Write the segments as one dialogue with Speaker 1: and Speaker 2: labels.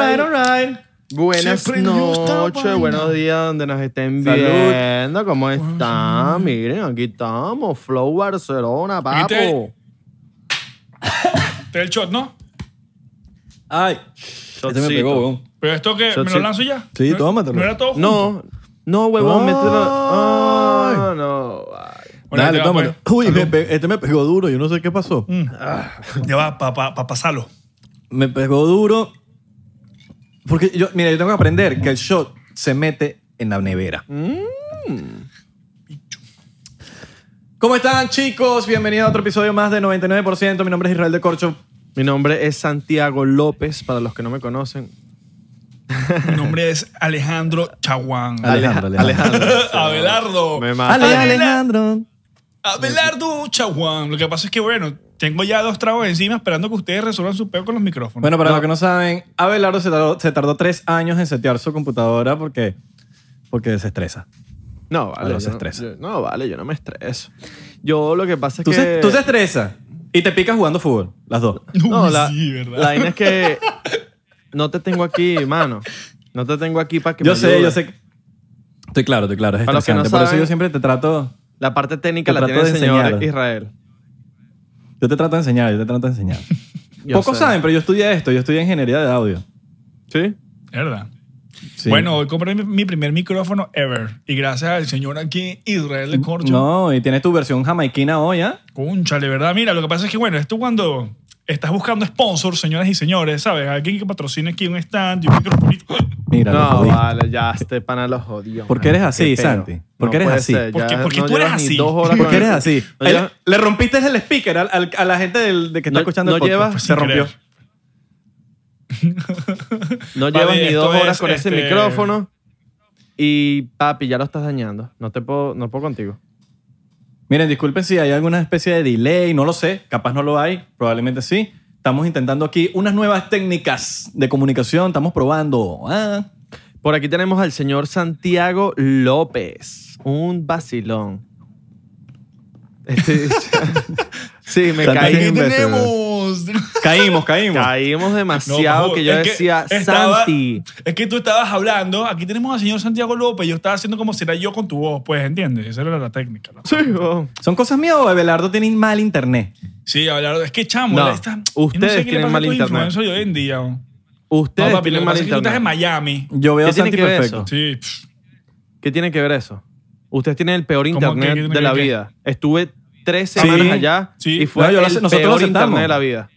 Speaker 1: Bye.
Speaker 2: Buenas
Speaker 1: Se prendió esta
Speaker 2: noches,
Speaker 1: vaina.
Speaker 2: buenos días donde nos estén
Speaker 3: Salud.
Speaker 2: viendo. ¿Cómo están? Miren, aquí estamos. Flow Barcelona, papo.
Speaker 1: ¿Viste? Te doy el shot, ¿no?
Speaker 3: Ay, este me
Speaker 2: Shotcito.
Speaker 3: pegó, weón.
Speaker 1: Pero esto que me
Speaker 2: Shot,
Speaker 1: lo
Speaker 2: sí.
Speaker 1: lanzo ya.
Speaker 3: Sí,
Speaker 1: ¿No-
Speaker 3: tómatelo.
Speaker 1: No era todo. junto?
Speaker 2: No, no, huevón,
Speaker 3: Ay.
Speaker 2: mételo. Ah, no. ay.
Speaker 1: Bueno,
Speaker 3: Dale,
Speaker 1: ya va,
Speaker 3: tómalo.
Speaker 1: pues.
Speaker 3: Uy, me pe- este me pegó duro, yo no sé qué pasó.
Speaker 1: Ya va, para pasarlo.
Speaker 3: Me pegó duro. Porque yo, mira, yo tengo que aprender que el shot se mete en la nevera. Mm. ¿Cómo están, chicos? Bienvenidos a otro episodio más de 99%. Mi nombre es Israel de Corcho.
Speaker 2: Mi nombre es Santiago López, para los que no me conocen.
Speaker 1: Mi nombre es Alejandro Chaguán.
Speaker 3: Alejandro, Alejandro.
Speaker 1: Abelardo.
Speaker 2: Me mata.
Speaker 3: Ale,
Speaker 1: Adela-
Speaker 3: Alejandro.
Speaker 1: Abelardo Chaguán. Lo que pasa es que, bueno, tengo ya dos tragos encima esperando que ustedes resuelvan su peo con los micrófonos.
Speaker 3: Bueno, para los que no saben, Abelardo se tardó, se tardó tres años en setear su computadora porque, porque se estresa.
Speaker 2: No, vale.
Speaker 3: Ahora se
Speaker 2: yo no-
Speaker 3: estresa.
Speaker 2: yo- no, vale, yo no me estreso. Yo lo que pasa es
Speaker 3: Tú,
Speaker 2: que.
Speaker 3: se, tú se estresas y te picas jugando fútbol, las dos.
Speaker 2: No,
Speaker 1: Uy,
Speaker 2: la,
Speaker 1: sí, ¿verdad?
Speaker 2: la vaina es que no te tengo aquí, mano. No te tengo aquí para que
Speaker 3: yo
Speaker 2: me
Speaker 3: sé,
Speaker 2: ayudes.
Speaker 3: yo sé. que- Estoy claro, estoy claro. Es
Speaker 2: Para los que no
Speaker 3: estresante. Por eso
Speaker 2: saben-
Speaker 3: yo siempre te trato.
Speaker 2: La parte técnica
Speaker 3: Te
Speaker 2: la
Speaker 3: trato
Speaker 2: tiene el
Speaker 3: de
Speaker 2: señor
Speaker 3: enseñar.
Speaker 2: Israel.
Speaker 3: Yo te trato de enseñar, yo te trato de enseñar.
Speaker 2: Yo
Speaker 3: Pocos
Speaker 2: sé.
Speaker 3: saben, pero yo estudié esto. Yo estudié ingeniería de audio.
Speaker 2: ¿Sí?
Speaker 1: ¿Verdad?
Speaker 3: Sí.
Speaker 1: Bueno, hoy compré mi, mi primer micrófono ever. Y gracias al señor aquí, Israel de Corcho.
Speaker 3: No, y tienes tu versión jamaiquina hoy, ¿ah?
Speaker 1: Cónchale, ¿verdad? Mira, lo que pasa es que, bueno, esto cuando estás buscando sponsors, señoras y señores, ¿sabes? Alguien que patrocine aquí un stand y un microfonito.
Speaker 3: Mira, lo
Speaker 2: No,
Speaker 3: jodí.
Speaker 2: vale, ya este pana lo jodió.
Speaker 3: ¿Por qué
Speaker 2: mano.
Speaker 3: eres así,
Speaker 2: Qué pedo.
Speaker 3: Santi? ¿Por
Speaker 2: No
Speaker 3: qué eres
Speaker 2: puede
Speaker 3: así?
Speaker 2: ser,
Speaker 1: ¿Por
Speaker 2: ya
Speaker 1: qué- por qué
Speaker 2: no
Speaker 1: tú eres
Speaker 2: llevas ni
Speaker 1: así?
Speaker 2: dos horas con
Speaker 3: ¿Por
Speaker 2: este-
Speaker 3: qué
Speaker 2: el-
Speaker 3: eres así?
Speaker 2: No
Speaker 3: El-
Speaker 2: llevas-
Speaker 3: le rompiste el speaker al- al- a la gente del, de que está
Speaker 2: No-
Speaker 3: escuchando
Speaker 2: no
Speaker 3: el podcast.
Speaker 2: llevas-
Speaker 3: Se rompió.
Speaker 1: Pues Sin
Speaker 2: no
Speaker 1: Vale,
Speaker 2: llevas ni
Speaker 1: esto
Speaker 2: dos
Speaker 1: es,
Speaker 2: horas con ese
Speaker 1: este-
Speaker 2: micrófono. Y papi, ya lo estás dañando. No te puedo, no puedo contigo.
Speaker 3: Miren, disculpen si hay alguna especie de delay, no lo sé, capaz no lo hay, probablemente sí. Estamos intentando aquí unas nuevas técnicas de comunicación, estamos probando. Ah,
Speaker 2: Por aquí tenemos al señor Santiago López. Un vacilón. Este- sí, me
Speaker 3: Santi-
Speaker 2: caí.
Speaker 3: Ahí
Speaker 1: Ahí
Speaker 3: en vez,
Speaker 1: tenemos.
Speaker 3: caímos, caímos.
Speaker 2: Caímos
Speaker 1: No,
Speaker 2: demasiado
Speaker 1: joder,
Speaker 2: que yo
Speaker 1: es
Speaker 2: decía,
Speaker 1: estaba-
Speaker 2: Santi.
Speaker 1: Es que tú estabas hablando. Aquí tenemos al señor Santiago López. Yo estaba haciendo como será yo con tu voz, pues, ¿entiendes? Esa era la técnica. ¿no?
Speaker 2: Sí, oh.
Speaker 3: ¿Son cosas mías o Abelardo tiene mal internet?
Speaker 1: Sí, hablar. Es que chamo,
Speaker 2: No,
Speaker 1: esta- yo
Speaker 2: ustedes
Speaker 1: no sé qué le
Speaker 2: tienen
Speaker 1: pasa
Speaker 2: mal
Speaker 1: a estos
Speaker 2: internet.
Speaker 1: influencers de hoy en día. No,
Speaker 2: Ustedes
Speaker 1: papi, lo
Speaker 2: tienen
Speaker 1: que
Speaker 2: mal
Speaker 1: pasa es que tú estás en
Speaker 2: internet.
Speaker 1: Miami.
Speaker 3: Yo veo a
Speaker 2: ¿Qué tiene
Speaker 3: Santi
Speaker 2: que ver
Speaker 3: perfecto.
Speaker 2: eso?
Speaker 1: Sí, pff,
Speaker 2: ¿Qué tiene que ver eso? Ustedes tienen el peor
Speaker 1: ¿Cómo
Speaker 2: internet
Speaker 1: que- que-
Speaker 2: de la
Speaker 1: que-
Speaker 2: vida. Estuve tres
Speaker 3: Sí,
Speaker 2: semanas allá
Speaker 1: sí.
Speaker 2: y fue
Speaker 3: No, yo lo
Speaker 2: el
Speaker 3: sé- nosotros lo
Speaker 2: peor
Speaker 3: aceptamos.
Speaker 2: internet de la vida.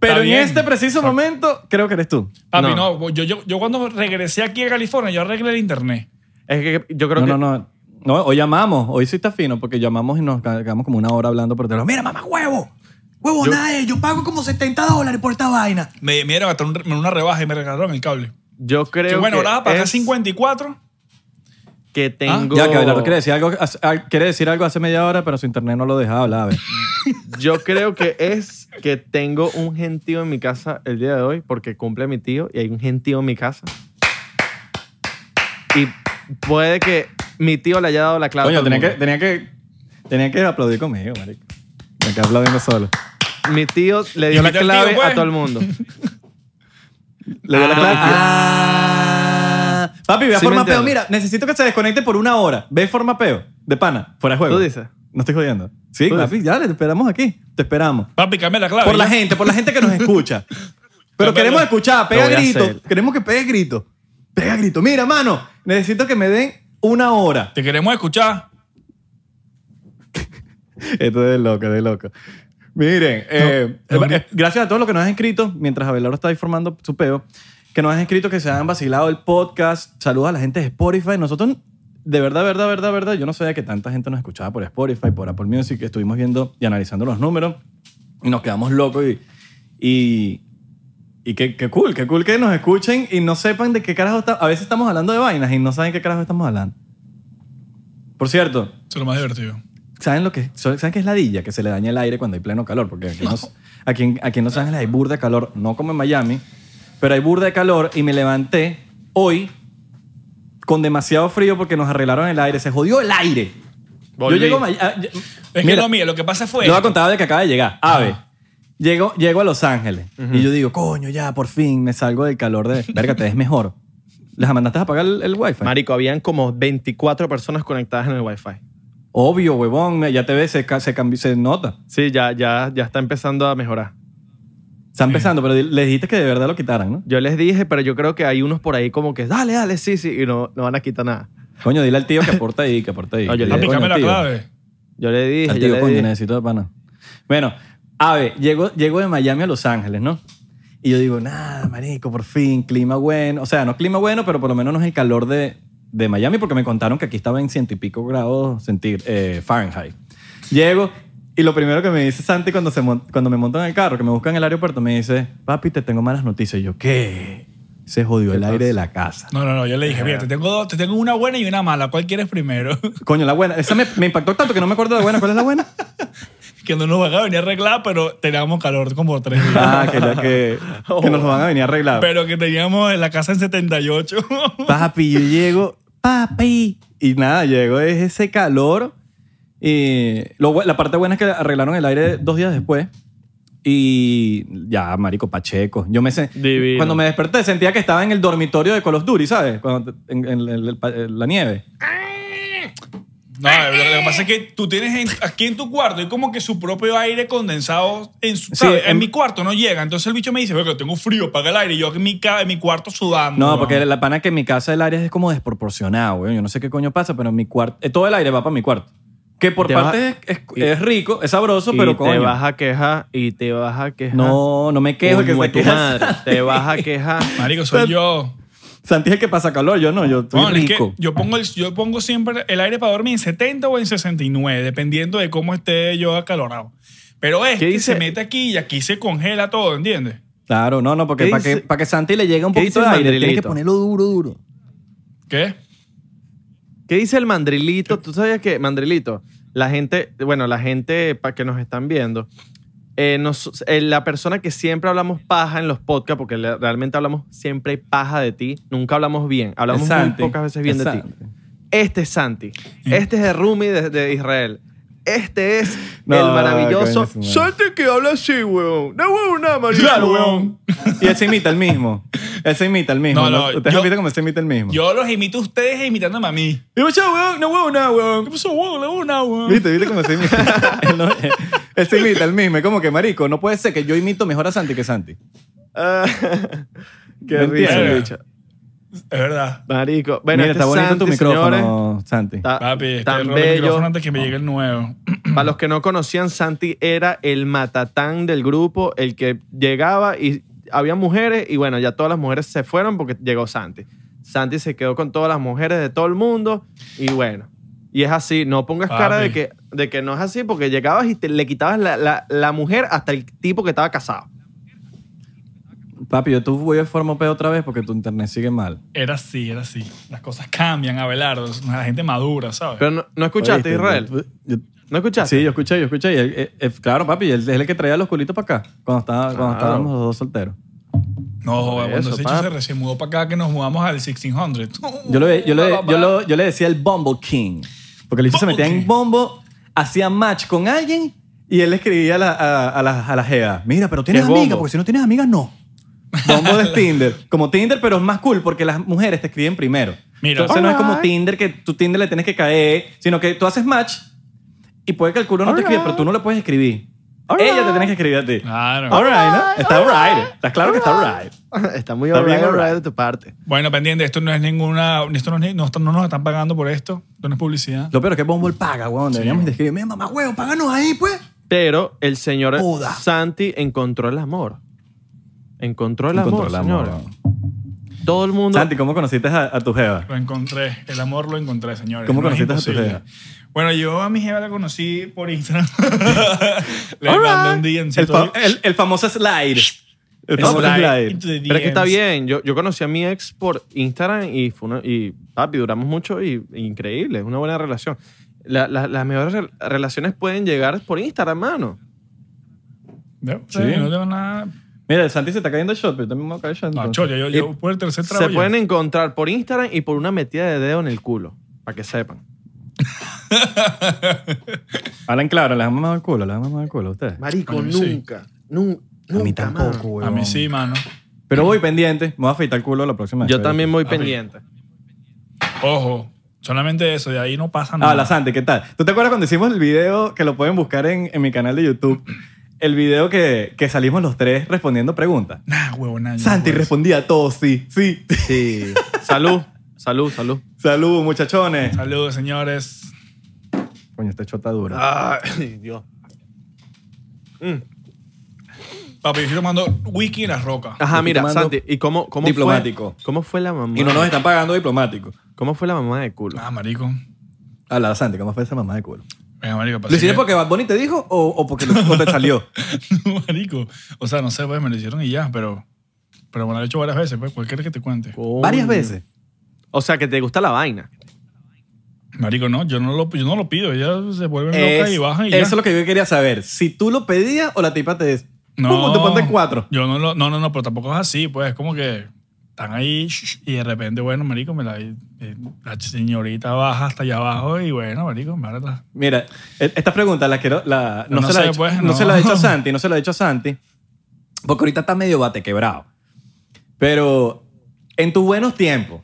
Speaker 3: Pero en
Speaker 1: bien.
Speaker 3: este preciso momento, creo que eres tú.
Speaker 1: Papi,
Speaker 2: No.
Speaker 1: no. yo, yo, yo cuando regresé aquí a California, yo arreglé el internet.
Speaker 2: Es que yo creo
Speaker 3: No,
Speaker 2: que...
Speaker 3: no, no. No, hoy llamamos. Hoy sí está fino porque llamamos y nos quedamos como una hora hablando por teléfono. Mira, mamá, huevo. Huevo, nada de Yo pago como 70 dólares por esta vaina.
Speaker 1: Me, me dieron hasta un- una rebaja y me regalaron el cable.
Speaker 2: Yo creo
Speaker 1: Que bueno,
Speaker 2: que
Speaker 1: ahora vas a pagar Ah.
Speaker 2: es
Speaker 1: 54.
Speaker 2: que tengo...
Speaker 3: Ya que Abelardo quiere decir, algo, hace- ah, quiere decir algo hace media hora, pero su internet no lo dejaba hablar. a ver.
Speaker 2: Yo creo que es que tengo un gentío en mi casa el día de hoy porque cumple mi tío y hay un gentío en mi casa. Y puede que mi tío le haya dado la clave. a
Speaker 3: Coño,
Speaker 2: todo el
Speaker 3: tenía que,
Speaker 2: mundo.
Speaker 3: tenía, que, tenía que aplaudir conmigo, marico. Me quedé aplaudiendo solo.
Speaker 2: Mi tío le dio la
Speaker 1: Invita al tío,
Speaker 2: clave
Speaker 1: pues.
Speaker 2: a todo el mundo.
Speaker 3: Le dio la clave. Papi, ve a
Speaker 2: Ah. Sí me
Speaker 3: forma peo.
Speaker 2: entiendo.
Speaker 3: Mira, necesito que se desconecte por una hora. Ve forma peo. De pana. Fuera de juego.
Speaker 2: ¿Tú dices?
Speaker 3: No estoy jodiendo. Sí,
Speaker 2: ¿Tú dices? Ah,
Speaker 3: papi, ya, te esperamos aquí. Te esperamos.
Speaker 1: Papi, cambia la clave.
Speaker 3: Por la
Speaker 1: ya.
Speaker 3: gente, por la gente que nos escucha. Pero queremos escuchar, pega
Speaker 2: Lo voy a
Speaker 3: grito.
Speaker 2: hacer.
Speaker 3: Queremos que pegue grito. Pega grito. Mira, mano, necesito que me den una hora.
Speaker 1: Te queremos escuchar.
Speaker 3: Esto es de loco, de loco. Miren, eh,
Speaker 1: no,
Speaker 3: eh, gracias a todos los que nos han escrito, mientras Abelardo está ahí formando su peo, que nos han escrito que se han vacilado el podcast. Saludos a la gente de Spotify. Nosotros, de verdad, verdad, verdad, verdad, yo no sabía que tanta gente nos escuchaba por Spotify, por Apple Music. Estuvimos viendo y analizando los números y nos quedamos locos y... y y qué, qué cool, qué cool que nos escuchen y no sepan de qué carajo está. A veces estamos hablando de vainas y no saben qué carajo estamos hablando. Por cierto,
Speaker 1: Eso es lo más divertido.
Speaker 3: ¿Saben lo que ¿saben qué es la dilla? Que se le daña el aire cuando hay pleno calor. Porque aquí, nos- aquí, en- aquí en Los Ángeles hay burda de calor, no como en Miami, pero hay burda de calor y me levanté hoy con demasiado frío porque nos arreglaron el aire. Se jodió el aire.
Speaker 2: Volví.
Speaker 3: Yo llego a Miami.
Speaker 1: Es que no, mira, lo que pasa fue.
Speaker 3: Yo voy a contar de que acaba de llegar. Ave. Llego, llego a Los Ángeles y yo digo, coño, ya, por fin me salgo del calor de... Verga, te ves mejor. ¿Les mandaste a apagar el, el wifi?
Speaker 2: Marico, habían como 24 personas conectadas en el Wi-Fi.
Speaker 3: Obvio, huevón, ya te ves, se, ca- se, cambi- se nota.
Speaker 2: Sí, ya, ya, ya está empezando a mejorar.
Speaker 3: Está empezando, pero le dijiste que de verdad lo quitaran, ¿no?
Speaker 2: Yo les dije, pero yo creo que hay unos por ahí como que, dale, dale, sí, sí, y no, no van a quitar nada.
Speaker 3: Coño, dile al tío que aporta ahí, que aporta ahí.
Speaker 2: Oye,
Speaker 3: Dile,
Speaker 2: papi,
Speaker 3: coño,
Speaker 1: Aplicame la
Speaker 3: tío.
Speaker 1: clave.
Speaker 2: Yo le dije,
Speaker 3: Al
Speaker 2: yo
Speaker 3: tío,
Speaker 2: le
Speaker 3: coño,
Speaker 2: dije.
Speaker 3: necesito de pana. Bueno, a ver, llego, llego de Miami a Los Ángeles, ¿no? Y yo digo, nada, marico, por fin, clima bueno. O sea, no clima bueno, pero por lo menos no es el calor de, de Miami, porque me contaron que aquí estaba en ciento y pico grados centí- eh, Fahrenheit. Llego y lo primero que me dice Santi cuando, se mon- cuando me montan en el carro, que me buscan en el aeropuerto, me dice, papi, te tengo malas noticias. Y yo, ¿qué? Se jodió el aire de la casa.
Speaker 1: No, no, no, yo le dije, mira, te tengo dos, te tengo una buena y una mala, ¿cuál quieres primero?
Speaker 3: Coño, la buena. Esa me, me impactó tanto que no me acuerdo de la buena. ¿Cuál es la buena?
Speaker 1: que no nos van a venir a arreglar, pero teníamos calor como tres días.
Speaker 3: Ah, que, la que, que nos lo van a venir a arreglar.
Speaker 1: Pero que teníamos en la casa en 78.
Speaker 3: Papi, yo llego, papi. Y nada, llego, es ese calor. Y lo bu- la parte buena es que arreglaron el aire dos días después. Y ya, marico, pacheco. Yo me sen-
Speaker 2: Divino.
Speaker 3: Cuando me desperté sentía que estaba en el dormitorio de Call of Duty, ¿sabes? Cuando te- en, en- en- en la nieve.
Speaker 1: No, lo lo que pasa es que tú tienes en- aquí en tu cuarto, hay como que su propio aire condensado en su.
Speaker 3: Sí,
Speaker 1: ¿sabes? en,
Speaker 3: en-
Speaker 1: mi cuarto no llega. Entonces el bicho me dice, que tengo frío, paga el aire. Y yo en mi, ca- en mi cuarto sudando.
Speaker 3: No,
Speaker 1: weón.
Speaker 3: porque la pana que en mi casa el aire es como desproporcionado, weón. Yo no sé qué coño pasa, pero en mi cuarto... eh, todo el aire va para mi cuarto. Que por
Speaker 2: Te
Speaker 3: partes es,
Speaker 2: y-
Speaker 3: es rico, es sabroso,
Speaker 2: Y
Speaker 3: pero
Speaker 2: te
Speaker 3: coño.
Speaker 2: vas a quejar, y te vas a quejar.
Speaker 3: No, no me quejo que
Speaker 2: Coño,
Speaker 3: se
Speaker 2: tu
Speaker 3: queja
Speaker 2: madre, te vas a quejar.
Speaker 1: Marico, soy yo.
Speaker 3: Santi es el que pasa calor, yo no, yo estoy
Speaker 1: Bueno, es que
Speaker 3: rico.
Speaker 1: yo, pongo el- yo pongo siempre el aire para dormir en 70 o en 69, dependiendo de cómo esté yo acalorado. Pero este
Speaker 2: dice?
Speaker 1: se mete aquí y aquí se congela todo, ¿entiendes?
Speaker 3: Claro, no, no, porque
Speaker 2: ¿Qué
Speaker 3: para que,
Speaker 2: dice-
Speaker 3: pa' que Santi le llegue un
Speaker 2: qué
Speaker 3: poquito
Speaker 2: dice el
Speaker 3: de aire, tiene que
Speaker 2: mandrilito?
Speaker 3: ponerlo duro, duro.
Speaker 1: ¿Qué?
Speaker 2: ¿Qué dice el mandrilito? ¿Tú sabías que, mandrilito, la gente, bueno, la gente para que nos están viendo, eh, nos- eh, la persona que siempre hablamos paja en los podcasts, porque le- realmente hablamos siempre paja de ti, nunca hablamos bien, hablamos
Speaker 3: Es
Speaker 2: muy
Speaker 3: Santi,
Speaker 2: pocas veces bien
Speaker 3: es
Speaker 2: de ti.
Speaker 3: Santi.
Speaker 2: Este es Santi, este es el Rumi de, de Israel. Este es
Speaker 3: No,
Speaker 2: el maravilloso
Speaker 3: coño, su madre.
Speaker 2: Santi que habla así, weón. No, weón, nada, marico.
Speaker 3: Y él se imita el mismo. Él se imita el mismo.
Speaker 1: No,
Speaker 3: No,
Speaker 1: no,
Speaker 3: Ustedes
Speaker 1: yo-
Speaker 3: han visto cómo se imita el mismo.
Speaker 1: Yo los imito a ustedes imitándome a mí.
Speaker 3: Y yo, "Chao, weón, no huevo, nada,
Speaker 1: ¿Qué
Speaker 3: weón.
Speaker 1: pasó, weón? La una, weón.
Speaker 3: ¿Viste? ¿Viste cómo se imita? él, no- él se imita el mismo. Es como que, marico, no puede ser que yo imito mejor a Santi que Santi.
Speaker 2: Ah, Qué
Speaker 3: ¿Me
Speaker 2: risa,
Speaker 1: entiendes?
Speaker 2: bicho.
Speaker 1: Es verdad.
Speaker 2: Marico. Bueno,
Speaker 3: Mira,
Speaker 2: este
Speaker 3: está bonito
Speaker 2: Santi,
Speaker 3: tu micrófono,
Speaker 2: señores,
Speaker 3: Santi.
Speaker 2: Está
Speaker 1: Papi, este
Speaker 2: tan
Speaker 1: rollo el
Speaker 2: bello.
Speaker 1: micrófono antes que me llegue el nuevo.
Speaker 2: Para los que no conocían, Santi era el matatán del grupo, el que llegaba y había mujeres y bueno, ya todas las mujeres se fueron porque llegó Santi. Santi se quedó con todas las mujeres de todo el mundo y bueno. Y es así, no pongas
Speaker 1: Papi.
Speaker 2: cara de que, de que no es así porque llegabas y te- le quitabas la, la- la mujer hasta el tipo que estaba casado.
Speaker 3: Papi, yo tú voy a formo P otra vez porque tu internet sigue mal.
Speaker 1: Era así, era así. Las cosas cambian, Abelardo. La gente madura, ¿sabes?
Speaker 2: Pero no, no escuchaste,
Speaker 3: ¿Oíste?
Speaker 2: Israel.
Speaker 3: Yo- yo-
Speaker 2: ¿No escuchaste?
Speaker 3: Sí, yo escuché, yo escuché. Y él- eh, eh, claro, papi, él es el que traía los culitos para acá cuando, estaba, cuando
Speaker 2: Claro.
Speaker 3: estábamos los dos solteros.
Speaker 1: no, joder, cuando
Speaker 2: eso,
Speaker 1: ese
Speaker 2: papi.
Speaker 1: hecho se recién mudó para acá que nos mudamos al 1600.
Speaker 3: Yo le, yo le, yo lo- yo le decía el Bumble King. Porque el bicho se
Speaker 1: Bumble
Speaker 3: metía en
Speaker 1: King.
Speaker 3: Bombo, hacía match con alguien y él le escribía a la, a, a la, a la jeva, Mira, pero tienes
Speaker 2: es
Speaker 3: amigas,
Speaker 2: Bumble?
Speaker 3: porque si no tienes amigas, no. Bombo es Tinder. Como Tinder, pero es más cool porque las mujeres te escriben primero.
Speaker 1: Mira.
Speaker 3: Entonces no es como
Speaker 2: Alright.
Speaker 3: Tinder que tú Tinder le tienes que caer, sino que tú haces match y puede que el culo no te escriba,
Speaker 2: Alright.
Speaker 3: pero tú no le puedes escribir.
Speaker 2: Alright.
Speaker 3: Ella te tiene que escribir a ti.
Speaker 1: Claro.
Speaker 3: Alright, ¿no? Está alright. Está claro que está alright.
Speaker 2: Está muy
Speaker 3: Está bien
Speaker 2: alright,
Speaker 3: alright.
Speaker 2: alright de tu parte.
Speaker 1: Bueno, pendiente, esto no es ninguna. Esto no, es ni- no, no nos están pagando por esto. Esto no es publicidad.
Speaker 3: Lo peor es que Bumble paga, weón. Deberíamos de escribir, mira, mamá, weón, páganos ahí, pues.
Speaker 2: Pero el señor
Speaker 3: Joda.
Speaker 2: Santi encontró el amor. Encontró el amor, señores. Todo el mundo.
Speaker 3: Santi, ¿cómo conociste a, a tu jeva?
Speaker 1: Lo encontré. El amor lo encontré, señores.
Speaker 3: ¿Cómo
Speaker 1: No es
Speaker 3: conociste a tu
Speaker 1: imposible.
Speaker 3: jeva?
Speaker 1: Bueno, yo a mi jeva la conocí por Instagram. Le
Speaker 2: All
Speaker 1: mandé
Speaker 2: right.
Speaker 1: un DM.
Speaker 3: El, fa- el- el famoso slide. El
Speaker 1: Es
Speaker 3: famoso
Speaker 1: slide
Speaker 3: slide.
Speaker 1: into the
Speaker 2: Pero es que está
Speaker 1: DMs.
Speaker 2: bien. Yo, yo conocí a mi ex por Instagram y, fue una- y papi, duramos mucho y increíble. Es una buena relación. La- la- las mejores rel- relaciones pueden llegar por Instagram, mano.
Speaker 1: No,
Speaker 3: Sí.
Speaker 1: sí, no tengo nada.
Speaker 3: Mira, Santi se está cayendo el shot, pero yo también me voy a caer el shot.
Speaker 1: No,
Speaker 3: entonces.
Speaker 1: cholla, yo, yo por el tercer trago.
Speaker 2: Se
Speaker 1: ya.
Speaker 2: pueden encontrar por Instagram y por una metida de dedo en el culo. Para que sepan.
Speaker 3: Hablan claro, les han mamado el culo, les han mamado el culo a ustedes.
Speaker 2: Marico,
Speaker 1: Coño, sí.
Speaker 2: nunca. Nun-
Speaker 3: A mí
Speaker 2: nunca más.
Speaker 3: tampoco, güey.
Speaker 1: A mí sí, mano.
Speaker 3: Pero voy pendiente. Me voy a afeitar el culo la próxima vez.
Speaker 2: Yo también muy
Speaker 1: Papi.
Speaker 2: pendiente.
Speaker 1: Ojo, solamente eso, de ahí no pasa nada.
Speaker 3: Ah, la Santi, ¿qué tal? ¿Tú te acuerdas cuando hicimos el video que lo pueden buscar en, en mi canal de YouTube? El video que, que salimos los tres respondiendo preguntas.
Speaker 1: Nah, huevona. pues. yo
Speaker 3: Santi
Speaker 1: no puedo.
Speaker 3: respondía a todos, sí, sí.
Speaker 2: Sí. salud, salud, salud.
Speaker 3: Saludos, muchachones.
Speaker 1: Saludos, señores.
Speaker 3: Coño,
Speaker 1: este
Speaker 3: esta chota dura.
Speaker 2: Ay, Dios.
Speaker 1: Papi, yo estoy tomando wiki en las rocas.
Speaker 2: Ajá,
Speaker 3: Estoy
Speaker 2: mira,
Speaker 3: tomando
Speaker 2: Santi, ¿y cómo, cómo
Speaker 3: diplomático.
Speaker 2: fue? ¿Cómo fue la mamá?
Speaker 3: Y no nos están pagando diplomático.
Speaker 2: ¿Cómo fue la mamá de culo?
Speaker 1: Ah, marico.
Speaker 3: A la Santi, ¿cómo fue esa mamá de culo?
Speaker 1: Venga, marico. pasa
Speaker 3: ¿Lo hiciste
Speaker 1: que-
Speaker 3: porque Bad Bunny te dijo o, o porque lo- o te salió?
Speaker 1: No, marico. O sea, no sé, pues me lo hicieron y ya, pero... Pero bueno, lo he hecho varias veces, pues. Cualquiera que te cuente.
Speaker 2: Coño.
Speaker 3: Varias veces.
Speaker 2: O sea, que te gusta la vaina.
Speaker 1: Marico, no. Yo no lo, yo no lo pido. Ellas se vuelven locas
Speaker 3: Es-
Speaker 1: y bajan y ya.
Speaker 3: eso es lo que yo quería saber. Si tú lo pedías o la tipa te dice,
Speaker 1: No.
Speaker 3: "Pum, te pones cuatro.
Speaker 1: Yo no, lo- no, no, no, pero tampoco es así, pues es como que están ahí shh, y de repente, bueno, marico, me la, eh, la señorita baja hasta allá abajo y bueno, marico, me abre la-
Speaker 3: Mira, e- estas preguntas las quiero. la- no,
Speaker 1: No
Speaker 3: se las
Speaker 1: sé,
Speaker 3: he hecho-
Speaker 1: pues,
Speaker 3: no
Speaker 1: no.
Speaker 3: se las he hecho a Santi, no se las he hecho a Santi. Porque ahorita está medio bate quebrado. Pero en tus buenos tiempos,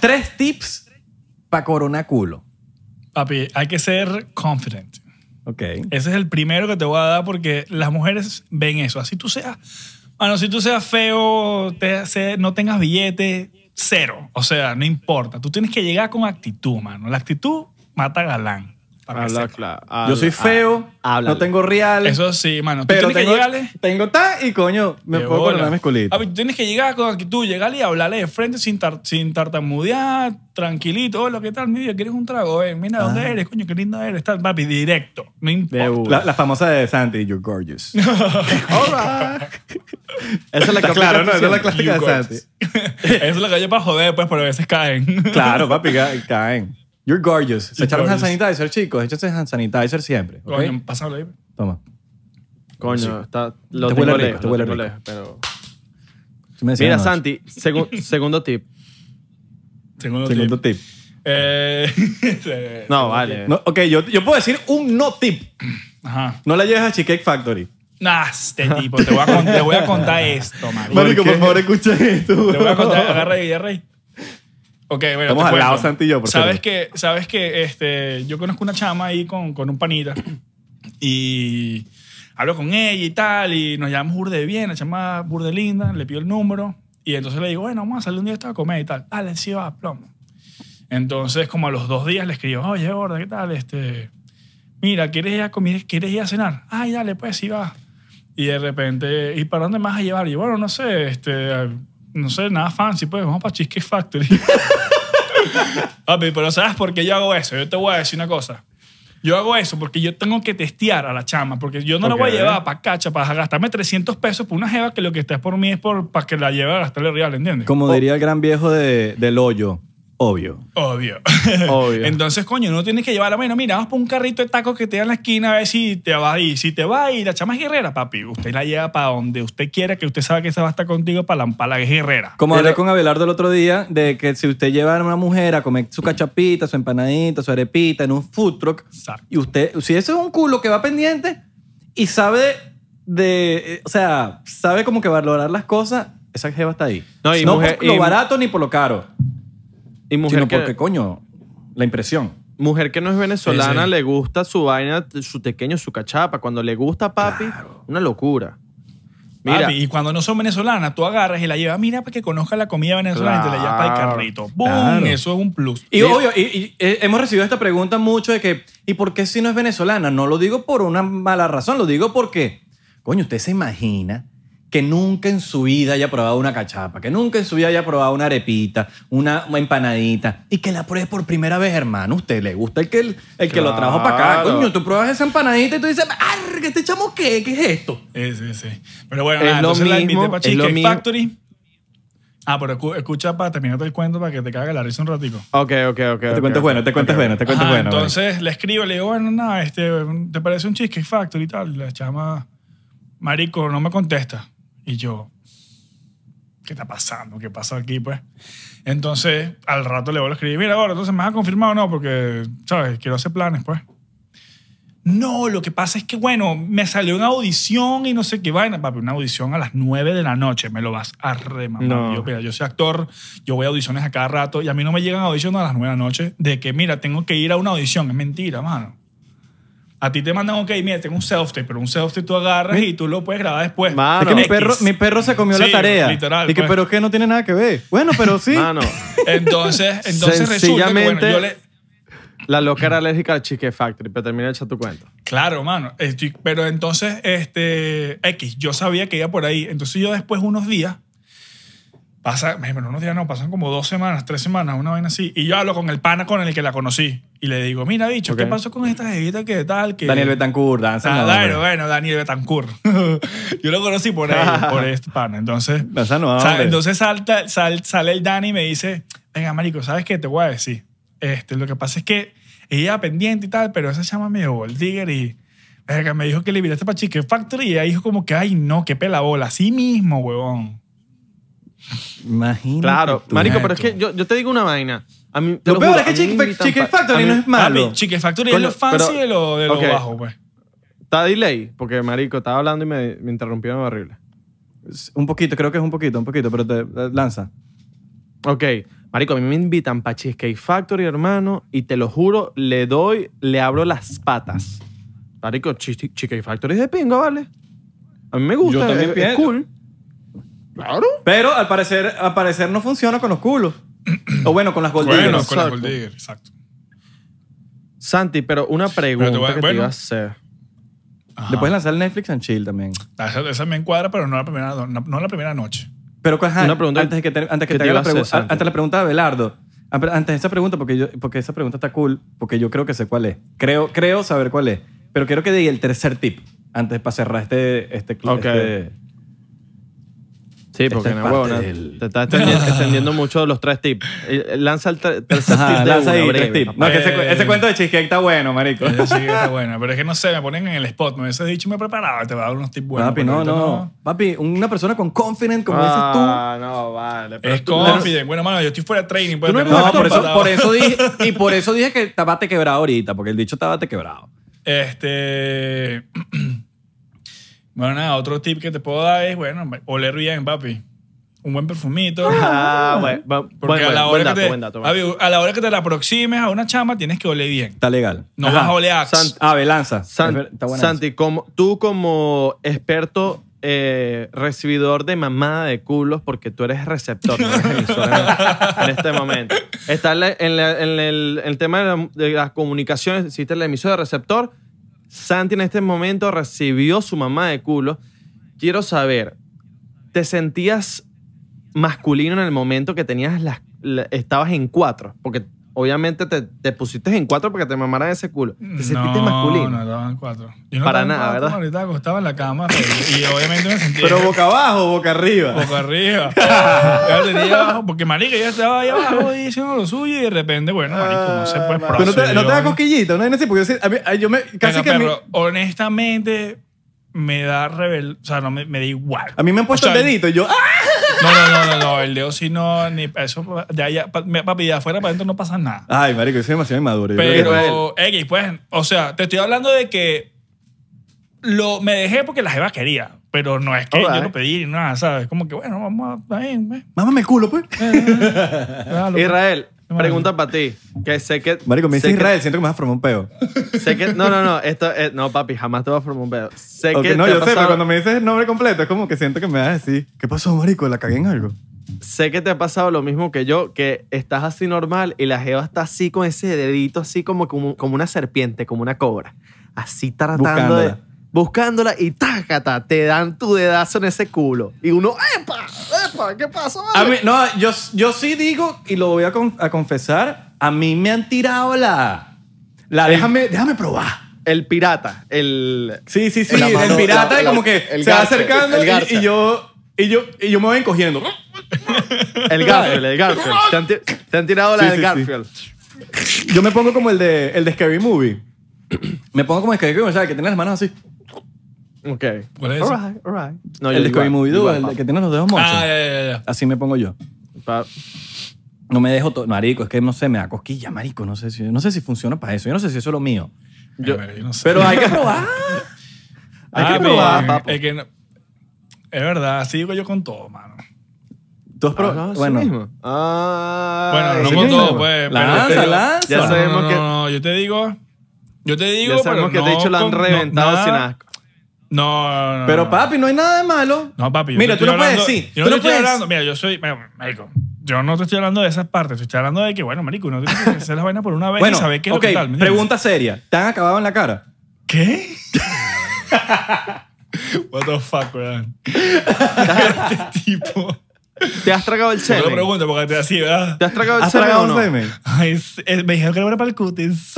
Speaker 3: tres tips para corona culo.
Speaker 1: Papi, hay que ser confident.
Speaker 3: Ok.
Speaker 1: Ese es el primero que te voy a dar porque las mujeres ven eso. Así tú seas, bueno, si tú seas feo, te- se- no tengas billete, cero. O sea, no importa. Tú tienes que llegar con actitud, mano. La actitud mata galán.
Speaker 3: Ah,
Speaker 1: para que
Speaker 2: Habla,
Speaker 1: sepa.
Speaker 2: claro.
Speaker 3: Yo soy feo,
Speaker 2: Habla.
Speaker 3: no tengo reales.
Speaker 1: Eso sí, mano. Tú
Speaker 3: pero
Speaker 1: tienes
Speaker 3: tengo,
Speaker 1: que llegarle.
Speaker 3: tengo ta y coño, me
Speaker 1: De Ah, pues,
Speaker 3: puedo
Speaker 1: bola.
Speaker 3: coronar mis culitos.
Speaker 1: Papi, tú tienes que llegar con actitud, llegarle y hablarle de frente sin, tar- sin tartamudear, tranquilito. Hola, ¿qué tal? Mira, ¿quieres un trago? Eh, mira, ¿dónde
Speaker 3: Ah.
Speaker 1: eres? Coño, qué linda eres. Tal, papi, directo. No
Speaker 2: De
Speaker 1: importa.
Speaker 2: una.
Speaker 3: La, la famosa de Santi, you're gorgeous. All right.
Speaker 2: Esa es la que
Speaker 3: claro,
Speaker 2: aplicas tú
Speaker 3: no, esa es la
Speaker 2: siempre.
Speaker 3: clásica de
Speaker 1: You
Speaker 3: Santi.
Speaker 1: gorgeous. Eso es lo que yo para joder, pues, pero a veces caen.
Speaker 3: Claro, papi, ca- caen. You're gorgeous. Se
Speaker 1: You're
Speaker 3: echaron hand
Speaker 1: gorgeous.
Speaker 3: sanitizer, chicos. Échate hand sanitizer siempre. ¿ok?
Speaker 1: Coño, pásalo ahí.
Speaker 3: Toma.
Speaker 2: Coño,
Speaker 3: Sí.
Speaker 2: está, lo
Speaker 3: Te
Speaker 2: tengo
Speaker 3: huele rico,
Speaker 2: lejos,
Speaker 3: te
Speaker 2: lo
Speaker 3: huele
Speaker 2: tengo
Speaker 3: rico.
Speaker 2: lejos, pero...
Speaker 3: Tú me decías
Speaker 2: Mira,
Speaker 3: anoche.
Speaker 2: Santi, segu- segundo tip.
Speaker 1: Segundo,
Speaker 3: Segundo
Speaker 1: tip.
Speaker 3: tip.
Speaker 1: Eh,
Speaker 2: No, vale.
Speaker 3: No, ok, yo, yo puedo decir un no tip.
Speaker 1: Ajá.
Speaker 3: No la lleves a Cheesecake Factory.
Speaker 1: Nah, este tipo. Te voy a, con- te voy a contar esto, marico.
Speaker 3: Marico,
Speaker 2: qué?
Speaker 3: por favor, escucha esto.
Speaker 1: Te voy a contar, agarra ahí, agarra ahí. Ok, bueno,
Speaker 3: Estamos
Speaker 1: te
Speaker 3: al lado,
Speaker 1: cuento.
Speaker 3: Santi y yo, por
Speaker 1: sabes que, sabes que este, yo conozco una chama ahí con, con un panita y hablo con ella y tal y nos llamamos burde bien, la chama burde linda, le pido el número y entonces le digo, bueno, vamos a salir un día esto a comer y tal. Dale, sí va, plomo. Entonces, como a los dos días le escribo, oye, gorda, ¿qué tal? Este, mira, ¿quieres ir a comer? ¿Quieres ir a cenar? Ay, dale, pues, sí va. Y de repente, ¿y para dónde más a llevar? Y yo, bueno, no sé, este, no sé, nada fancy, pues vamos para Cheesecake Factory. Papi, pero ¿sabes por qué yo hago eso? Yo te voy a decir una cosa. Yo hago eso porque yo tengo que testear a la chama, porque yo no la voy a
Speaker 3: Ok.
Speaker 1: llevar para cacha, para gastarme 300 pesos por una jeva que lo que está es por mí es por, para que la lleve a gastarle real, ¿entiendes?
Speaker 3: Como diría el gran viejo de, del hoyo, obvio.
Speaker 1: Obvio.
Speaker 2: Obvio.
Speaker 1: Entonces, coño, no tienes que llevarla. Bueno, mira, vamos por un carrito de tacos que te da en la esquina a ver si te va ahí. Si te va y la chama es guerrera, papi, usted la lleva para donde usted quiera, que usted sabe que esa va a estar contigo para la, para la guerrera.
Speaker 3: Como
Speaker 2: Pero-
Speaker 3: hablé con Abelardo el otro día, de que si usted lleva a una mujer a comer su cachapita, su empanadita, su arepita en un food truck,
Speaker 1: Exacto.
Speaker 3: y usted, si ese es un culo que va pendiente y sabe de, eh, o sea, sabe como que valorar las cosas, esa jeva está ahí.
Speaker 2: No, y mujer-
Speaker 3: por lo
Speaker 2: y-
Speaker 3: barato ni por lo caro,
Speaker 2: Y mujer
Speaker 3: sino
Speaker 2: que,
Speaker 3: porque, coño, la impresión.
Speaker 2: mujer que no es venezolana
Speaker 1: Sí, sí.
Speaker 2: le gusta su vaina, su pequeño, su cachapa. Cuando le gusta papi, una locura. Mira,
Speaker 1: Papi, y cuando no son venezolanas, tú agarras y la llevas, mira, para que conozca la comida venezolana y te la llevas para el
Speaker 2: Claro.
Speaker 1: carrito. ¡Bum!
Speaker 3: Claro.
Speaker 1: Eso es un plus.
Speaker 3: Y obvio, y, y, eh, hemos recibido esta pregunta mucho de que, ¿y por qué si no es venezolana? No lo digo por una mala razón, lo digo porque, coño, usted se imagina que nunca en su vida haya probado una cachapa, que nunca en su vida haya probado una arepita, una empanadita, y que la pruebe por primera vez, hermano. Usted le gusta el que, el que lo trajo para acá.
Speaker 2: Claro.
Speaker 3: Coño, tú pruebas esa empanadita y tú dices, ¡arr! ¿Este chamo qué? ¿Qué es esto?
Speaker 1: Sí, sí, sí. Pero bueno,
Speaker 2: Es
Speaker 1: nada,
Speaker 2: lo
Speaker 1: entonces la invité
Speaker 2: mismo,
Speaker 1: para
Speaker 2: es lo
Speaker 1: Cheesecake
Speaker 2: mismo.
Speaker 1: Factory. Ah, pero escu- escucha para terminarte el cuento para que te cague la risa un ratico.
Speaker 2: ok, ok, ok.
Speaker 3: Te
Speaker 2: ok,
Speaker 3: cuento
Speaker 2: ok.
Speaker 3: bueno, te cuento bueno, te cuento
Speaker 1: Ajá,
Speaker 3: bueno.
Speaker 1: Ah, entonces le escribo, le digo, bueno, nada, este, ¿te parece un Cheesecake Factory y tal? Y la chama, marico, no me contesta. Y yo, ¿qué está pasando? ¿Qué pasó aquí, pues? Entonces, al rato le vuelvo a escribir, mira, ahora, entonces, ¿me has confirmado o no? Porque, ¿sabes? Quiero hacer planes, pues. No, lo que pasa es que, bueno, me salió una audición y no sé qué vaina. Papi, una audición a las 9 de la noche, me lo vas a remamar.
Speaker 2: No.
Speaker 1: Yo, mira, yo soy actor, yo voy a audiciones a cada rato y a mí no me llegan audiciones a las 9 de la noche de que, mira, tengo que ir a una audición. Es mentira, mano. A ti te mandan, ok, mira, tengo un self-tape, pero un self-tape tú agarras y tú lo puedes grabar después.
Speaker 2: Mano.
Speaker 3: Es que mi
Speaker 1: X.
Speaker 3: perro, mi perro se comió la
Speaker 1: Sí,
Speaker 3: tarea.
Speaker 1: literal,
Speaker 3: y que,
Speaker 1: pues. Ah,
Speaker 3: pero que no tiene nada que ver. Bueno, pero sí.
Speaker 2: Mano,
Speaker 1: Entonces, entonces resulta que, bueno,
Speaker 2: Sencillamente-
Speaker 1: yo le...
Speaker 2: la loca era alérgica al Chique Factory, pero termina de echar tu cuenta.
Speaker 1: Claro, mano. Estoy- pero entonces, este, X, yo sabía que iba por ahí. Entonces yo después unos días, pasa, bueno, unos días no, pasan como dos semanas, tres semanas, una vaina así. Y yo hablo con el pana con el que la conocí. Y le digo, mira, bicho, ¿qué
Speaker 2: Ok.
Speaker 1: pasó con esta jevita que tal? Que,
Speaker 3: Daniel Betancourt, danza.
Speaker 1: Ah,
Speaker 3: no,
Speaker 1: bueno,
Speaker 3: hombre.
Speaker 1: bueno, Daniel Betancourt. yo lo conocí por él, por este pana. Entonces,
Speaker 3: Danza no,
Speaker 1: o sea,
Speaker 3: Ah, hombre.
Speaker 1: entonces salta, sal- sale el Dani y me dice, venga, marico, ¿sabes qué? Te voy a decir. Este, lo que pasa es que ella pendiente y tal, pero esa chama me llevó el digger y verga, me dijo que le invitaste para Chicken Factory y ella dijo como que, ay, no, qué pelabola. Así mismo, huevón.
Speaker 3: Imagínate.
Speaker 2: Claro,
Speaker 3: tú.
Speaker 2: marico,
Speaker 1: neto.
Speaker 2: pero es que yo, yo te digo una vaina. A mí, te
Speaker 3: Lo peor
Speaker 2: juro,
Speaker 3: es que
Speaker 2: a mí
Speaker 3: Chicken
Speaker 2: me
Speaker 3: Fac-
Speaker 2: invitan
Speaker 3: Chicken
Speaker 2: pa-
Speaker 3: Factory no es malo.
Speaker 1: Papi, Chicken Factory
Speaker 2: Coño,
Speaker 1: es lo fancy
Speaker 2: pero-
Speaker 1: de lo, de lo
Speaker 2: ok.
Speaker 1: bajo, pues.
Speaker 2: Está delay, porque marico, estaba hablando y me, me interrumpieron horrible.
Speaker 3: Un poquito, creo que es un poquito, un poquito, pero te eh, lanza.
Speaker 2: Ok, marico, a mí me invitan para Cheesecake Factory, hermano, y te lo juro, le doy, le abro las patas. Marico, Cheese- Cheesecake Factory es de pinga, ¿vale? A mí me gusta,
Speaker 3: Yo también
Speaker 2: es, es
Speaker 3: pienso.
Speaker 2: cool. Claro.
Speaker 3: Pero al parecer, al parecer no funciona con los culos. o bueno, con las gold
Speaker 1: Bueno,
Speaker 3: diggers.
Speaker 1: con la
Speaker 2: exacto.
Speaker 1: Gold Digger, exacto.
Speaker 2: Santi, pero una pregunta
Speaker 1: Pero te voy a-
Speaker 2: que te
Speaker 1: bueno.
Speaker 2: iba a hacer.
Speaker 1: Ajá.
Speaker 3: Después lanzar Netflix and Chill también.
Speaker 1: Esa, esa me encuadra, pero no la primera, no, no la primera noche.
Speaker 3: Pero pues, ajá,
Speaker 2: Una pregunta
Speaker 3: antes de que te, antes
Speaker 2: que
Speaker 3: que te
Speaker 2: te
Speaker 3: haga
Speaker 2: iba
Speaker 3: la
Speaker 2: a hacer,
Speaker 3: pregu- a-
Speaker 2: Santi.
Speaker 3: antes la pregunta de Belardo. Ah, pero Antes de esa pregunta, porque, yo, porque esa pregunta está cool, porque yo creo que sé cuál es. Creo, creo saber cuál es. Pero quiero que diga el tercer tip antes para cerrar este, este clip.
Speaker 2: Ok. Sí, porque
Speaker 3: es
Speaker 2: no,
Speaker 3: parte
Speaker 2: huevo, no,
Speaker 3: del-
Speaker 2: te estás extendiendo, extendiendo mucho de los tres tips. Eh, Lanza el ter- tercer tip de una,
Speaker 3: lanza ahí,
Speaker 2: breve,
Speaker 3: tres tips.
Speaker 2: papá.
Speaker 3: No, eh, que ese,
Speaker 1: Eh.
Speaker 3: ese cuento de cheesecake está bueno, marico.
Speaker 1: Esa sí que está buena. Pero es que no sé, me ponen en el spot. Me hubiese dicho, me preparaba, te voy a dar unos tips buenos.
Speaker 3: Papi,
Speaker 1: pero
Speaker 3: no,
Speaker 1: ahorita
Speaker 3: no. Papi, una persona con confident, como
Speaker 2: Ah, no, vale. pero
Speaker 1: Es
Speaker 2: tú-
Speaker 1: confident. Bueno, mano, yo estoy fuera de training. Pues,
Speaker 2: Tú no
Speaker 3: dices tú.
Speaker 2: eres
Speaker 1: tengo
Speaker 3: No,
Speaker 2: Exacto,
Speaker 3: por
Speaker 1: que
Speaker 3: eso,
Speaker 1: preparar.
Speaker 3: por eso dije, y por eso dije que tabate quebrado ahorita, porque el dicho tabate quebrado.
Speaker 1: Este. Bueno, nada, otro tip que te puedo dar es, bueno, oler bien, papi. Un buen perfumito.
Speaker 2: Ah, bueno. bu-
Speaker 1: Porque
Speaker 2: bueno,
Speaker 1: a, la
Speaker 2: buen
Speaker 1: hora
Speaker 2: dato,
Speaker 1: que te,
Speaker 2: buen dato, buen dato.
Speaker 1: papi, a la hora que te la aproximes a una chama, tienes que oler bien.
Speaker 3: Está legal.
Speaker 1: No
Speaker 3: Ajá.
Speaker 1: vas a oler a
Speaker 2: Sant-
Speaker 3: Ah, ve, lanza.
Speaker 2: San-
Speaker 3: Está buena esa.
Speaker 2: Santi, como, tú como experto eh, recibidor de mamada de culos, porque tú eres receptor no eres emisor en, en este momento. Está en, la- en la- en el, el tema de, la- de las comunicaciones, existe la emisora de receptor. Santi en este momento recibió su mamá de culos. Quiero saber, ¿te sentías masculino en el momento que tenías las, la- estabas en cuatro? Porque obviamente te, te pusiste en cuatro porque te mamaran ese culo. ¿Te sentiste
Speaker 1: no,
Speaker 2: masculino?
Speaker 1: No, estaban cuatro. Yo no estaba
Speaker 2: Para
Speaker 1: en
Speaker 2: nada,
Speaker 1: cuatro,
Speaker 2: ¿verdad?
Speaker 1: mano, Ahorita acostaba en la cama y, y obviamente me sentía.
Speaker 3: Pero boca abajo, boca arriba.
Speaker 1: Poco arriba. Ya tenía ahí abajo, porque marica ya estaba ahí abajo y haciendo lo suyo y de repente, bueno, marico, no pues, se puede
Speaker 3: Ah, Pero no te, no te da
Speaker 1: procedió.
Speaker 3: cosquillita, no es porque yo, sí- a mí- a- yo me, casi
Speaker 1: Venga,
Speaker 3: que a mí,
Speaker 1: perro, honestamente me da rebel, o sea, no me, me da igual.
Speaker 3: a mí me han puesto
Speaker 1: O sea,
Speaker 3: el dedito y yo, ¡ah!
Speaker 1: No, no, no, no, no, el dedo sí no ni eso de allá pa- me- papi de afuera para adentro no pasa nada.
Speaker 3: Ay, marico, yo soy demasiado inmaduro. yo creo que-
Speaker 1: Pero X, pues, o sea, te estoy hablando de que lo me dejé porque la jeva quería, pero no es que
Speaker 2: Alright.
Speaker 1: yo lo pedí ni nada, sabes, como que bueno, vamos a ahí, Ah, ve,
Speaker 3: Mámame el culo, pues.
Speaker 1: déjalo.
Speaker 2: Israel,
Speaker 1: Vale.
Speaker 2: pregunta para ti. Que sé que.
Speaker 3: Marico, me
Speaker 2: sé
Speaker 3: dice
Speaker 2: que-
Speaker 3: Israel, siento que me vas a formar un peo.
Speaker 2: sé que- no, no, no. Esto, es- no, papi, jamás te voy a formar un pedo. Sé
Speaker 3: Ok,
Speaker 2: que.
Speaker 3: no,
Speaker 2: te ha
Speaker 3: yo sé, pero
Speaker 2: pasado-
Speaker 3: cuando me dices el nombre completo es como que siento que me vas a decir, ¿qué pasó, marico? ¿La cagué en algo?
Speaker 2: Sé que te ha pasado lo mismo que yo, que estás así normal y la jeva está así con ese dedito, así como, como, como una serpiente, como una cobra. Así tratando de.
Speaker 3: Buscándola.
Speaker 2: Buscándola y tácata, te dan tu dedazo en ese culo. Y uno, ¡epa! ¡epa! ¿Qué pasó?
Speaker 3: A mí, no, yo, yo sí digo, y lo voy a, con- a confesar, a mí me han tirado la... la Eh, déjame, déjame probar.
Speaker 2: El pirata, el.
Speaker 3: Sí, sí, sí.
Speaker 2: La
Speaker 3: El,
Speaker 2: mano-
Speaker 3: pirata
Speaker 2: la-
Speaker 3: y
Speaker 2: la-
Speaker 3: como que
Speaker 2: el
Speaker 3: se va
Speaker 2: garza,
Speaker 3: acercando
Speaker 2: el
Speaker 3: y-
Speaker 2: garza.
Speaker 3: y, yo, y, yo, y yo me voy encogiendo.
Speaker 2: El Garfield, el Garfield. Te han, ti- te han tirado la
Speaker 3: Sí,
Speaker 2: del
Speaker 3: sí, sí.
Speaker 2: Garfield.
Speaker 3: Yo me pongo como el de, el de Scary Movie. Me pongo como Scary Movie, o sea, que tiene las manos así.
Speaker 2: Ok.
Speaker 1: ¿Cuál es ese?
Speaker 2: Alright, alright. No, yo
Speaker 3: el de Scary
Speaker 2: igual,
Speaker 3: Movie Dude,
Speaker 2: igual,
Speaker 3: el de
Speaker 2: papá.
Speaker 3: que tiene los dedos mochos.
Speaker 1: Ah, ya, ya, ya.
Speaker 3: Así me pongo yo.
Speaker 2: Pa-
Speaker 3: No me dejo todo. Marico, es que no sé, me da cosquilla, marico. No sé si, no sé si funciona para eso. Yo no sé si eso es lo mío.
Speaker 1: Yo, yo no sé.
Speaker 3: Pero hay que probar. hay que
Speaker 1: Ah,
Speaker 3: probar,
Speaker 1: bien,
Speaker 3: papo.
Speaker 1: Es, que no- es verdad, así digo yo con todo, mano.
Speaker 3: Tú has
Speaker 2: Ah,
Speaker 3: probado.
Speaker 2: ¿sí
Speaker 3: bueno,
Speaker 2: mismo? Ah,
Speaker 1: Bueno, no
Speaker 2: ¿sí
Speaker 1: con
Speaker 2: mismo?
Speaker 1: todo, pues. pero
Speaker 3: Lanza,
Speaker 1: te digo-
Speaker 3: lanza.
Speaker 2: Ya
Speaker 1: No, no,
Speaker 2: sabemos
Speaker 1: no,
Speaker 2: que-
Speaker 1: no, no, yo te digo. Yo te digo.
Speaker 2: Ya sabemos que
Speaker 1: pero
Speaker 2: te he
Speaker 1: no
Speaker 2: dicho lo han
Speaker 1: con- no,
Speaker 2: reventado sin asco.
Speaker 1: No, no, no.
Speaker 3: pero
Speaker 1: no.
Speaker 3: papi, no hay nada de malo.
Speaker 1: Ah. No, papi. yo
Speaker 3: Mira,
Speaker 1: te
Speaker 3: tú no
Speaker 1: estoy hablando-
Speaker 3: puedes decir.
Speaker 1: Yo no, te
Speaker 3: tú no,
Speaker 1: estoy
Speaker 3: puedes.
Speaker 1: hablando. Mira, yo soy. mira, Marico, yo no te estoy hablando de esas partes. Te estoy hablando de que, bueno, Marico, uno tiene que hacer las vainas por una vez
Speaker 3: Bueno,
Speaker 1: y saber qué es
Speaker 3: ok,
Speaker 1: lo que tal. ¿me entiendes?
Speaker 3: pregunta seria. ¿Te han acabado en la cara?
Speaker 1: ¿Qué? What the fuck, weón. este tipo.
Speaker 2: ¿Te has tragado el
Speaker 1: No lo
Speaker 2: semen?
Speaker 1: pregunto porque te así, ¿verdad?
Speaker 2: ¿Te has tragado el
Speaker 3: ¿Has
Speaker 2: semen o
Speaker 3: tragado
Speaker 2: no?
Speaker 3: semen?
Speaker 1: Ay, es- es- me dijeron que era para el cutis.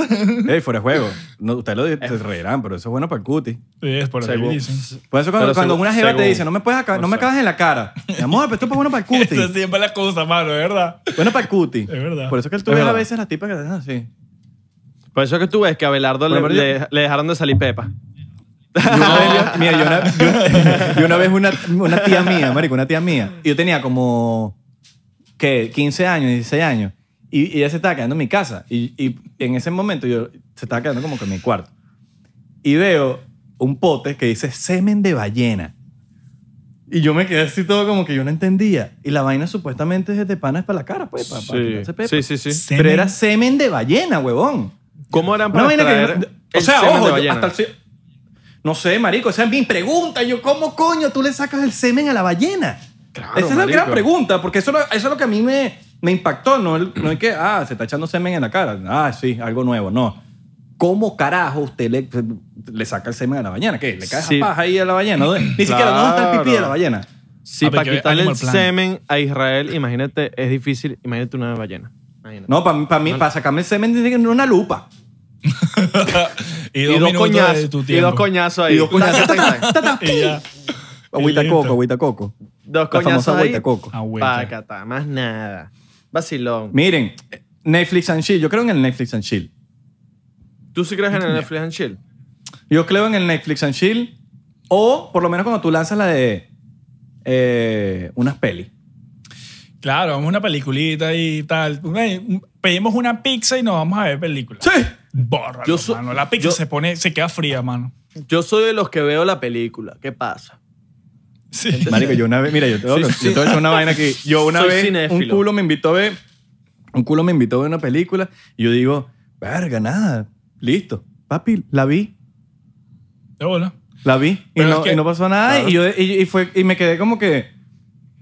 Speaker 3: Ey, fuera de juego. No, ustedes lo se reirán, pero eso es bueno para el cuti.
Speaker 1: es por lo que
Speaker 2: Según-
Speaker 1: dicen.
Speaker 3: Por eso cuando,
Speaker 2: Pero
Speaker 3: cuando
Speaker 2: según-
Speaker 3: una jeva te
Speaker 2: según-
Speaker 3: dice, no me puedes acabar,
Speaker 2: no
Speaker 3: no me
Speaker 2: sé.
Speaker 3: acabas en la cara. Mi amor, pero esto es bueno para el
Speaker 1: Esa
Speaker 3: cuti.
Speaker 1: siempre es la cosa, mano, de verdad.
Speaker 3: Bueno para el cuti.
Speaker 1: Es verdad.
Speaker 3: Por eso es que tú
Speaker 2: Es
Speaker 3: ves a
Speaker 2: verdad.
Speaker 3: veces las tipas que te hacen así.
Speaker 2: Por eso que tú ves que a Abelardo
Speaker 3: Bueno,
Speaker 2: le,
Speaker 3: pero yo-
Speaker 2: le- le dejaron de salir pepa.
Speaker 3: Yo una vez- yo- mira, yo una, yo- yo una vez una, una tía mía, marico, una tía mía. Yo tenía como, ¿qué? 15 años, 16 años. Y, y ella se estaba quedando en mi casa. Y, y en ese momento yo se estaba quedando como que en mi cuarto. Y veo un pote que dice semen de ballena. Y yo me quedé así todo como que yo no entendía. Y la vaina supuestamente es de panas para la cara, pues, para, para quitarse pepa.
Speaker 2: sí, sí, sí.
Speaker 1: Sí.
Speaker 3: Pero era semen de ballena, huevón.
Speaker 2: ¿Cómo eran
Speaker 3: Una
Speaker 2: para
Speaker 3: vaina que
Speaker 2: traer
Speaker 3: yo-
Speaker 2: el
Speaker 3: o sea,
Speaker 2: semen
Speaker 3: ojo,
Speaker 2: de
Speaker 3: yo-
Speaker 2: ballena?
Speaker 3: hasta el se- no sé, marico, esa es mi pregunta. Yo, ¿cómo coño tú le sacas el semen a la ballena?
Speaker 2: Claro,
Speaker 3: esa es la
Speaker 2: marico.
Speaker 3: gran pregunta, porque eso, lo- eso es lo que a mí me, me impactó. No, el- no es que, ah, se está echando semen en la cara. Ah, sí, algo nuevo. No. ¿Cómo carajo usted le, le saca el semen a la ballena? ¿Qué? ¿Le cae
Speaker 2: Sí.
Speaker 3: esa paja ahí a la ballena? ¿Dónde- Ni siquiera, ¿dónde está el pipí de la
Speaker 2: Claro.
Speaker 3: ballena?
Speaker 2: Sí,
Speaker 1: Ah, pero
Speaker 2: para
Speaker 1: que
Speaker 2: quitarle el
Speaker 1: Animal Planet.
Speaker 2: semen a Israel, imagínate, es difícil. Imagínate una ballena. Imagínate.
Speaker 3: No, para mí, para mí, para sacarme el semen tiene que tener una lupa.
Speaker 1: y
Speaker 2: y, dos
Speaker 1: minutos de
Speaker 2: coñazos,
Speaker 1: tu
Speaker 2: y
Speaker 1: tiempo.
Speaker 2: dos coñazos ahí.
Speaker 3: Y dos coñazos.
Speaker 2: Tac, tac, tac.
Speaker 1: Y ya.
Speaker 3: Agüita
Speaker 1: Y listo.
Speaker 3: coco, agüita coco.
Speaker 2: Dos
Speaker 3: La
Speaker 2: coñazos
Speaker 3: famosa
Speaker 2: ahí.
Speaker 3: agüita coco.
Speaker 2: Ah,
Speaker 1: Agüita.
Speaker 2: Pácata, más nada. Vacilón.
Speaker 3: Miren, Netflix and Chill. Yo creo en el Netflix and Chill.
Speaker 2: ¿Tú sí crees en el Netflix and Chill?
Speaker 3: Yo creo en el Netflix and Chill. O por lo menos cuando tú lanzas la de eh, unas pelis.
Speaker 1: Claro, vamos a una peliculita y tal. Una- un- Pedimos una pizza y nos vamos a ver películas. Bórralo,
Speaker 2: Yo so-
Speaker 1: mano. La pizza
Speaker 2: yo-
Speaker 1: se pone, se queda fría, mano.
Speaker 2: Yo soy de los que veo la película. ¿Qué pasa?
Speaker 1: Sí.
Speaker 3: Marico, yo una vez, mira, yo te voy a-
Speaker 2: Sí, sí.
Speaker 3: yo te voy a echar una vaina aquí. Yo una
Speaker 2: Soy
Speaker 3: vez, un
Speaker 2: cinéfilo.
Speaker 3: culo me invitó a ver, un culo me invitó a ver una película y yo digo, verga, nada, listo. Papi, la vi,
Speaker 1: De bola.
Speaker 3: la vi y,
Speaker 1: Pero
Speaker 3: no,
Speaker 1: es que-
Speaker 3: y no pasó nada
Speaker 2: Claro.
Speaker 3: y, yo, y, y fue, y me quedé como que,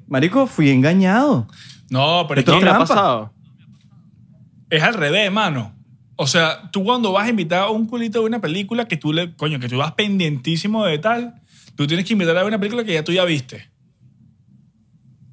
Speaker 3: marico, fui engañado.
Speaker 1: No, pero es
Speaker 3: Esto
Speaker 1: que
Speaker 2: ¿No te ha
Speaker 3: trampa.
Speaker 2: pasado?
Speaker 1: es al revés, mano. O sea, tú cuando vas a invitar a un culito de una película que tú le, coño, que tú vas pendientísimo de tal, tú tienes que invitar a ver una película que ya tú ya viste.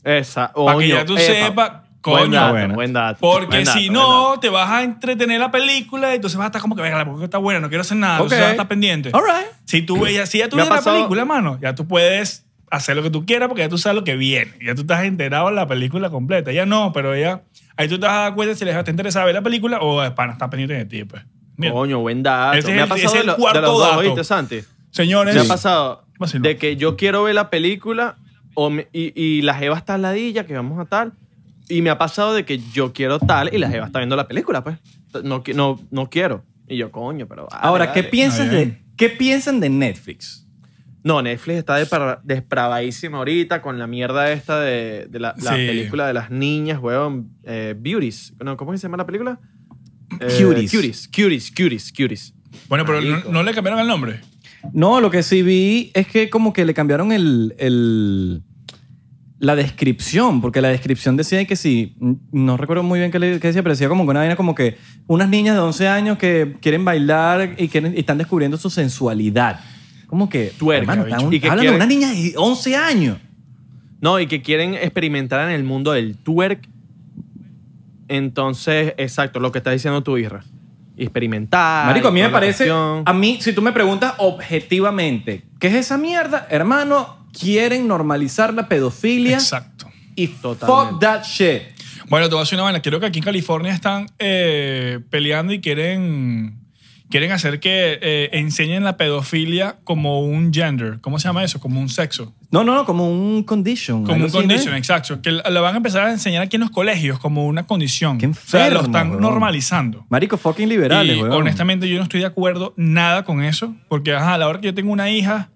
Speaker 2: Esa.
Speaker 1: Para que
Speaker 2: oño,
Speaker 1: ya tú
Speaker 2: epa.
Speaker 1: sepas, coño.
Speaker 2: Buen dato,
Speaker 3: Bueno.
Speaker 2: buen dato.
Speaker 1: Porque
Speaker 2: buen dato,
Speaker 1: si
Speaker 2: buen
Speaker 1: no,
Speaker 2: dato.
Speaker 1: te vas a entretener la película y entonces vas a estar como que, venga, la película está buena, no quiero hacer nada,
Speaker 3: Ok.
Speaker 1: entonces vas a estar pendiente.
Speaker 3: All right.
Speaker 1: Si tú ves, ya- si ya tú
Speaker 2: Me ha
Speaker 1: ves la
Speaker 2: pasado-
Speaker 1: película, mano, ya tú puedes hacer lo que tú quieras porque ya tú sabes lo que viene. Ya tú estás enterado de la película completa. Ya no, pero ya ahí tú te vas a dar cuenta si les está interesado ver la película o de pana está pendiente de ti, pues. Mira.
Speaker 2: Coño, buen dato.
Speaker 1: Ese es
Speaker 2: me ha
Speaker 1: el-
Speaker 2: pasado
Speaker 1: ese es
Speaker 2: de,
Speaker 1: el
Speaker 2: lo- de
Speaker 1: cuarto
Speaker 2: los dos,
Speaker 1: dato.
Speaker 2: ¿oíste, Santi?
Speaker 1: Señores,
Speaker 2: Me ha pasado
Speaker 1: Vacilón.
Speaker 2: de que yo quiero ver la película o me- y, y la jeva está al ladilla, que vamos a tal. Y me ha pasado de que yo quiero tal y la jeva está viendo la película, pues. No, qui- no, no quiero. Y yo, coño, pero... vale,
Speaker 3: Ahora, ¿qué
Speaker 2: vale.
Speaker 3: piensas
Speaker 1: Ah,
Speaker 3: de,
Speaker 1: bien.
Speaker 3: qué piensan de Netflix?
Speaker 2: No, Netflix está despra- despravadísima ahorita con la mierda esta de, de la, la
Speaker 1: Sí.
Speaker 2: película de las niñas, weón. eh, Beauties. No, ¿Cómo es que se llama la película? Eh,
Speaker 3: Cuties.
Speaker 2: Cuties, Cuties, Cuties, Cuties.
Speaker 1: bueno, pero no,
Speaker 2: Marico.
Speaker 1: no le cambiaron el nombre.
Speaker 3: No, lo que sí vi es que como que le cambiaron el, el- la descripción, porque la descripción decía que sí, n- no recuerdo muy bien qué, le, qué decía, pero decía como que una vaina como que unas niñas de 11 años que quieren bailar y, quieren, y están descubriendo su sensualidad. Como que,
Speaker 2: Tuerca,
Speaker 3: hermano, están
Speaker 2: bicho.
Speaker 3: un-
Speaker 2: Y que
Speaker 3: hablan de
Speaker 2: quieren-
Speaker 3: una niña de 11 años.
Speaker 2: No, y que quieren experimentar en el mundo del twerk. Entonces, exacto, lo que está diciendo tu Isra. Experimentar.
Speaker 3: Marico, a mí
Speaker 2: y
Speaker 3: me
Speaker 2: toda la
Speaker 3: parece,
Speaker 2: cuestión.
Speaker 3: a mí, si tú me preguntas objetivamente, ¿qué es esa mierda? Hermano, quieren normalizar la pedofilia
Speaker 1: Exacto.
Speaker 3: y fuck
Speaker 2: Totalmente.
Speaker 3: that shit.
Speaker 1: Bueno, te voy a decir una vaina. Creo que aquí en California están eh, peleando y quieren, quieren hacer que eh, enseñen la pedofilia como un gender. ¿Cómo se llama eso? Como un sexo.
Speaker 3: No, no, no, como un condition.
Speaker 1: Como
Speaker 3: algo
Speaker 1: un
Speaker 3: así, ¿no?
Speaker 1: condition, exacto. Que la van a empezar a enseñar aquí en los colegios como una condición.
Speaker 3: Qué
Speaker 1: o sea, lo
Speaker 3: enfermo,
Speaker 1: están
Speaker 3: weón.
Speaker 1: normalizando.
Speaker 3: Marico, fucking liberales,
Speaker 1: y
Speaker 3: weón.
Speaker 1: honestamente yo no estoy de acuerdo nada con eso, porque ajá, a la hora que yo tengo una hija,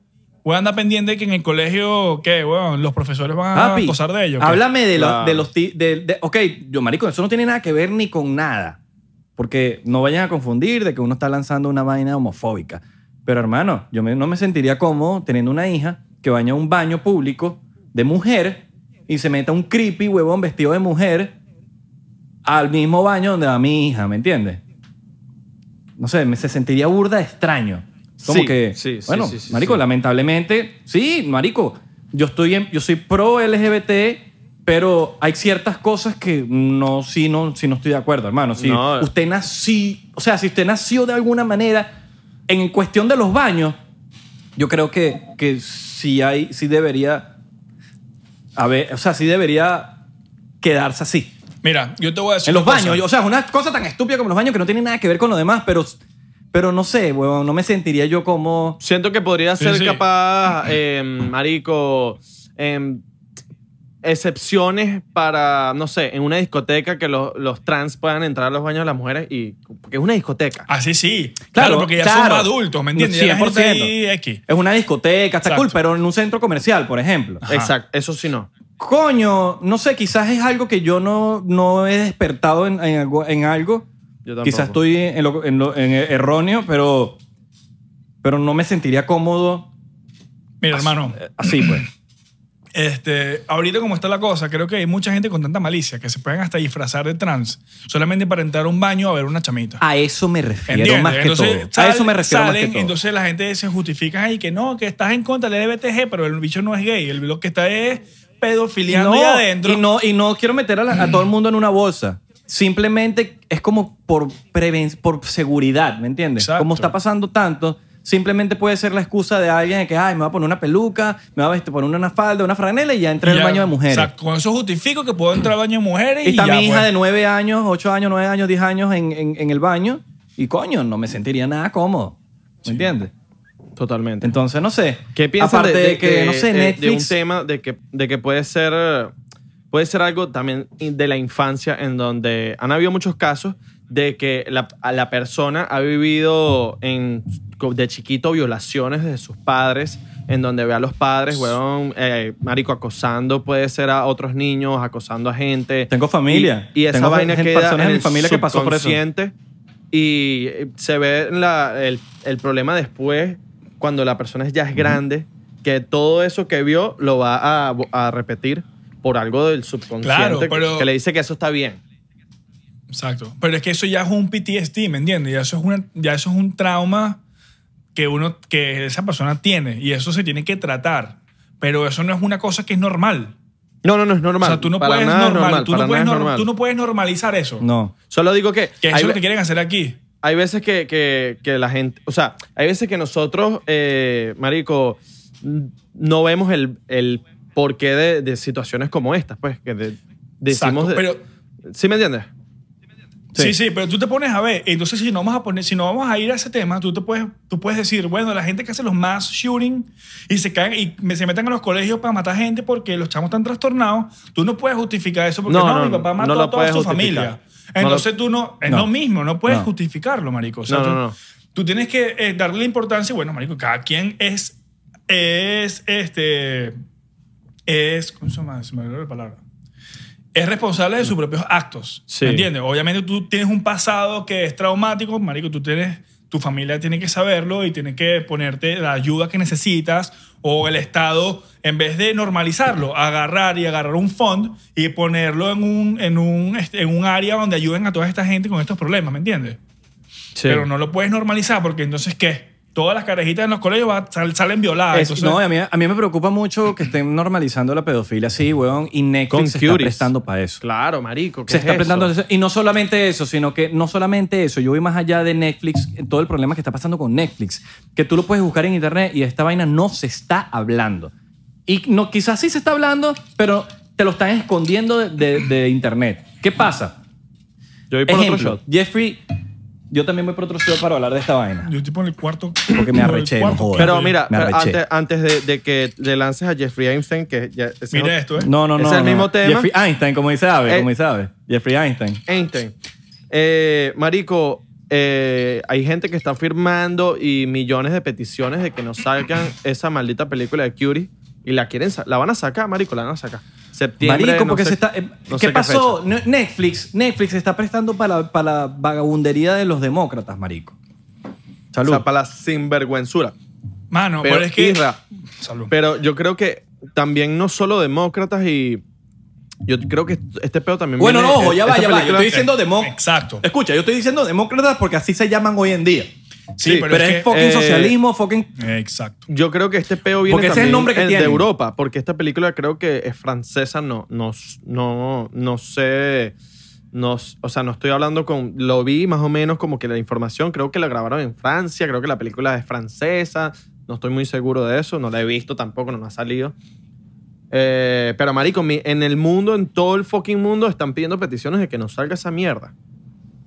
Speaker 1: voy a andar pendiente de que en el colegio, ¿qué? Bueno, los profesores van a
Speaker 3: Papi,
Speaker 1: acosar de ellos. ¿qué?
Speaker 3: Háblame de,
Speaker 2: Claro.
Speaker 3: los, de los... ti- De, de- ok, yo, marico, eso no tiene nada que ver ni con nada. Porque no vayan a confundir de que uno está lanzando una vaina homofóbica. Pero, hermano, yo me- no me sentiría cómodo teniendo una hija que baña un baño público de mujer y se meta un creepy huevón vestido de mujer al mismo baño donde va mi hija, ¿me entiendes? No sé, me se sentiría burda extraño. Como
Speaker 2: Sí,
Speaker 3: que,
Speaker 2: sí, sí,
Speaker 3: bueno,
Speaker 2: sí, sí,
Speaker 3: marico,
Speaker 2: sí.
Speaker 3: lamentablemente, sí, marico, yo estoy en- yo soy pro LGBT, pero hay ciertas cosas que no, sí, no, sí no estoy de acuerdo, hermano. Si
Speaker 2: No.
Speaker 3: usted nació, o sea, si usted nació de alguna manera en cuestión de los baños, yo creo que, que sí hay, sí debería, a ver, o sea, sí debería quedarse así.
Speaker 1: Mira, yo te voy a decir...
Speaker 3: En los
Speaker 1: una cosa.
Speaker 3: baños, yo- o sea, es una cosa tan estúpida como los baños que no tiene nada que ver con lo demás, pero, pero no sé, weón, no me sentiría yo como...
Speaker 2: Siento que podría
Speaker 1: Sí,
Speaker 2: ser
Speaker 1: sí.
Speaker 2: capaz, em, marico, em, excepciones para, no sé, en una discoteca que los, los trans puedan entrar a los baños de las mujeres y... Porque es una discoteca.
Speaker 1: Así Ah, sí. Claro,
Speaker 3: Claro,
Speaker 1: porque ya
Speaker 3: claro.
Speaker 1: son adultos, ¿me entiendes? Ya la gente
Speaker 3: 100%.
Speaker 1: ahí, X.
Speaker 3: Es una discoteca, está
Speaker 1: Exacto.
Speaker 3: cool, pero en un centro comercial, por ejemplo.
Speaker 1: Ajá.
Speaker 2: Exacto, eso sí no.
Speaker 3: Coño, no sé, quizás es algo que yo no, no he despertado en, en algo. En algo.
Speaker 2: Yo tampoco.
Speaker 3: Quizás estoy en lo, en lo- en e, erróneo, pero, pero no me sentiría cómodo
Speaker 1: Mira,
Speaker 3: Ah,
Speaker 1: hermano,
Speaker 3: así, pues.
Speaker 1: este, ahorita como está la cosa, creo que hay mucha gente con tanta malicia que se pueden hasta disfrazar de trans solamente para entrar a un baño a ver una chamita.
Speaker 3: A eso me refiero
Speaker 1: ¿Entiendes?
Speaker 3: más que
Speaker 1: entonces,
Speaker 3: todo.
Speaker 1: sal-
Speaker 3: a eso me refiero
Speaker 1: salen,
Speaker 3: más que todo.
Speaker 1: Entonces la gente se justifica ahí que no, que estás en contra del LBTG, pero el bicho no es gay. El, lo que está es pedofiliando ahí adentro.
Speaker 3: Y no, y no quiero meter a, la- a todo el mundo en una bolsa. Simplemente es como por, preven- por seguridad, ¿me entiendes?
Speaker 1: Exacto.
Speaker 3: Como está pasando tanto, simplemente puede ser la excusa de alguien de que, ay, me voy a poner una peluca, me voy a vestir- poner una falda, una franela y ya entré
Speaker 1: Y
Speaker 3: en el
Speaker 1: ya,
Speaker 3: baño de mujeres.
Speaker 1: Exacto. Con eso justifico que puedo entrar al baño de mujeres
Speaker 3: Y
Speaker 1: y,
Speaker 3: está
Speaker 1: ya,
Speaker 3: mi hija
Speaker 1: pues.
Speaker 3: de 9 años, 8 años, 9 años, 10 años en, en- en el baño y coño, no me sentiría nada cómodo, ¿me entiendes?
Speaker 2: Totalmente.
Speaker 3: Entonces, no sé.
Speaker 2: ¿Qué piensas
Speaker 3: Aparte
Speaker 2: de,
Speaker 3: de,
Speaker 2: de
Speaker 3: que, no sé,
Speaker 2: eh, De un
Speaker 3: Netflix...
Speaker 2: tema de que, de que puede ser... eh, Puede ser algo también de la infancia en donde han habido muchos casos de que la, a la persona ha vivido en, de chiquito violaciones de sus padres, en donde ve a los padres, weón, eh, marico, acosando, puede ser a otros niños, acosando a gente.
Speaker 3: Tengo familia.
Speaker 2: Y, y esa
Speaker 3: Tengo
Speaker 2: vaina
Speaker 3: gen-
Speaker 2: queda en
Speaker 3: personas en mi
Speaker 2: el
Speaker 3: familia que pasó por eso.
Speaker 2: subconsciente Y eh, se ve la- el, el problema después, cuando la persona ya es grande, que todo eso que vio lo va a, a repetir por algo del subconsciente
Speaker 1: Claro,
Speaker 2: que-
Speaker 1: pero-
Speaker 2: que le dice que eso está bien.
Speaker 1: Exacto. Pero es que eso ya es un PTSD, ¿me entiendes? Ya eso es, una, ya eso es un trauma que, uno, que esa persona tiene y eso se tiene que tratar. Pero eso no es una cosa que es normal.
Speaker 2: No, no, no es normal.
Speaker 1: o sea, tú no,
Speaker 2: Para
Speaker 1: puedes,
Speaker 2: nada es
Speaker 1: normal, tú,
Speaker 2: para
Speaker 1: no puedes
Speaker 2: nada es
Speaker 1: norm-
Speaker 2: normal.
Speaker 1: tú no puedes normalizar eso.
Speaker 3: No.
Speaker 2: Solo digo que,
Speaker 1: Que eso
Speaker 2: hay,
Speaker 1: es lo
Speaker 2: ve-
Speaker 1: que quieren hacer aquí.
Speaker 2: hay veces que, que- que la gente, o sea, hay veces que nosotros, eh, marico, n- no vemos el, el porqué de, de situaciones como estas, pues, que de- decimos...
Speaker 1: Exacto,
Speaker 2: de-
Speaker 1: pero-
Speaker 2: ¿Sí me entiendes?
Speaker 1: Sí. sí,
Speaker 3: Sí.
Speaker 1: pero tú te pones a ver. Entonces, si no vamos a poner, si no vamos a ir a ese tema, tú te puedes, tú puedes decir, bueno, la gente que hace los mass shooting y se caen y me- se meten a los colegios para matar gente porque los chamos están trastornados, tú no puedes justificar eso porque no,
Speaker 2: No, no,
Speaker 1: mi papá
Speaker 2: no
Speaker 1: mató
Speaker 2: lo
Speaker 1: a toda
Speaker 2: puedes
Speaker 1: su
Speaker 2: justificar.
Speaker 1: familia.
Speaker 2: No lo-
Speaker 1: Entonces tú no, es
Speaker 3: No.
Speaker 1: lo mismo, no puedes
Speaker 3: No.
Speaker 1: justificarlo, marico. O sea,
Speaker 2: No,
Speaker 1: tú,
Speaker 2: no, no.
Speaker 1: tú tienes que eh, darle importancia, bueno, marico, cada quien es, es, este, es, ¿cómo se llama? Se me olvidó la palabra es responsable
Speaker 3: Mm.
Speaker 1: de sus propios actos.
Speaker 2: Sí.
Speaker 1: ¿Me entiendes? Obviamente tú tienes un pasado que es traumático, marico, tú tienes, tu familia tiene que saberlo y tiene que ponerte la ayuda que necesitas o el Estado, en vez de normalizarlo, agarrar y agarrar un fondo y ponerlo en un, en un, este, en un área donde ayuden a toda esta gente con estos problemas, ¿me entiendes? Pero no lo puedes normalizar porque entonces, ¿qué? Todas las carejitas en los colegios va- sal- salen violadas.
Speaker 2: Ah,
Speaker 3: Es-
Speaker 1: entonces-
Speaker 3: no, eh. a mí, a mí me preocupa mucho que estén normalizando la pedofilia sí, weón, y Netflix
Speaker 2: Con
Speaker 3: se está
Speaker 2: Curies.
Speaker 3: prestando para eso.
Speaker 2: Claro, marico. ¿qué
Speaker 3: Se
Speaker 2: es
Speaker 3: está prestando
Speaker 2: eso?
Speaker 3: eso. Y no solamente eso, sino que no solamente eso. Yo voy más allá de Netflix, en todo el problema que está pasando con Netflix, que tú lo puedes buscar en internet y esta vaina no se está hablando. Y no, quizás sí se está hablando, pero te lo están escondiendo de, de- de internet. ¿Qué pasa?
Speaker 2: Yo voy por
Speaker 3: Ejemplo,
Speaker 2: otro shot.
Speaker 3: Jeffrey Yo también voy por otro sitio para hablar de esta vaina.
Speaker 1: Yo estoy por el cuarto.
Speaker 3: Porque me arreché, no jodas.
Speaker 2: Pero mira,
Speaker 3: Me
Speaker 2: pero
Speaker 3: arreché.
Speaker 2: antes, antes de, de que le lances a Jeffrey Einstein, que ya, ese es
Speaker 1: Mira
Speaker 2: otro-
Speaker 1: esto, ¿eh?
Speaker 3: No, no,
Speaker 2: Es
Speaker 3: no.
Speaker 2: el
Speaker 3: no.
Speaker 2: mismo tema.
Speaker 3: Jeffrey Einstein, como dice Ave,
Speaker 2: Eh.
Speaker 3: como dice Ave. Jeffrey Einstein.
Speaker 2: Einstein. Eh, marico, eh, hay gente que está firmando y millones de peticiones de que nos salgan esa maldita película de Curie y la quieren, sa- la van a sacar, marico, la van a sacar. Septiembre.
Speaker 3: Marico,
Speaker 2: no
Speaker 3: porque
Speaker 2: sé-
Speaker 3: se está. eh,
Speaker 2: no sé
Speaker 3: ¿Qué pasó? Ne- Netflix, Netflix se está prestando para la, para la vagabundería de los demócratas, marico.
Speaker 2: fecha. O
Speaker 3: Salud.
Speaker 2: sea, para la sinvergüenzura.
Speaker 1: Mano, pero,
Speaker 2: Pero,
Speaker 1: es que.
Speaker 2: Isra,
Speaker 1: Salud.
Speaker 2: Pero yo creo que también no solo demócratas y yo creo que este pedo también
Speaker 3: Bueno,
Speaker 2: viene-
Speaker 3: no, ojo, ya
Speaker 2: esta
Speaker 3: va, ya va. Yo
Speaker 2: película-
Speaker 3: estoy diciendo demócratas.
Speaker 1: Exacto.
Speaker 3: Escucha, yo estoy diciendo demócratas porque así se llaman hoy en día.
Speaker 1: Sí, pero,
Speaker 3: Pero
Speaker 1: es,
Speaker 3: es fucking
Speaker 2: eh,
Speaker 3: socialismo, fucking.
Speaker 1: que. Exacto.
Speaker 2: Yo creo que este peo viene
Speaker 3: Porque ese es el
Speaker 2: también
Speaker 3: nombre que
Speaker 2: en- de
Speaker 3: tienen.
Speaker 2: Europa, porque esta película creo que es francesa, no, no, no, no sé, no, o sea, no estoy hablando con, lo vi más o menos como que la información, creo que la grabaron en Francia, creo que la película es francesa, no estoy muy seguro de eso, no la he visto tampoco, no me ha salido. Eh, pero marico, mi- en el mundo, en todo el fucking mundo, están pidiendo peticiones de que nos salga esa mierda.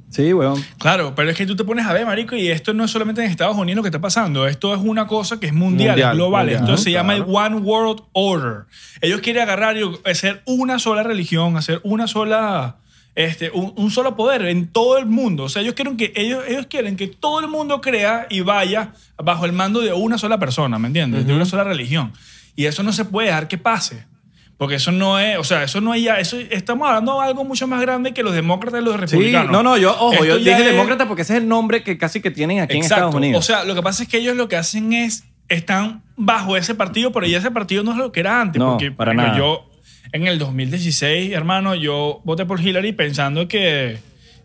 Speaker 3: Sí, weón.
Speaker 1: Claro, pero es que tú te pones a ver, marico, y esto no es solamente en Estados Unidos lo que está pasando. Esto es una cosa que es mundial,
Speaker 2: Mundial,
Speaker 1: es global.
Speaker 2: mundial,
Speaker 1: esto se
Speaker 2: claro.
Speaker 1: llama el One World Order. Ellos quieren agarrar y hacer una sola religión, hacer una sola... Este, un, un solo poder en todo el mundo. O sea, ellos quieren, que, ellos, ellos quieren que todo el mundo crea y vaya bajo el mando de una sola persona, ¿me entiendes? De una sola religión. Y eso no se puede dejar que pase. Porque eso no es, o sea, eso no es ya, eso, estamos hablando de algo mucho más grande que los demócratas y los
Speaker 3: Sí,
Speaker 1: republicanos.
Speaker 3: no, no, yo, ojo,
Speaker 1: Esto
Speaker 3: yo
Speaker 1: ya
Speaker 3: dije
Speaker 1: es-
Speaker 3: demócrata porque ese es el nombre que casi que tienen aquí en Estados Unidos.
Speaker 1: o sea, lo que pasa es que ellos lo que hacen es, están bajo ese partido, pero ya ese partido no es lo que era antes.
Speaker 3: No,
Speaker 1: porque
Speaker 3: para
Speaker 1: marico,
Speaker 3: nada.
Speaker 1: yo en el 2016, hermano, yo voté por Hillary pensando que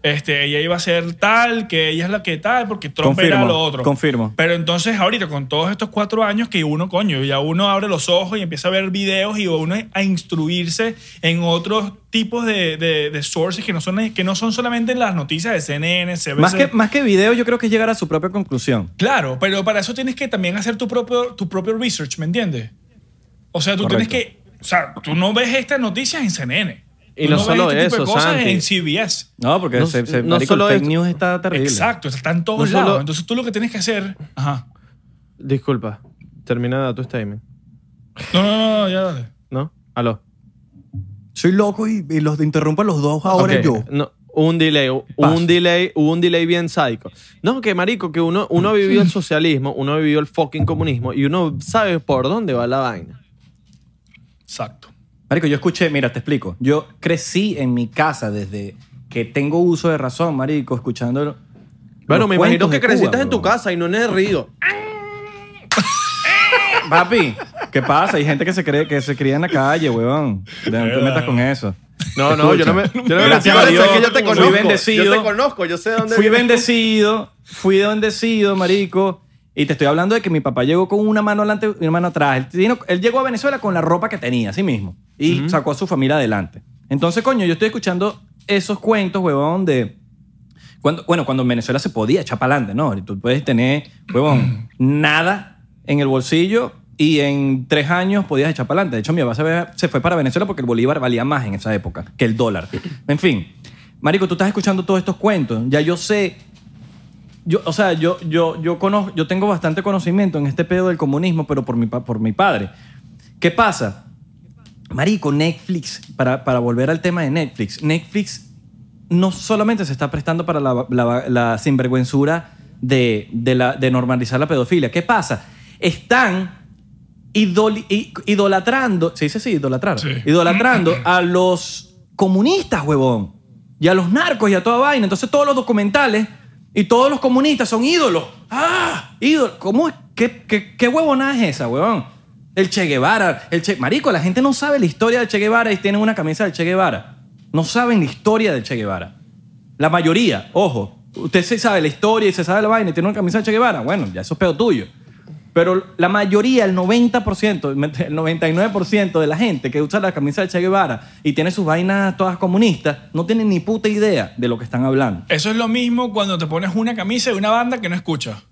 Speaker 1: este, ella iba a ser tal, que ella es la que tal, porque Trump era
Speaker 3: Confirmo,
Speaker 1: lo otro.
Speaker 3: confirmo.
Speaker 1: Pero entonces ahorita, con todos estos cuatro años que uno, coño, ya uno abre los ojos y empieza a ver videos y uno a instruirse en otros tipos de, de- de sources que no, son, que no son solamente las noticias de CNN, CBS.
Speaker 3: más, que, más que video, yo creo que es llegar a su propia conclusión.
Speaker 1: Claro, pero para eso tienes que también hacer tu propio, tu propio research, ¿me entiendes? O sea, tú
Speaker 3: Correcto.
Speaker 1: tienes que... O sea, tú no ves estas noticias en CNN.
Speaker 2: Y
Speaker 1: Tú
Speaker 2: no
Speaker 1: ves
Speaker 2: solo
Speaker 1: este tipo de
Speaker 2: eso,
Speaker 1: cosas
Speaker 2: Santi.
Speaker 1: en CBS.
Speaker 3: No, porque
Speaker 2: No-
Speaker 3: se, se-
Speaker 2: no
Speaker 3: marico, el
Speaker 2: solo
Speaker 3: fake
Speaker 2: esto.
Speaker 3: news está terrible.
Speaker 1: Exacto, está en todos
Speaker 2: No
Speaker 1: lados.
Speaker 2: solo-
Speaker 1: Entonces tú lo que tienes que hacer... Ajá.
Speaker 2: Disculpa, termina tu statement,
Speaker 1: No, no, no, no, ya dale.
Speaker 2: ¿no? Aló.
Speaker 3: Soy loco y, y los interrumpo a los dos ahora
Speaker 2: Ok,
Speaker 3: yo.
Speaker 2: no, un delay, un
Speaker 3: Paso.
Speaker 2: delay, un delay bien sádico. No, que marico, que uno, uno vivió el socialismo, uno vivió el fucking comunismo y uno sabe por dónde va la vaina.
Speaker 1: Exacto.
Speaker 3: Marico, yo escuché, mira, te explico. Yo crecí en mi casa desde que tengo uso de razón, marico, escuchando. lo-
Speaker 2: Bueno,
Speaker 3: los
Speaker 2: me imagino
Speaker 3: cuentos
Speaker 2: que
Speaker 3: de
Speaker 2: creciste
Speaker 3: Cuba,
Speaker 2: en tu
Speaker 3: bro.
Speaker 2: casa y no en el río.
Speaker 3: Papi, ¿qué pasa? Hay gente que se cree que se cría en la calle, weón. No te metas con eso.
Speaker 2: No, no, yo no me, yo no me metí
Speaker 3: Gracias
Speaker 2: con
Speaker 3: a
Speaker 2: eso,
Speaker 3: Dios,
Speaker 2: es que yo te
Speaker 3: fui
Speaker 2: conozco.
Speaker 3: bendecido.
Speaker 2: Yo te conozco, yo sé dónde
Speaker 3: Fui
Speaker 2: vives.
Speaker 3: bendecido, fui bendecido, marico. Y te estoy hablando de que mi papá llegó con una mano adelante y una mano atrás. Él, vino- él llegó a Venezuela con la ropa que tenía, así mismo. Y sacó a su familia adelante. Entonces, coño, yo estoy escuchando esos cuentos, huevón, de... Cuando, bueno, cuando en Venezuela se podía echar para adelante, ¿no? Tú puedes tener, huevón, nada en el bolsillo y en tres años podías echar para adelante. De hecho, mi papá se ve- se fue para Venezuela porque el bolívar valía más en esa época que el dólar. En fin, Marico, tú estás escuchando todos estos cuentos. Ya yo sé yo, o sea, yo, yo, yo, conozco, yo tengo bastante conocimiento en este pedo del comunismo, pero por mi, pa- por mi padre. ¿Qué pasa? Marico, Netflix, para, para volver al tema de Netflix, Netflix no solamente se está prestando para la, la- la sinvergüenzura de, de la- de normalizar la pedofilia. ¿Qué pasa? Están idoli- i- idolatrando, se dice así, idolatrar,
Speaker 1: Sí.
Speaker 3: idolatrando a los comunistas, huevón, y a los narcos y a toda vaina. Entonces todos los documentales y todos los comunistas son ídolos. ¡Ah! ídolos. ¿Cómo es? ¿Qué, qué, qué huevonada es esa, huevón? El Che Guevara, el Che... Marico, la gente no sabe la historia del Che Guevara y tienen una camisa del Che Guevara. No saben la historia del Che Guevara. La mayoría, ojo. Usted se sabe la historia y se sabe la vaina y tiene una camisa de Che Guevara. Bueno, ya eso es pedo tuyo. Pero la mayoría, el 90%, el 99% de la gente que usa la camisa de Che Guevara y tiene sus vainas todas comunistas, no tienen ni puta idea de lo que están hablando.
Speaker 1: Eso es lo mismo cuando te pones una camisa de una banda que no escuchas.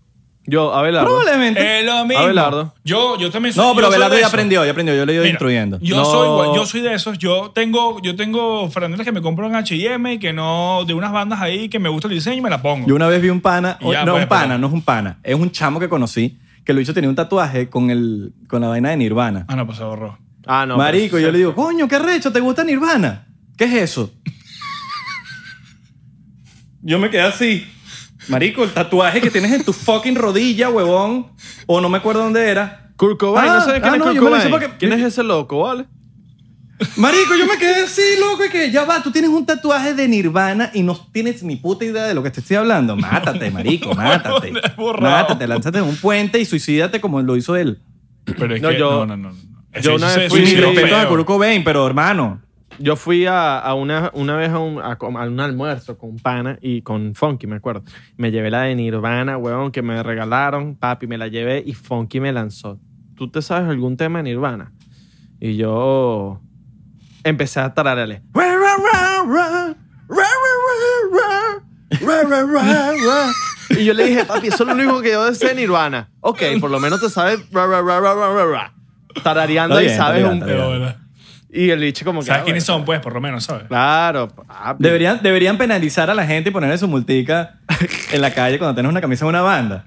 Speaker 2: Yo, Abelardo.
Speaker 3: Probablemente.
Speaker 1: Es Eh, lo mismo.
Speaker 2: Abelardo.
Speaker 1: Yo, yo también soy
Speaker 3: no, pero
Speaker 1: yo soy de
Speaker 3: Belardo ya
Speaker 1: esos.
Speaker 3: aprendió, ya aprendió. Yo le he ido
Speaker 1: Mira,
Speaker 3: instruyendo.
Speaker 1: Yo
Speaker 2: No.
Speaker 1: soy igual, yo soy de esos. Yo tengo, yo tengo franelas que me compro en H&M y que no de unas bandas ahí que me gusta el diseño y me la pongo.
Speaker 3: Yo una vez vi un pana,
Speaker 1: Y ya,
Speaker 3: no
Speaker 1: pues,
Speaker 3: un pana,
Speaker 1: pero-
Speaker 3: no es un pana, es un chamo que conocí que lo hizo tenía un tatuaje con el con la vaina de Nirvana.
Speaker 1: Ah, no, pues se borró.
Speaker 2: Ah, no.
Speaker 3: Marico,
Speaker 2: pero-
Speaker 3: yo le digo, coño, qué recho, ¿te gusta Nirvana? ¿Qué es eso? Yo me quedé así. Marico, el tatuaje que tienes en tu fucking rodilla, huevón, o no me acuerdo dónde era.
Speaker 2: Kurt Cobain,
Speaker 3: Ah,
Speaker 2: ¿no sabes quién
Speaker 3: ah,
Speaker 2: es
Speaker 3: no,
Speaker 2: Kurt
Speaker 3: yo me lo hice
Speaker 2: Cobain?
Speaker 3: porque-
Speaker 2: ¿Quién es ese loco, vale?
Speaker 3: Marico, yo me quedé así, loco, y que ya va, tú tienes un tatuaje de Nirvana y no tienes ni puta idea de lo que te estoy hablando. Mátate, marico, mátate.
Speaker 1: Borrado.
Speaker 3: mátate, lánzate de un puente y suicídate como lo hizo él.
Speaker 1: Pero es
Speaker 2: No,
Speaker 1: que no,
Speaker 2: yo-
Speaker 1: no, no. no.
Speaker 2: yo una vez
Speaker 1: se-
Speaker 2: fui-
Speaker 1: se-
Speaker 3: Sí,
Speaker 1: se-
Speaker 2: sí,
Speaker 3: respeto
Speaker 1: feo.
Speaker 3: a Kurt Cobain, pero hermano,
Speaker 2: Yo fui a, a una, una vez a un, a com- a un almuerzo con pana y con Funky, me acuerdo. Me llevé la de Nirvana, huevón, que me regalaron, papi, me la llevé y Funky me lanzó. ¿Tú te sabes algún tema de Nirvana? Y yo empecé a tararle. Y yo le dije, papi, eso es lo único que yo sé de Nirvana. Ok, por lo menos te sabes ra, ra, ra, ra, ra, ra, ra. tarareando
Speaker 3: Está
Speaker 2: y
Speaker 3: bien,
Speaker 2: sabes
Speaker 3: está
Speaker 2: un...
Speaker 3: bien, está
Speaker 1: De bola.
Speaker 2: Y el bicho como que...
Speaker 1: ¿Sabes
Speaker 2: ah,
Speaker 1: quiénes
Speaker 2: bueno.
Speaker 1: son? Pues, por lo menos, ¿sabes?
Speaker 2: Claro. papi.
Speaker 3: Deberían, deberían penalizar a la gente y ponerle su multica en la calle cuando tenés una camisa de una banda.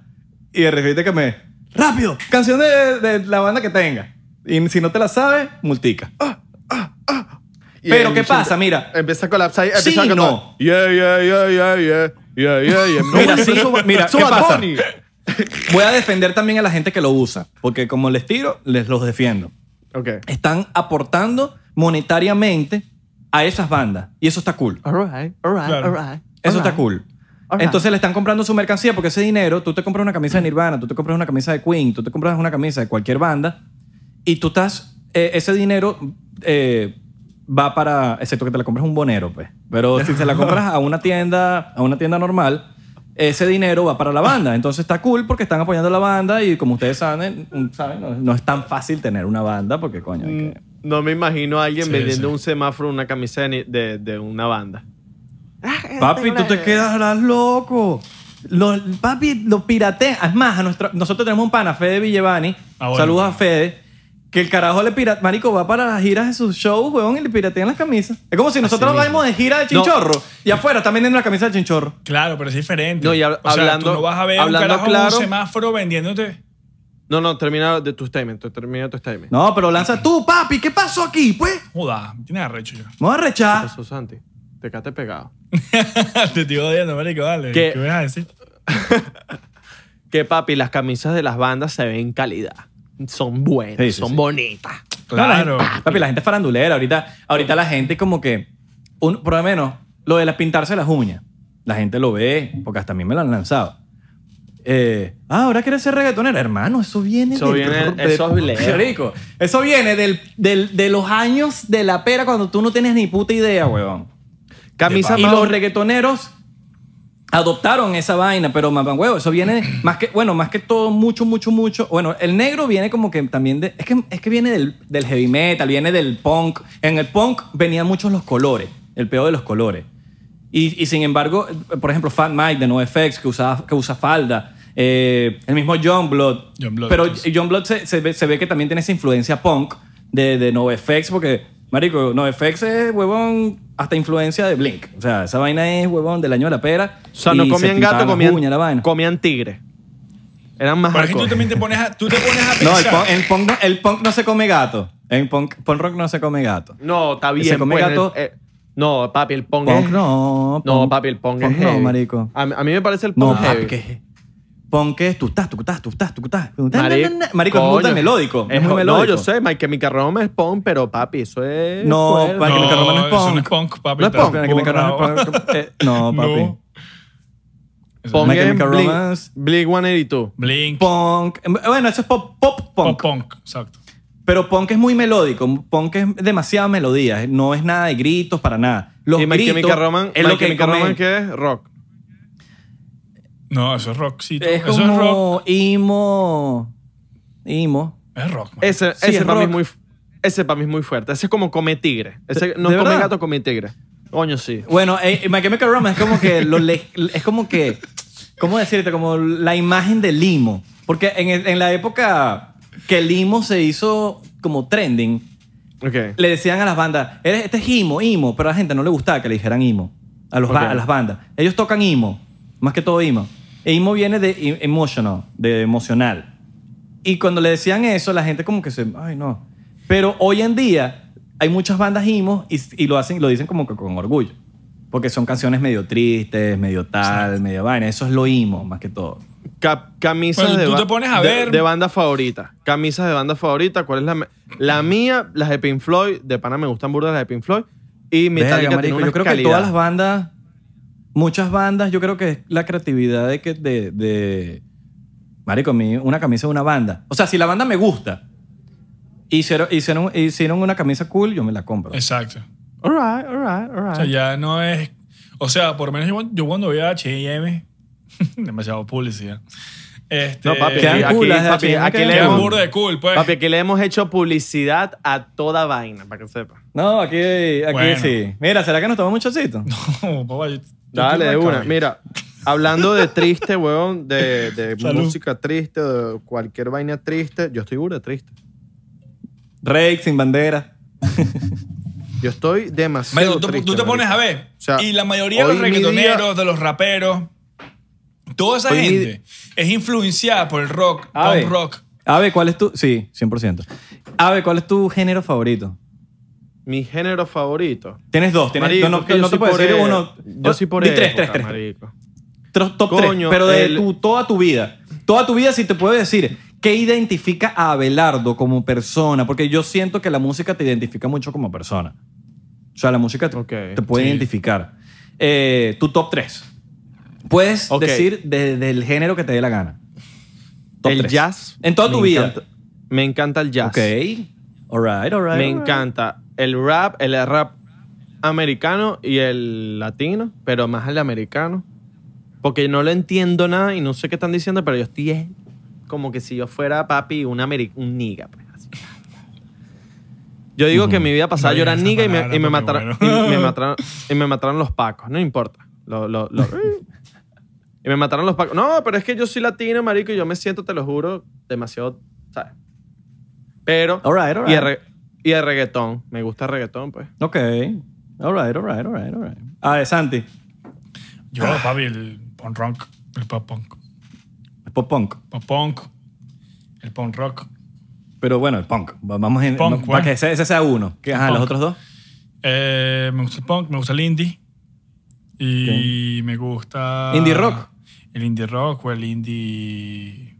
Speaker 3: Y de repente que me... ¡Rápido! Canción de, de la banda que tenga. Y si no te la sabes, multica.
Speaker 2: Y
Speaker 3: Pero
Speaker 2: el
Speaker 3: ¿qué
Speaker 2: bicho
Speaker 3: pasa?
Speaker 2: empe-
Speaker 3: Mira.
Speaker 2: Empieza a colapsar. y Empieza
Speaker 3: Sí,
Speaker 2: a cantar.
Speaker 3: no.
Speaker 2: Yeah, yeah, yeah, yeah, yeah. Yeah, yeah, yeah. No,
Speaker 3: Mira,
Speaker 2: güey,
Speaker 3: sí,
Speaker 2: pero-
Speaker 3: mira,
Speaker 2: eso
Speaker 3: ¿qué
Speaker 2: Bad
Speaker 3: pasa?
Speaker 2: Bunny.
Speaker 3: Voy a defender también a la gente que lo usa. Porque como les tiro, les los defiendo.
Speaker 2: Ok.
Speaker 3: Están aportando monetariamente a esas bandas. Y eso está cool.
Speaker 2: All right, all right,
Speaker 1: Claro.
Speaker 2: all right.
Speaker 3: Eso
Speaker 2: all
Speaker 3: está
Speaker 2: right.
Speaker 3: cool.
Speaker 2: Alright.
Speaker 3: Entonces le están comprando su mercancía porque ese dinero, tú te compras una camisa de Nirvana, tú te compras una camisa de Queen, tú te compras una camisa de cualquier banda y tú estás, eh, ese dinero eh, va para, excepto que te la compras un bonero, pues. Pero si se la compras a una tienda, a una tienda normal, ese dinero va para la banda. Entonces está cool porque están apoyando a la banda y como ustedes saben, saben no, no es tan fácil tener una banda porque coño. hay que-
Speaker 2: No me imagino a alguien
Speaker 1: Sí,
Speaker 2: vendiendo
Speaker 1: sí.
Speaker 2: un semáforo, una camiseta de, de, de una banda.
Speaker 3: Papi, tú te quedarás loco. Los, papi, lo piratean. Es más, a nuestra- nosotros tenemos un pana, Fede Villevani.
Speaker 1: Ah, bueno.
Speaker 3: Saludos a Fede. Que el carajo le pirata. Marico, va para las giras de sus shows, weón, y le piratean las camisas. Es como si nosotros
Speaker 2: mismo.
Speaker 3: vayamos de gira de
Speaker 2: No.
Speaker 3: chinchorro y afuera están vendiendo la camisa de chinchorro.
Speaker 1: Claro, pero es diferente.
Speaker 2: No, y hab-
Speaker 1: o sea,
Speaker 2: hablando-
Speaker 1: tú no vas a ver un
Speaker 2: hablando
Speaker 1: carajo en
Speaker 2: claro-
Speaker 1: un semáforo vendiéndote.
Speaker 2: No, no, termina de tu statement. tú Termina tu statement.
Speaker 3: No, pero lanza tú, papi, ¿qué pasó aquí, pues?
Speaker 1: Joda, me tienes arrecho yo.
Speaker 3: Me voy a
Speaker 2: ¿Qué
Speaker 3: rechar.
Speaker 2: pasó, Santi? Te quedaste pegado.
Speaker 1: Te estoy odiando, marico, dale.
Speaker 2: ¿Qué?
Speaker 1: ¿Qué, vas a decir?
Speaker 2: Que papi, las camisas de las bandas se ven calidad. Son buenas,
Speaker 3: Sí, sí,
Speaker 2: son
Speaker 3: sí.
Speaker 2: bonitas.
Speaker 1: Claro.
Speaker 3: Papi, la gente es farandulera. Ahorita, ahorita la gente como que, un, por lo menos, lo de las pintarse las uñas. La gente lo ve, porque hasta a mí me lo han lanzado. Eh, ah, ahora quieres ser reggaetonera. Hermano, eso viene
Speaker 2: Eso
Speaker 3: del-
Speaker 2: viene-
Speaker 3: de-
Speaker 2: eso es lejos.
Speaker 3: Qué rico. Eso viene del, del- de los años de la pera cuando tú no tienes ni puta idea, huevón.
Speaker 2: Camisa
Speaker 3: Y
Speaker 2: más-
Speaker 3: los reggaetoneros adoptaron esa vaina, pero mamá huevo, eso viene más que, bueno, más que todo, mucho, mucho, mucho. Bueno, el negro viene como que también de, es que, es que viene del, del heavy metal, viene del punk. En el punk venían muchos los colores, el peor de los colores. Y, y sin embargo, por ejemplo, Fat Mike de NoFX que usa, que usa falda, eh, el mismo John Blood.
Speaker 1: John Blood,
Speaker 3: pero
Speaker 1: sí.
Speaker 3: John Blood se, se ve, se ve que también tiene esa influencia punk de, de NoFX, porque, marico, NoFX es huevón hasta influencia de Blink. O sea, esa vaina es huevón del año de la pera.
Speaker 2: O sea, no
Speaker 3: y se
Speaker 2: comían
Speaker 3: pintaban
Speaker 2: gato,
Speaker 3: las
Speaker 2: comían,
Speaker 3: uñas, la vaina.
Speaker 2: comían tigre. Eran más
Speaker 1: Pero es que tú
Speaker 2: hardcore.
Speaker 1: también te pones a, tú te pones a
Speaker 3: No, el
Speaker 1: pensar.
Speaker 3: punk, el, punk no, el punk no se come gato. En punk, punk rock no se come gato.
Speaker 2: No, está bien.
Speaker 3: come
Speaker 2: pues,
Speaker 3: gato?
Speaker 2: el- eh, no, papi, el pong,
Speaker 3: Punk
Speaker 2: es-
Speaker 3: no.
Speaker 2: No,
Speaker 3: punk-
Speaker 2: papi, el pong, es
Speaker 3: punk no,
Speaker 2: heavy.
Speaker 3: marico.
Speaker 2: A, a mí me parece el pong
Speaker 3: No,
Speaker 2: heavy.
Speaker 3: papi, ¿qué? Pon que es tú estás, tú estás, tú estás, tú estás. Marico,
Speaker 2: Marico,
Speaker 3: marico es
Speaker 2: coño.
Speaker 3: muy tan melódico. Es, muy
Speaker 2: jo-
Speaker 3: melódico.
Speaker 2: No, yo sé, Mike, que mi carroma es pong, pero papi, eso es...
Speaker 3: No,
Speaker 2: fuerte.
Speaker 3: papi,
Speaker 1: no,
Speaker 3: que mi carro no es
Speaker 1: eso no
Speaker 3: punk.
Speaker 1: es punk, papi.
Speaker 2: No es
Speaker 1: estás
Speaker 2: punk.
Speaker 3: Espera, que me cargo-
Speaker 1: borrado.
Speaker 3: eh, No, papi.
Speaker 1: No. Eso
Speaker 2: Pong
Speaker 1: no es
Speaker 3: My
Speaker 2: es
Speaker 3: Chemical
Speaker 2: Blink-
Speaker 3: Romance.
Speaker 2: Blink 182.
Speaker 1: Blink,
Speaker 3: Punk. Bueno, eso es pop, pop punk.
Speaker 1: pop punk, exacto.
Speaker 3: Pero punk es muy melódico. Punk es demasiada melodía. No es nada de gritos para nada. Los
Speaker 2: y Mike
Speaker 3: gritos
Speaker 2: Chemical Romance,
Speaker 3: es
Speaker 2: Mike
Speaker 3: lo que
Speaker 2: Chemical
Speaker 3: comen.
Speaker 2: Romance, ¿qué es? Rock.
Speaker 1: No, eso es rockcito.
Speaker 3: Es
Speaker 1: eso es rock.
Speaker 3: como emo. Emo.
Speaker 1: Es rock. man.
Speaker 2: Ese,
Speaker 3: Sí,
Speaker 2: ese
Speaker 3: es
Speaker 2: para mí es
Speaker 3: rock.
Speaker 2: muy... Ese para mí es muy fuerte. Ese es como come tigre. Ese,
Speaker 3: ¿De-
Speaker 2: no
Speaker 3: de
Speaker 2: come
Speaker 3: verdad?
Speaker 2: gato, come tigre. Coño, sí.
Speaker 3: Bueno, eh, My Chemical Romance es como que... lo le- es como que... ¿Cómo decirte? Como la imagen de Limo. Porque en, el- en la época que Limo se hizo como trending,
Speaker 2: Ok.
Speaker 3: le decían a las bandas, "Eres- este es Imo, Imo, pero a la gente no le gustaba que le dijeran Imo, a, los ba-
Speaker 2: Ok.
Speaker 3: a las bandas. Ellos tocan Imo, más que todo Imo. E Imo viene de e- emotional, de emocional. Y cuando le decían eso, la gente como que se, ay no. Pero hoy en día hay muchas bandas Imo y, y lo hacen, lo dicen como que con orgullo. Porque son canciones medio tristes, medio tal, medio vaina. Eso es lo Imo, más que todo.
Speaker 2: Ca- camisas
Speaker 1: Bueno,
Speaker 2: de
Speaker 1: tú
Speaker 2: ba-
Speaker 1: te pones a
Speaker 2: de-
Speaker 1: ver-
Speaker 2: de banda favorita. Camisas de banda favorita. ¿Cuál es la me- La mía, las de Pink Floyd. De pana me gustan burdas las de Pink Floyd. Y Metallica
Speaker 3: Verga,
Speaker 2: tiene
Speaker 3: marico,
Speaker 2: una
Speaker 3: yo creo que
Speaker 2: calidad.
Speaker 3: todas las bandas, muchas bandas, yo creo que es la creatividad de que de, de- marico, a mí una camisa de una banda. O sea, si la banda me gusta, hicieron, hicieron, hicieron una camisa cool, yo me la compro.
Speaker 1: Exacto.
Speaker 2: All right, all right, all
Speaker 1: O sea,
Speaker 2: right.
Speaker 1: ya no es. O sea, por lo menos yo, yo cuando voy a HM, demasiado publicidad. Este,
Speaker 2: No, papi,
Speaker 3: Quedan
Speaker 2: aquí, aquí,
Speaker 3: cool las de
Speaker 2: papi,
Speaker 3: H&M,
Speaker 2: aquí
Speaker 3: quedan
Speaker 2: le
Speaker 1: Qué
Speaker 3: leemos.
Speaker 2: hemos,
Speaker 1: burda de cool, pues.
Speaker 2: papi, aquí le hemos hecho publicidad a toda vaina, para que sepa.
Speaker 3: No, aquí, aquí
Speaker 1: Bueno.
Speaker 3: sí. Mira, ¿será que nos tomamos un chocito?
Speaker 1: No, papá, yo- yo
Speaker 2: Dale, de
Speaker 1: estoy
Speaker 2: una.
Speaker 1: acá.
Speaker 2: Mira, hablando de triste, weón, de, de
Speaker 1: Salud.
Speaker 2: música triste, de cualquier vaina triste, yo estoy burda triste.
Speaker 3: Rake sin bandera.
Speaker 2: Yo estoy demasiado
Speaker 1: Marico, tú,
Speaker 2: triste.
Speaker 1: tú te
Speaker 2: marico.
Speaker 1: pones a ver.
Speaker 2: O sea,
Speaker 1: y la mayoría de
Speaker 2: hoy
Speaker 1: los
Speaker 2: mi
Speaker 1: reggaetoneros, de los raperos, toda esa
Speaker 2: Hoy mi
Speaker 1: gente
Speaker 2: di-
Speaker 1: es influenciada por el rock,
Speaker 3: A ver.
Speaker 1: punk rock.
Speaker 3: Ave, ¿cuál es tu...? Sí, 100%. Ave, ¿cuál es tu género favorito?
Speaker 2: Mi género favorito.
Speaker 3: Tienes dos. Tienes,
Speaker 2: Marico,
Speaker 3: no, no,
Speaker 2: es que yo
Speaker 3: no te
Speaker 2: soy
Speaker 3: puedo
Speaker 2: por
Speaker 3: decir
Speaker 2: e-
Speaker 3: uno.
Speaker 2: Yo soy por
Speaker 3: eh, Di
Speaker 2: él.
Speaker 3: tres, tres, tres. Tro- Top
Speaker 2: Coño,
Speaker 3: 3, pero de
Speaker 2: el-
Speaker 3: tu, toda tu vida. Toda tu vida, si te puedo decir, ¿qué identifica a Abelardo como persona? Porque yo siento que la música te identifica mucho como persona. O sea, la música te,
Speaker 2: Ok,
Speaker 3: te puede
Speaker 1: sí.
Speaker 3: identificar. Eh, tu top 3. Puedes
Speaker 2: Ok.
Speaker 3: decir desde el género que te dé la gana. Top
Speaker 2: El
Speaker 3: tres.
Speaker 2: jazz.
Speaker 3: En toda
Speaker 2: me
Speaker 3: tu vida.
Speaker 2: encanta- me encanta el jazz.
Speaker 3: Ok. All right, all right.
Speaker 2: Me
Speaker 3: all right.
Speaker 2: encanta el rap, el rap americano y el latino, pero más el americano. Porque no lo entiendo nada y no sé qué están diciendo, pero yo estoy eh, como que si yo fuera papi un, ameri- un niga. pues, así. Yo digo que en mi vida pasada
Speaker 1: No
Speaker 2: yo era
Speaker 1: digas esa
Speaker 2: niga y me,
Speaker 1: palabra,
Speaker 2: y me
Speaker 1: porque
Speaker 2: mataron,
Speaker 1: bueno.
Speaker 2: y me mataron y me mataron los pacos, no importa. Lo- lo- lo- y me mataron los pacos. No, pero es que yo soy latino, marico, y yo me siento, te lo juro, demasiado, ¿sabes? Pero
Speaker 3: All right, all
Speaker 2: y, el re-
Speaker 3: right.
Speaker 2: y el reggaetón. Me gusta el reggaetón, pues.
Speaker 3: Ok. All right, all right, all right, all right. A ver, Santi.
Speaker 1: Yo, papi, el punk rock, el pop punk,
Speaker 3: Pop punk.
Speaker 1: pop punk, el punk rock.
Speaker 3: Pero bueno, el punk. Va- Vamos en,
Speaker 1: Punk,
Speaker 3: no, para
Speaker 1: bueno.
Speaker 3: que ese, ese sea uno. Que, ajá, los
Speaker 1: Punk.
Speaker 3: otros dos.
Speaker 1: Eh, me gusta el punk, me gusta el indie. Y me gusta.
Speaker 3: ¿Indie rock?
Speaker 1: El indie rock o el indie.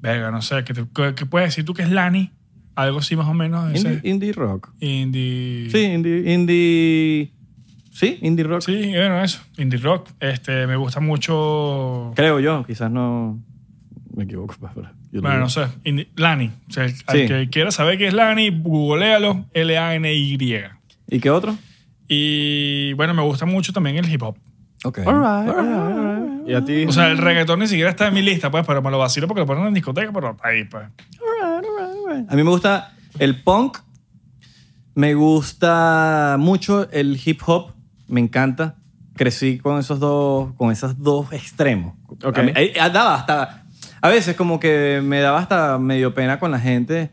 Speaker 1: Verga, no sé. ¿Qué, te- qué- qué puedes decir tú que es Lani? Algo así más o menos. ese-
Speaker 3: Indie, indie rock.
Speaker 1: indie.
Speaker 3: Sí, indie, indie. Sí, indie rock.
Speaker 1: Sí, bueno, eso. Indie rock. Este, me gusta mucho.
Speaker 3: Creo yo, quizás no. Me equivoco, pues, pero. yo lo
Speaker 1: Bueno,
Speaker 3: digo.
Speaker 1: no sé. Indie- Lani. O sea, al
Speaker 3: Sí.
Speaker 1: que quiera saber qué es Lani, googlealo. L-A-N-Y.
Speaker 3: ¿Y qué otro?
Speaker 1: Y bueno, me gusta mucho también el hip hop.
Speaker 3: Ok.
Speaker 2: Alright, alright, alright. Y a ti.
Speaker 1: O sea, el reggaetón ni siquiera está en mi lista, pues, pero me lo vacilo porque lo ponen en discoteca, pero ahí, pues.
Speaker 3: Alright, alright, alright. A mí me gusta el punk. Me gusta mucho el hip hop. Me encanta. Crecí con esos dos, con esos dos extremos.
Speaker 2: Ok.
Speaker 3: A mí- eh, daba hasta, a veces como que me daba hasta medio pena con la gente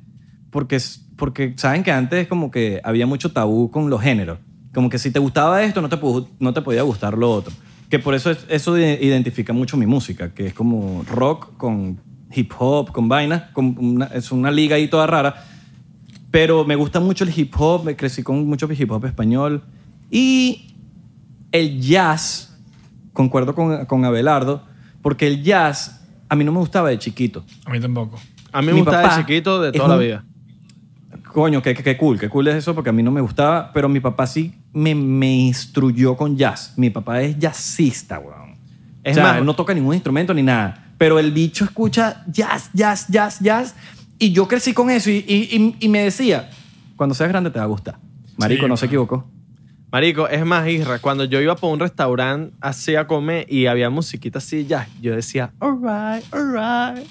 Speaker 3: porque, s- porque saben que antes como que había mucho tabú con los géneros. Como que si te gustaba esto, no te, pu- no te podía gustar lo otro. Que por eso es- eso de- identifica mucho mi música, que es como rock con hip hop, con vainas. con una- es una liga ahí toda rara. Pero me gusta mucho el hip hop, me crecí con mucho hip hop español. Y el jazz, concuerdo con, con Abelardo, porque el jazz a mí no me gustaba de chiquito.
Speaker 1: A mí tampoco.
Speaker 2: a mí me
Speaker 3: mi
Speaker 2: gusta de
Speaker 3: papá
Speaker 2: chiquito de
Speaker 3: es
Speaker 2: toda la
Speaker 3: un-
Speaker 2: vida.
Speaker 3: Coño, qué, qué- qué cool, qué cool es eso, porque a mí no me gustaba, pero mi papá sí me, me instruyó con jazz. Mi papá es jazzista, weón.
Speaker 2: Es
Speaker 3: o sea,
Speaker 2: más-
Speaker 3: no toca ningún instrumento ni nada, pero el bicho escucha jazz, jazz, jazz, jazz. Y yo crecí con eso y, y- y- y me decía, cuando seas grande te va a gustar. Marico,
Speaker 1: Sí,
Speaker 3: no se
Speaker 1: mano.
Speaker 3: equivocó.
Speaker 2: Marico, es más, Isra, cuando yo iba por un restaurante así a comer y había musiquita así ya, yo decía, alright, alright.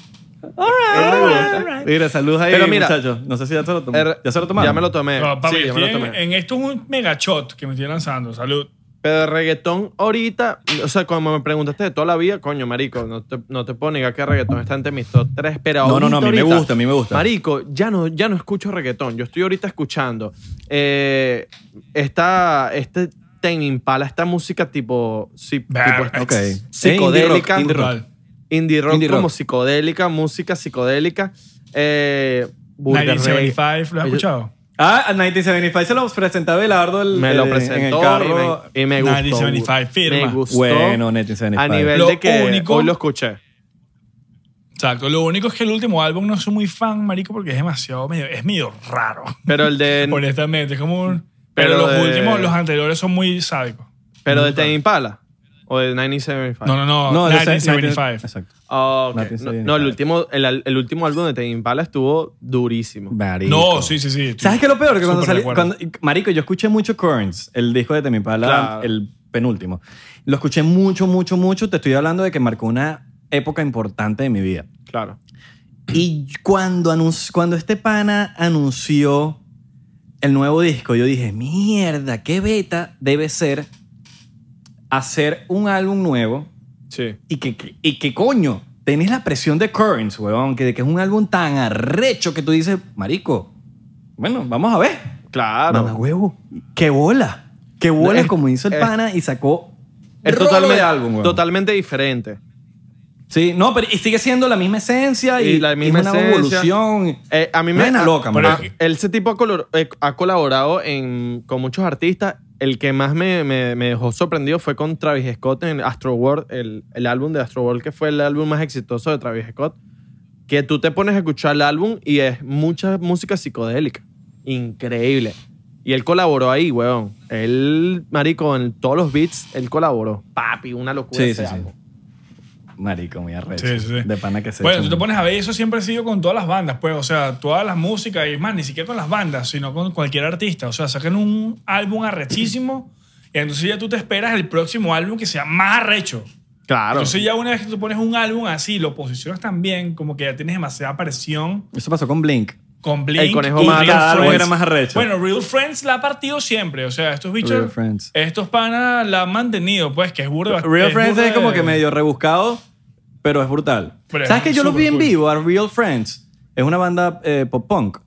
Speaker 3: Mira, saludos ahí,
Speaker 2: Pero mira,
Speaker 3: muchachos. No sé si ya se lo tomaron.
Speaker 2: Er-
Speaker 3: ¿Ya se lo tomaron?
Speaker 2: Ya me lo tomé.
Speaker 1: No, papi, eh.
Speaker 2: sí, ya me lo
Speaker 1: estoy en,
Speaker 2: tomé.
Speaker 1: en esto es un mega shot que me estoy lanzando. Salud.
Speaker 2: Pero de reggaetón ahorita, o sea, como me preguntaste de toda la vida, coño, marico, no te, no te puedo negar que reggaetón está entre mis top tres, pero
Speaker 3: No, no, no, a mí
Speaker 2: ahorita,
Speaker 3: me
Speaker 2: ahorita,
Speaker 3: gusta, a mí me gusta.
Speaker 2: Marico, ya no, ya no escucho reggaetón. Yo estoy ahorita escuchando eh, esta, este Ten Impala, esta música tipo, sí, tipo
Speaker 1: Ver-
Speaker 2: esta-
Speaker 3: Ok.
Speaker 2: Psicodélica.
Speaker 3: Eh, indie rock, indie rock.
Speaker 1: Brutal.
Speaker 2: indie rock,
Speaker 3: Indie rock.
Speaker 2: como psicodélica, música psicodélica. Eh, burda reggae.
Speaker 1: 1975, ¿lo has
Speaker 2: Yo-
Speaker 1: escuchado?
Speaker 3: Ah, a 1975 se lo presentaba Belardo el,
Speaker 2: me lo
Speaker 3: el- en
Speaker 2: presentó
Speaker 3: el carro.
Speaker 2: y, me, y me gustó.
Speaker 1: 1975, firma.
Speaker 2: Me gustó.
Speaker 3: Bueno, 1975.
Speaker 2: a nivel
Speaker 1: Lo
Speaker 2: de que
Speaker 1: único-
Speaker 2: hoy lo escuché.
Speaker 1: Exacto. Lo único es que el último álbum no soy muy fan, marico, porque es demasiado medio, es medio raro.
Speaker 2: Pero el de,
Speaker 1: Honestamente, es como un-
Speaker 2: Pero
Speaker 1: Pero, los
Speaker 2: de-
Speaker 1: últimos, los anteriores son muy sádicos.
Speaker 2: pero de Ten Impala o de 1975.
Speaker 1: No, no, no.
Speaker 3: No, de
Speaker 1: 1975.
Speaker 3: Exacto.
Speaker 2: Ah, ok.
Speaker 3: Nothing
Speaker 2: No,
Speaker 3: Said
Speaker 2: no, el
Speaker 3: Impala.
Speaker 2: último, el, el último álbum de Tame Impala estuvo durísimo.
Speaker 1: No, sí, sí, sí.
Speaker 3: ¿Sabes qué es lo peor? Que cuando
Speaker 1: Súper de
Speaker 3: salí.
Speaker 1: acuerdo.
Speaker 3: cuando- marico, yo escuché mucho Currents, el disco de Temi Impala,
Speaker 2: Claro.
Speaker 3: el penúltimo. Lo escuché mucho, mucho, mucho. Te estoy hablando de que marcó una época importante de mi vida.
Speaker 2: Claro.
Speaker 3: Y cuando, anunci- cuando este pana anunció el nuevo disco, yo dije, mierda, qué beta debe ser hacer un álbum nuevo
Speaker 2: Sí.
Speaker 3: y que, que- y que coño, tenés la presión de Currents, weón, que, que es un álbum tan arrecho que tú dices, marico, bueno, vamos a ver.
Speaker 2: Claro.
Speaker 3: Mamá huevo, qué bola. Qué bola
Speaker 2: Es-
Speaker 3: como hizo el
Speaker 2: es-
Speaker 3: pana y sacó
Speaker 2: es
Speaker 3: rolo
Speaker 2: totalmente,
Speaker 3: de álbum, weón.
Speaker 2: totalmente diferente.
Speaker 3: Sí, no, pero y sigue siendo la misma esencia y,
Speaker 2: Y la
Speaker 3: y
Speaker 2: misma
Speaker 3: es una
Speaker 2: esencia.
Speaker 3: evolución.
Speaker 2: Eh, a mí me.
Speaker 3: Vaina
Speaker 2: a-
Speaker 3: loca,
Speaker 1: pero-
Speaker 3: marico.
Speaker 2: Él, ese tipo ha, color- eh, ha colaborado en- con muchos artistas. El que más me, me- me dejó sorprendido fue con Travis Scott en Astro World, el, el álbum de Astro World, que fue el álbum más exitoso de Travis Scott. Que tú te pones a escuchar el álbum y es mucha música psicodélica. Increíble. Y él colaboró ahí, weón. Él, marico, en todos los beats, él colaboró. Papi, una locura.
Speaker 3: Sí,
Speaker 2: ese
Speaker 3: sí, sí.
Speaker 2: álbum.
Speaker 3: Marico, muy arrecho.
Speaker 1: Sí, sí, sí.
Speaker 3: De pana que se
Speaker 1: Bueno,
Speaker 3: echa
Speaker 1: tú te
Speaker 3: un-
Speaker 1: pones a ver, eso siempre ha sido con todas las bandas, pues, o sea, todas las músicas, y más, ni siquiera con las bandas, sino con cualquier artista. O sea, sacan un álbum arrechísimo y entonces ya tú te esperas el próximo álbum que sea más arrecho.
Speaker 2: Claro.
Speaker 1: Entonces ya una vez que tú pones un álbum así, lo posicionas tan bien, como que ya tienes demasiada presión
Speaker 3: Eso pasó con Blink.
Speaker 1: con Blink.
Speaker 2: El conejo
Speaker 1: y
Speaker 2: malo.
Speaker 1: Real
Speaker 3: Cada álbum
Speaker 1: Friends.
Speaker 3: era más arrecho.
Speaker 1: Bueno, Real Friends la ha partido siempre. O sea, estos
Speaker 3: Real
Speaker 1: bichos,
Speaker 3: Friends.
Speaker 1: estos panas la han mantenido, pues, que es burda.
Speaker 3: Real Friends
Speaker 1: burda
Speaker 3: es como
Speaker 1: de-
Speaker 3: que medio rebuscado, pero es brutal.
Speaker 1: Pero
Speaker 3: ¿Sabes
Speaker 1: es
Speaker 3: que yo los vi en
Speaker 1: supercool.
Speaker 3: vivo a Real Friends? Es una banda eh, pop punk.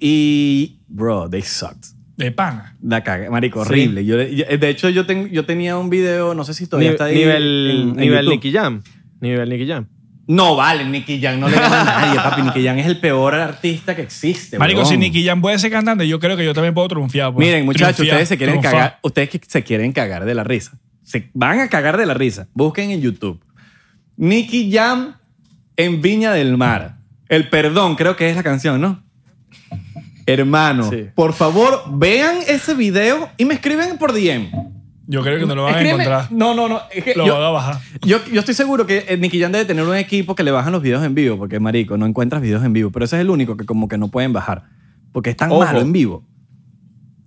Speaker 3: Y, bro, they sucked.
Speaker 1: De pana.
Speaker 3: La caga, marico, horrible. Yo, yo- de hecho, yo, ten- yo tenía un video, no sé si todavía
Speaker 2: Ni-
Speaker 3: está ahí.
Speaker 2: nivel
Speaker 3: en- en
Speaker 2: nivel
Speaker 3: YouTube.
Speaker 2: Nicky Jam. Nivel Nicky Jam.
Speaker 3: No, vale, Nicky Jam no le gana a nadie, papi. Nicky Jam es el peor artista que existe.
Speaker 1: Marico,
Speaker 3: Este huevón.
Speaker 1: si Nicky Jam puede ser cantante, yo creo que yo también puedo triunfar. pues.
Speaker 3: Miren, muchachos,
Speaker 1: Triunfiar,
Speaker 3: ustedes se quieren
Speaker 1: triunfar.
Speaker 3: cagar, ustedes que se quieren cagar de la risa. Se van a cagar de la risa. Busquen en YouTube. Nicky Jam en Viña del Mar. El perdón, creo que es la canción, ¿no? Hermano,
Speaker 2: Sí.
Speaker 3: por favor, vean ese video y me escriben por DM.
Speaker 1: Yo creo que no lo van
Speaker 3: Escríbeme-
Speaker 1: a encontrar.
Speaker 3: No, no, no. es que
Speaker 1: Lo
Speaker 3: yo-
Speaker 1: van a bajar.
Speaker 3: yo, yo estoy seguro que eh, Nicky Jam debe tener un equipo que le bajan los videos en vivo, porque marico, no encuentras videos en vivo, pero ese es el único que como que no pueden bajar, porque es tan
Speaker 2: Ojo.
Speaker 3: malo en vivo.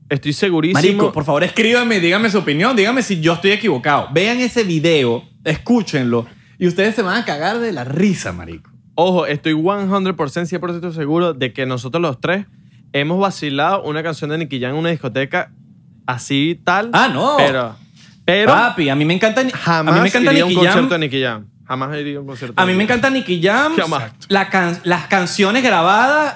Speaker 2: Estoy segurísimo.
Speaker 3: Marico, por favor, escríbanme, díganme su opinión, díganme si yo estoy equivocado. Vean ese video, escúchenlo y ustedes se van a cagar de la risa, marico.
Speaker 2: Ojo, estoy 100%, 100% seguro de que nosotros los tres hemos vacilado una canción de Nicky Jam en una discoteca así tal.
Speaker 3: Ah, no.
Speaker 2: Pero, pero
Speaker 3: Papi, a mí me encanta
Speaker 2: jamás
Speaker 3: a mí me encanta
Speaker 2: iría a un
Speaker 3: Nicky Jam.
Speaker 2: concierto de Nicky Jam. Jamás iría a un concierto.
Speaker 3: A
Speaker 2: de
Speaker 3: mí me
Speaker 2: Nicky Jam.
Speaker 3: encanta Nicky Jam.
Speaker 2: Jamás.
Speaker 3: la can- las canciones grabadas,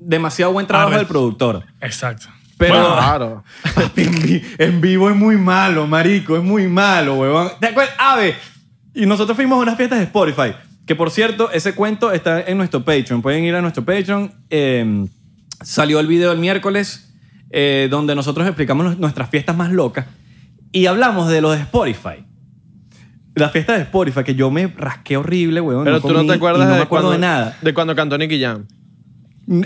Speaker 3: demasiado buen trabajo
Speaker 1: Arre.
Speaker 3: del productor.
Speaker 1: Exacto.
Speaker 2: Pero
Speaker 1: Bueno,
Speaker 2: claro.
Speaker 3: en, vi- en vivo es muy malo, marico, es muy malo, huevón. ¿Te acuerdas? Ave. Y nosotros fuimos a unas fiestas de Spotify. Que por cierto, ese cuento está en nuestro Patreon. Pueden ir a nuestro Patreon. Eh, salió el video el miércoles eh, donde nosotros explicamos nu- nuestras fiestas más locas y hablamos de lo de Spotify. La fiesta de Spotify, que yo me rasqué horrible, huevón.
Speaker 2: Pero tú no
Speaker 3: comí
Speaker 2: te
Speaker 3: y
Speaker 2: acuerdas
Speaker 3: no
Speaker 2: de,
Speaker 3: me acuerdo
Speaker 2: cuando,
Speaker 3: de nada.
Speaker 2: de cuando cantó Nicky Jam.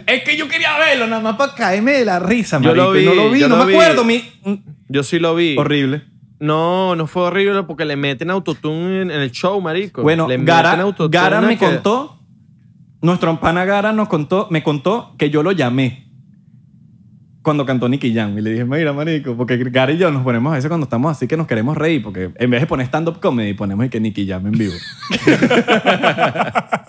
Speaker 3: Es que yo quería verlo, nada más para caerme de la risa,
Speaker 2: Yo
Speaker 3: marico.
Speaker 2: lo
Speaker 3: y no
Speaker 2: vi,
Speaker 3: lo vi,
Speaker 2: yo
Speaker 3: no
Speaker 2: lo
Speaker 3: me
Speaker 2: vi.
Speaker 3: acuerdo. mi-
Speaker 2: Yo sí lo vi.
Speaker 3: Horrible.
Speaker 2: No, no fue horrible porque le meten autotune en, en el show, marico.
Speaker 3: Bueno,
Speaker 2: le meten
Speaker 3: Gara,
Speaker 2: autotune
Speaker 3: Gara me
Speaker 2: que-
Speaker 3: contó, nuestro pana Gara nos contó, me contó que yo lo llamé cuando cantó Nicky Jam. Y le dije, mira, marico, porque Gara y yo nos ponemos a veces cuando estamos así que nos queremos reír, porque en vez de poner stand-up comedy, ponemos y que Nicky Jam en vivo.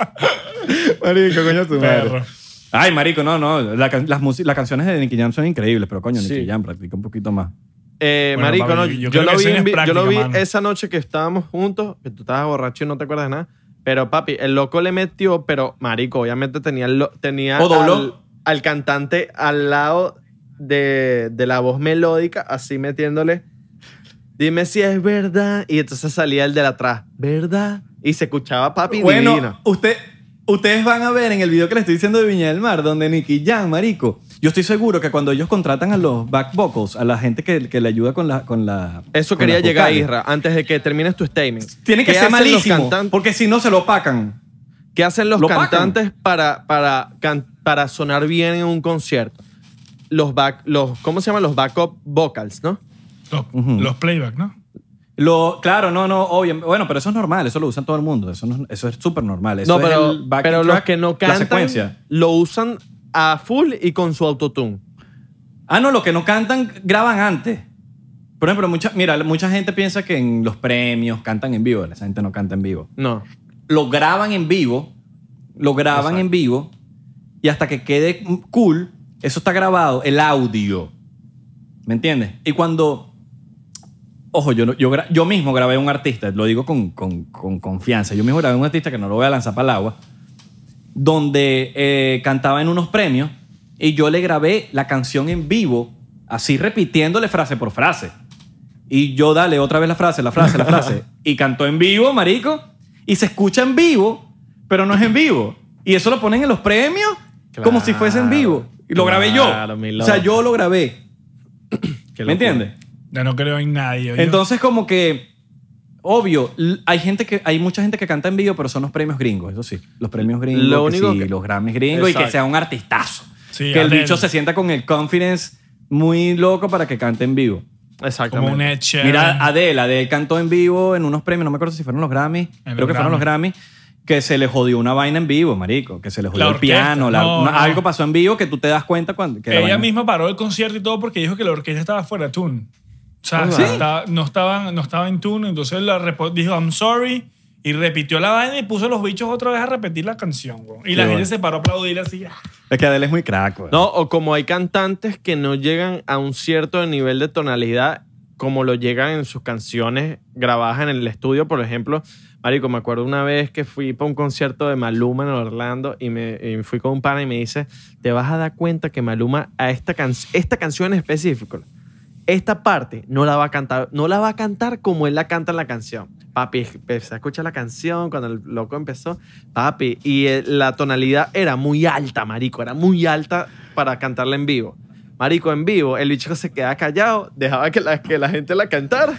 Speaker 3: marico, coño tu madre.
Speaker 1: Perro.
Speaker 3: Ay, marico, no, no. la can- las, musi- las canciones de Nicky Jam son increíbles, pero coño,
Speaker 2: Sí.
Speaker 3: Nicky Jam practica un poquito más.
Speaker 2: Eh,
Speaker 1: Bueno,
Speaker 2: marico,
Speaker 1: papi,
Speaker 2: no,
Speaker 1: yo- yo
Speaker 2: yo,
Speaker 1: creo
Speaker 2: lo
Speaker 1: que
Speaker 2: vi,
Speaker 1: eso es
Speaker 2: en vi-
Speaker 1: práctica,
Speaker 2: yo lo vi
Speaker 1: mano.
Speaker 2: esa noche que estábamos juntos, que tú estabas borracho y no te acuerdas de nada. Pero papi, el loco le metió, pero marico, obviamente tenía, el lo- tenía
Speaker 3: O dobló.
Speaker 2: al, al cantante al lado de, de la voz melódica, así metiéndole. Dime si es verdad. Y entonces salía el de atrás, ¿verdad? Y se escuchaba papi
Speaker 3: bueno,
Speaker 2: divino.
Speaker 3: usted, ustedes van a ver en el video que le estoy diciendo de Viña del Mar, donde Nicky Jam, marico, yo estoy seguro que cuando ellos contratan a los back vocals, a la gente que, que le ayuda con la... Con la
Speaker 2: Eso
Speaker 3: con
Speaker 2: quería
Speaker 3: las
Speaker 2: llegar,
Speaker 3: vocales,
Speaker 2: Isra, antes de que termines tu statement.
Speaker 3: Tiene que
Speaker 2: ¿Qué
Speaker 3: ser
Speaker 2: hacen los
Speaker 3: malísimo,
Speaker 2: cantantes?
Speaker 3: porque si no se lo pacan.
Speaker 2: ¿Qué hacen los
Speaker 3: Lo pagan.
Speaker 2: cantantes para, para, can- para sonar bien en un concierto? Los back, los, ¿cómo se llaman? Los backup vocals, ¿no?
Speaker 1: Los,
Speaker 3: Ujú.
Speaker 1: los playback, ¿no?
Speaker 3: Lo, claro, no, no, obvio. Bueno, pero eso es normal, eso lo usan todo el mundo, eso, no- eso es súper normal. Eso
Speaker 2: no,
Speaker 3: es
Speaker 2: pero,
Speaker 3: el backing
Speaker 2: pero los
Speaker 3: track,
Speaker 2: que no
Speaker 3: La
Speaker 2: cantan
Speaker 3: secuencia.
Speaker 2: lo usan a full y con su autotune.
Speaker 3: Ah, no, los que no cantan graban antes. Por ejemplo, mucha, mira, mucha gente piensa que en los premios cantan en vivo, esa gente no canta en vivo.
Speaker 2: No.
Speaker 3: lo graban en vivo, lo graban
Speaker 2: Exacto.
Speaker 3: en vivo y hasta que quede cool, eso está grabado, el audio. ¿Me entiendes? Y cuando... Ojo, yo, no- yo, gra- yo mismo grabé a un artista, lo digo con, con- con confianza, yo mismo grabé a un artista que no lo voy a lanzar para el agua, donde eh, cantaba en unos premios y yo le grabé la canción en vivo, así repitiéndole frase por frase. Y yo dale otra vez la frase, la frase, la frase. y cantó en vivo, marico. Y se escucha en vivo, pero no es en vivo. Y eso lo ponen en los premios como si fuese en vivo. Y lo grabé yo.
Speaker 2: Claro, mi
Speaker 3: o sea,
Speaker 2: loco.
Speaker 3: yo lo grabé.
Speaker 2: Qué
Speaker 3: ¿Me
Speaker 2: locura.
Speaker 3: entiendes?
Speaker 1: Ya no creo en nadie. oye.
Speaker 3: Entonces, como que. Obvio, l- hay gente que hay mucha gente que canta en vivo, pero son los premios gringos, eso sí. Los premios gringos,
Speaker 2: Lo
Speaker 3: que
Speaker 2: único
Speaker 3: sí,
Speaker 2: que-
Speaker 3: los Grammys gringos y que
Speaker 2: Exacto.
Speaker 3: sea un artistazo.
Speaker 1: Sí,
Speaker 3: que el
Speaker 1: Adele.
Speaker 3: bicho se sienta con el confidence muy loco para que cante en vivo.
Speaker 2: Exactamente.
Speaker 1: como un Ed Sheeran.
Speaker 3: Mira, Adele, Adele cantó en vivo en unos premios, no me acuerdo si fueron los Grammys, creo
Speaker 1: los
Speaker 3: que fueron los Grammys, que se le jodió una vaina en vivo, marico, que se le jodió
Speaker 1: La
Speaker 3: el
Speaker 1: orquesta,
Speaker 3: piano, la-
Speaker 1: no,
Speaker 3: una-
Speaker 1: no.
Speaker 3: algo pasó en vivo que tú te das cuenta cuando... Que la
Speaker 1: Ella
Speaker 3: vaina-
Speaker 1: misma paró el concierto y todo porque dijo que la orquesta estaba fuera de tune. O sea,
Speaker 2: Ah,
Speaker 1: se
Speaker 2: ¿sí?
Speaker 1: estaba- no, estaba, no estaba en tune, entonces la repo- dijo, I'm sorry, y repitió la vaina y puso los bichos otra vez a repetir la canción. bro. Y la
Speaker 3: bueno.
Speaker 1: gente se paró a aplaudir así. ah.
Speaker 3: Es que Adele es muy crack, güey.
Speaker 2: No, o como hay cantantes que no llegan a un cierto nivel de tonalidad como lo llegan en sus canciones grabadas en el estudio, por ejemplo. Marico, me acuerdo una vez que fui para un concierto de Maluma en Orlando y me y fui con un pana y me dice, te vas a dar cuenta que Maluma a esta, can- esta canción en específico, esta parte no la va a cantar, no la va a cantar como él la canta en la canción. Papi, empecé a escuchar la canción cuando el loco empezó, papi, y eh, la tonalidad era muy alta, marico, era muy alta para cantarla en vivo. Marico, en vivo, el bicho se quedaba callado, dejaba que la, que la gente la cantara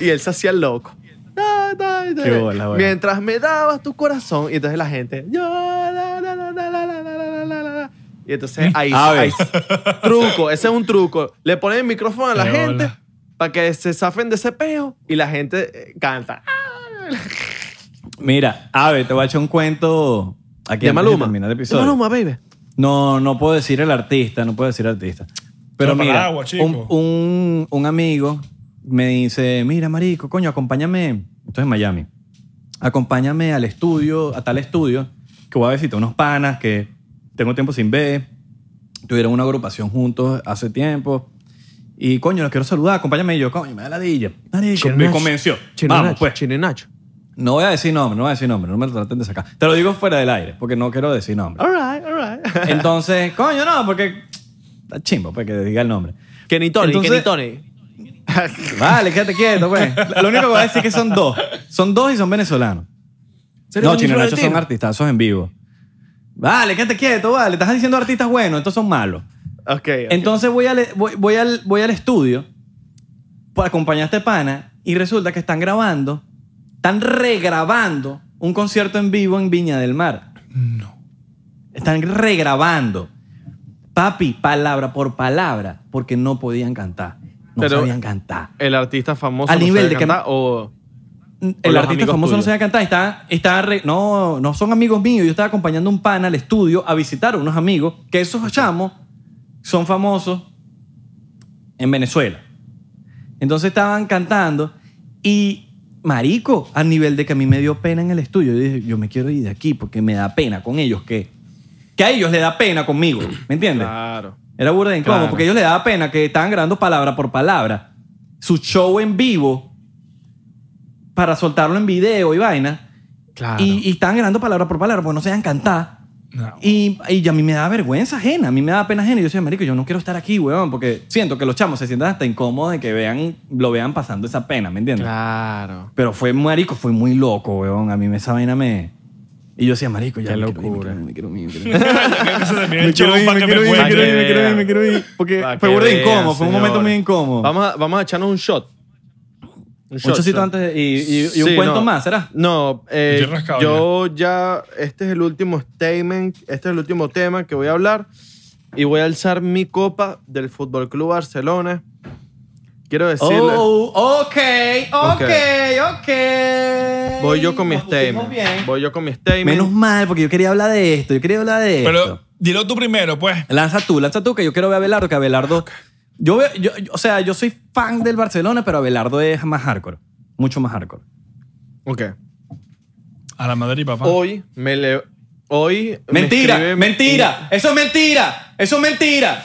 Speaker 2: y él se hacía el loco. Da, da, da.
Speaker 3: Qué bola, güey.
Speaker 2: Mientras me dabas tu corazón y entonces la gente... yo, la, la, la, la, la, la, la, la, la, la. Y entonces ahí,
Speaker 3: A ver.
Speaker 2: ahí Truco, ese es un truco. Le ponen el micrófono a la
Speaker 1: Qué
Speaker 2: gente
Speaker 1: bola.
Speaker 2: para que se zafen de ese peo y la gente eh, canta.
Speaker 3: Mira, Ave, te voy a echar un cuento aquí
Speaker 2: de
Speaker 3: antes
Speaker 2: Maluma.
Speaker 3: terminar el
Speaker 2: De
Speaker 3: episodio.
Speaker 2: Maluma, baby.
Speaker 3: No, no puedo decir el artista, no puedo decir artista. Pero
Speaker 1: Toma
Speaker 3: mira,
Speaker 1: agua, chico.
Speaker 3: un, un- un amigo me dice, mira, marico, coño, acompáñame. Esto es en Miami. Acompáñame al estudio, a tal estudio, que voy a visitar unos panas que tengo tiempo sin ver. Tuvieron una agrupación juntos hace tiempo. Y, coño, los quiero saludar, acompáñame. Y yo, coño, me da ladilla. Marico, me
Speaker 2: Chirinacho.
Speaker 3: convenció.
Speaker 2: Chirinacho,
Speaker 3: Vamos, pues.
Speaker 2: Chirinacho.
Speaker 3: No voy a decir nombre, no voy a decir nombre, no me lo traten de sacar. Te lo digo fuera del aire, porque no quiero decir nombre.
Speaker 2: All right, all right.
Speaker 3: Entonces, coño, no, porque está chimbo, pues que diga el nombre.
Speaker 2: Kenny Tony,
Speaker 3: Entonces-
Speaker 2: Kenny Tony.
Speaker 3: Vale, quédate quieto, pues. Lo único que voy a decir es que son dos. Son dos y son venezolanos.
Speaker 2: ¿Será
Speaker 3: No,
Speaker 2: un
Speaker 3: Chino Nacho
Speaker 2: florentino?
Speaker 3: son artistazos en vivo. Vale, quédate quieto, vale. Estás diciendo artistas buenos, estos son malos.
Speaker 2: Ok. okay.
Speaker 3: Entonces voy al, e, voy, voy al, voy al estudio para acompañar a este pana y resulta que están grabando, están regrabando un concierto en vivo en Viña del Mar.
Speaker 1: No.
Speaker 3: Están regrabando. Papi, palabra por palabra, porque no podían cantar. No
Speaker 2: Pero-
Speaker 3: sabían cantar.
Speaker 2: el artista famoso.
Speaker 3: Al
Speaker 2: no
Speaker 3: nivel
Speaker 2: sabe
Speaker 3: de que-
Speaker 2: cantar o
Speaker 3: El
Speaker 2: los
Speaker 3: artista
Speaker 2: amigos
Speaker 3: famoso no
Speaker 2: tuyos.
Speaker 3: sabía cantar. Estaba, estaba re- no, no son amigos míos. Yo estaba acompañando a un pana al estudio a visitar a unos amigos que esos chamos son famosos en Venezuela. Entonces estaban cantando y marico, a nivel de que a mí me dio pena en el estudio. Yo dije, yo me quiero ir de aquí porque me da pena con ellos que que a ellos le da pena conmigo, ¿me entiendes?
Speaker 2: Claro.
Speaker 3: Era burda de incómodo
Speaker 2: Claro.
Speaker 3: porque a ellos les daba pena que estaban grabando palabra por palabra su show en vivo para soltarlo en video y vaina.
Speaker 2: Claro.
Speaker 3: Y, y estaban grabando palabra por palabra, porque no se dejan cantar.
Speaker 1: No.
Speaker 3: Y, y a mí me da vergüenza ajena, a mí me da pena ajena. Y yo decía, marico, yo no quiero estar aquí, weón, porque siento que los chamos se sientan hasta incómodos de que vean, lo vean pasando esa pena, ¿me entiendes?
Speaker 2: Claro.
Speaker 3: Pero fue, marico, fue muy loco, weón. A mí esa vaina me... Y yo decía, marico, ya
Speaker 2: Qué
Speaker 3: me quiero ir, me
Speaker 2: locura.
Speaker 3: quiero ir, me quiero ir, me quiero ir.
Speaker 1: Creo que se termina el
Speaker 3: Me quiero
Speaker 1: show
Speaker 3: ir,
Speaker 1: para
Speaker 3: me
Speaker 1: que
Speaker 3: quiero
Speaker 1: me
Speaker 3: ir, me
Speaker 1: muera.
Speaker 3: quiero ir, me quiero
Speaker 2: Pa'
Speaker 3: ir, me
Speaker 2: que
Speaker 3: quiero ir. Porque
Speaker 2: Pa'
Speaker 3: fue
Speaker 2: que
Speaker 3: burda de
Speaker 2: vean,
Speaker 3: incómodo, fue un momento
Speaker 2: señores.
Speaker 3: muy incómodo.
Speaker 2: Vamos a, vamos a echarnos un shot. Un
Speaker 3: Un chocito
Speaker 2: shot.
Speaker 3: antes de- y, y- y un
Speaker 2: Sí,
Speaker 3: cuento
Speaker 2: no.
Speaker 3: más, ¿será?
Speaker 2: No, eh,
Speaker 1: Yo he rascado
Speaker 2: yo ya, este es el último statement, este es el último tema que voy a hablar y voy a alzar mi copa del Fútbol Club Barcelona. Quiero decirle,
Speaker 3: Oh, ok, ok, ok.
Speaker 2: voy yo con mi
Speaker 3: Nos pusimos
Speaker 2: statement.
Speaker 3: bien.
Speaker 2: Voy yo con mi statement.
Speaker 3: Menos mal, porque yo quería hablar de esto, yo quería hablar de esto.
Speaker 1: Pero dilo tú primero, pues.
Speaker 3: Lanza tú, lanza tú, que yo quiero ver a Abelardo, que Abelardo... Yo, veo- yo, yo- o sea, yo soy fan del Barcelona, pero Abelardo es más hardcore, mucho más hardcore.
Speaker 2: Ok.
Speaker 1: A la madre y papá.
Speaker 2: Hoy me le hoy me
Speaker 3: Mentira,
Speaker 2: escribe-
Speaker 3: mentira, eso es mentira, eso es mentira.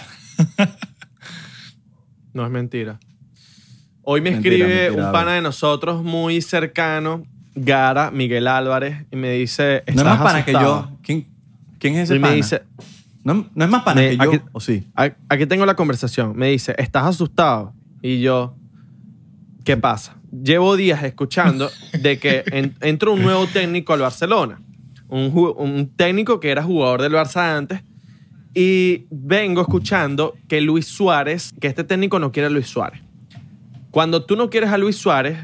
Speaker 2: No es mentira. Hoy me
Speaker 3: Mentira,
Speaker 2: escribe
Speaker 3: mentira,
Speaker 2: un
Speaker 3: a
Speaker 2: pana
Speaker 3: ver.
Speaker 2: de nosotros muy cercano, Gara Miguel Álvarez, y me dice,
Speaker 3: No
Speaker 2: "Estás
Speaker 3: es más pana que
Speaker 2: asustado".
Speaker 3: yo. ¿Quién, quién es ese
Speaker 2: Y
Speaker 3: pana?
Speaker 2: me dice,
Speaker 3: no, no es más pana
Speaker 2: Me-
Speaker 3: que yo,
Speaker 2: aquí-
Speaker 3: o sí.
Speaker 2: A- Aquí tengo la conversación. Me dice, ¿estás asustado? Y yo, ¿qué pasa? Llevo días escuchando de que en- entró un nuevo técnico al Barcelona. Un, ju- un técnico que era jugador del Barça antes. Y vengo escuchando que Luis Suárez, que este técnico no quiere a Luis Suárez. Cuando tú no quieres a Luis Suárez,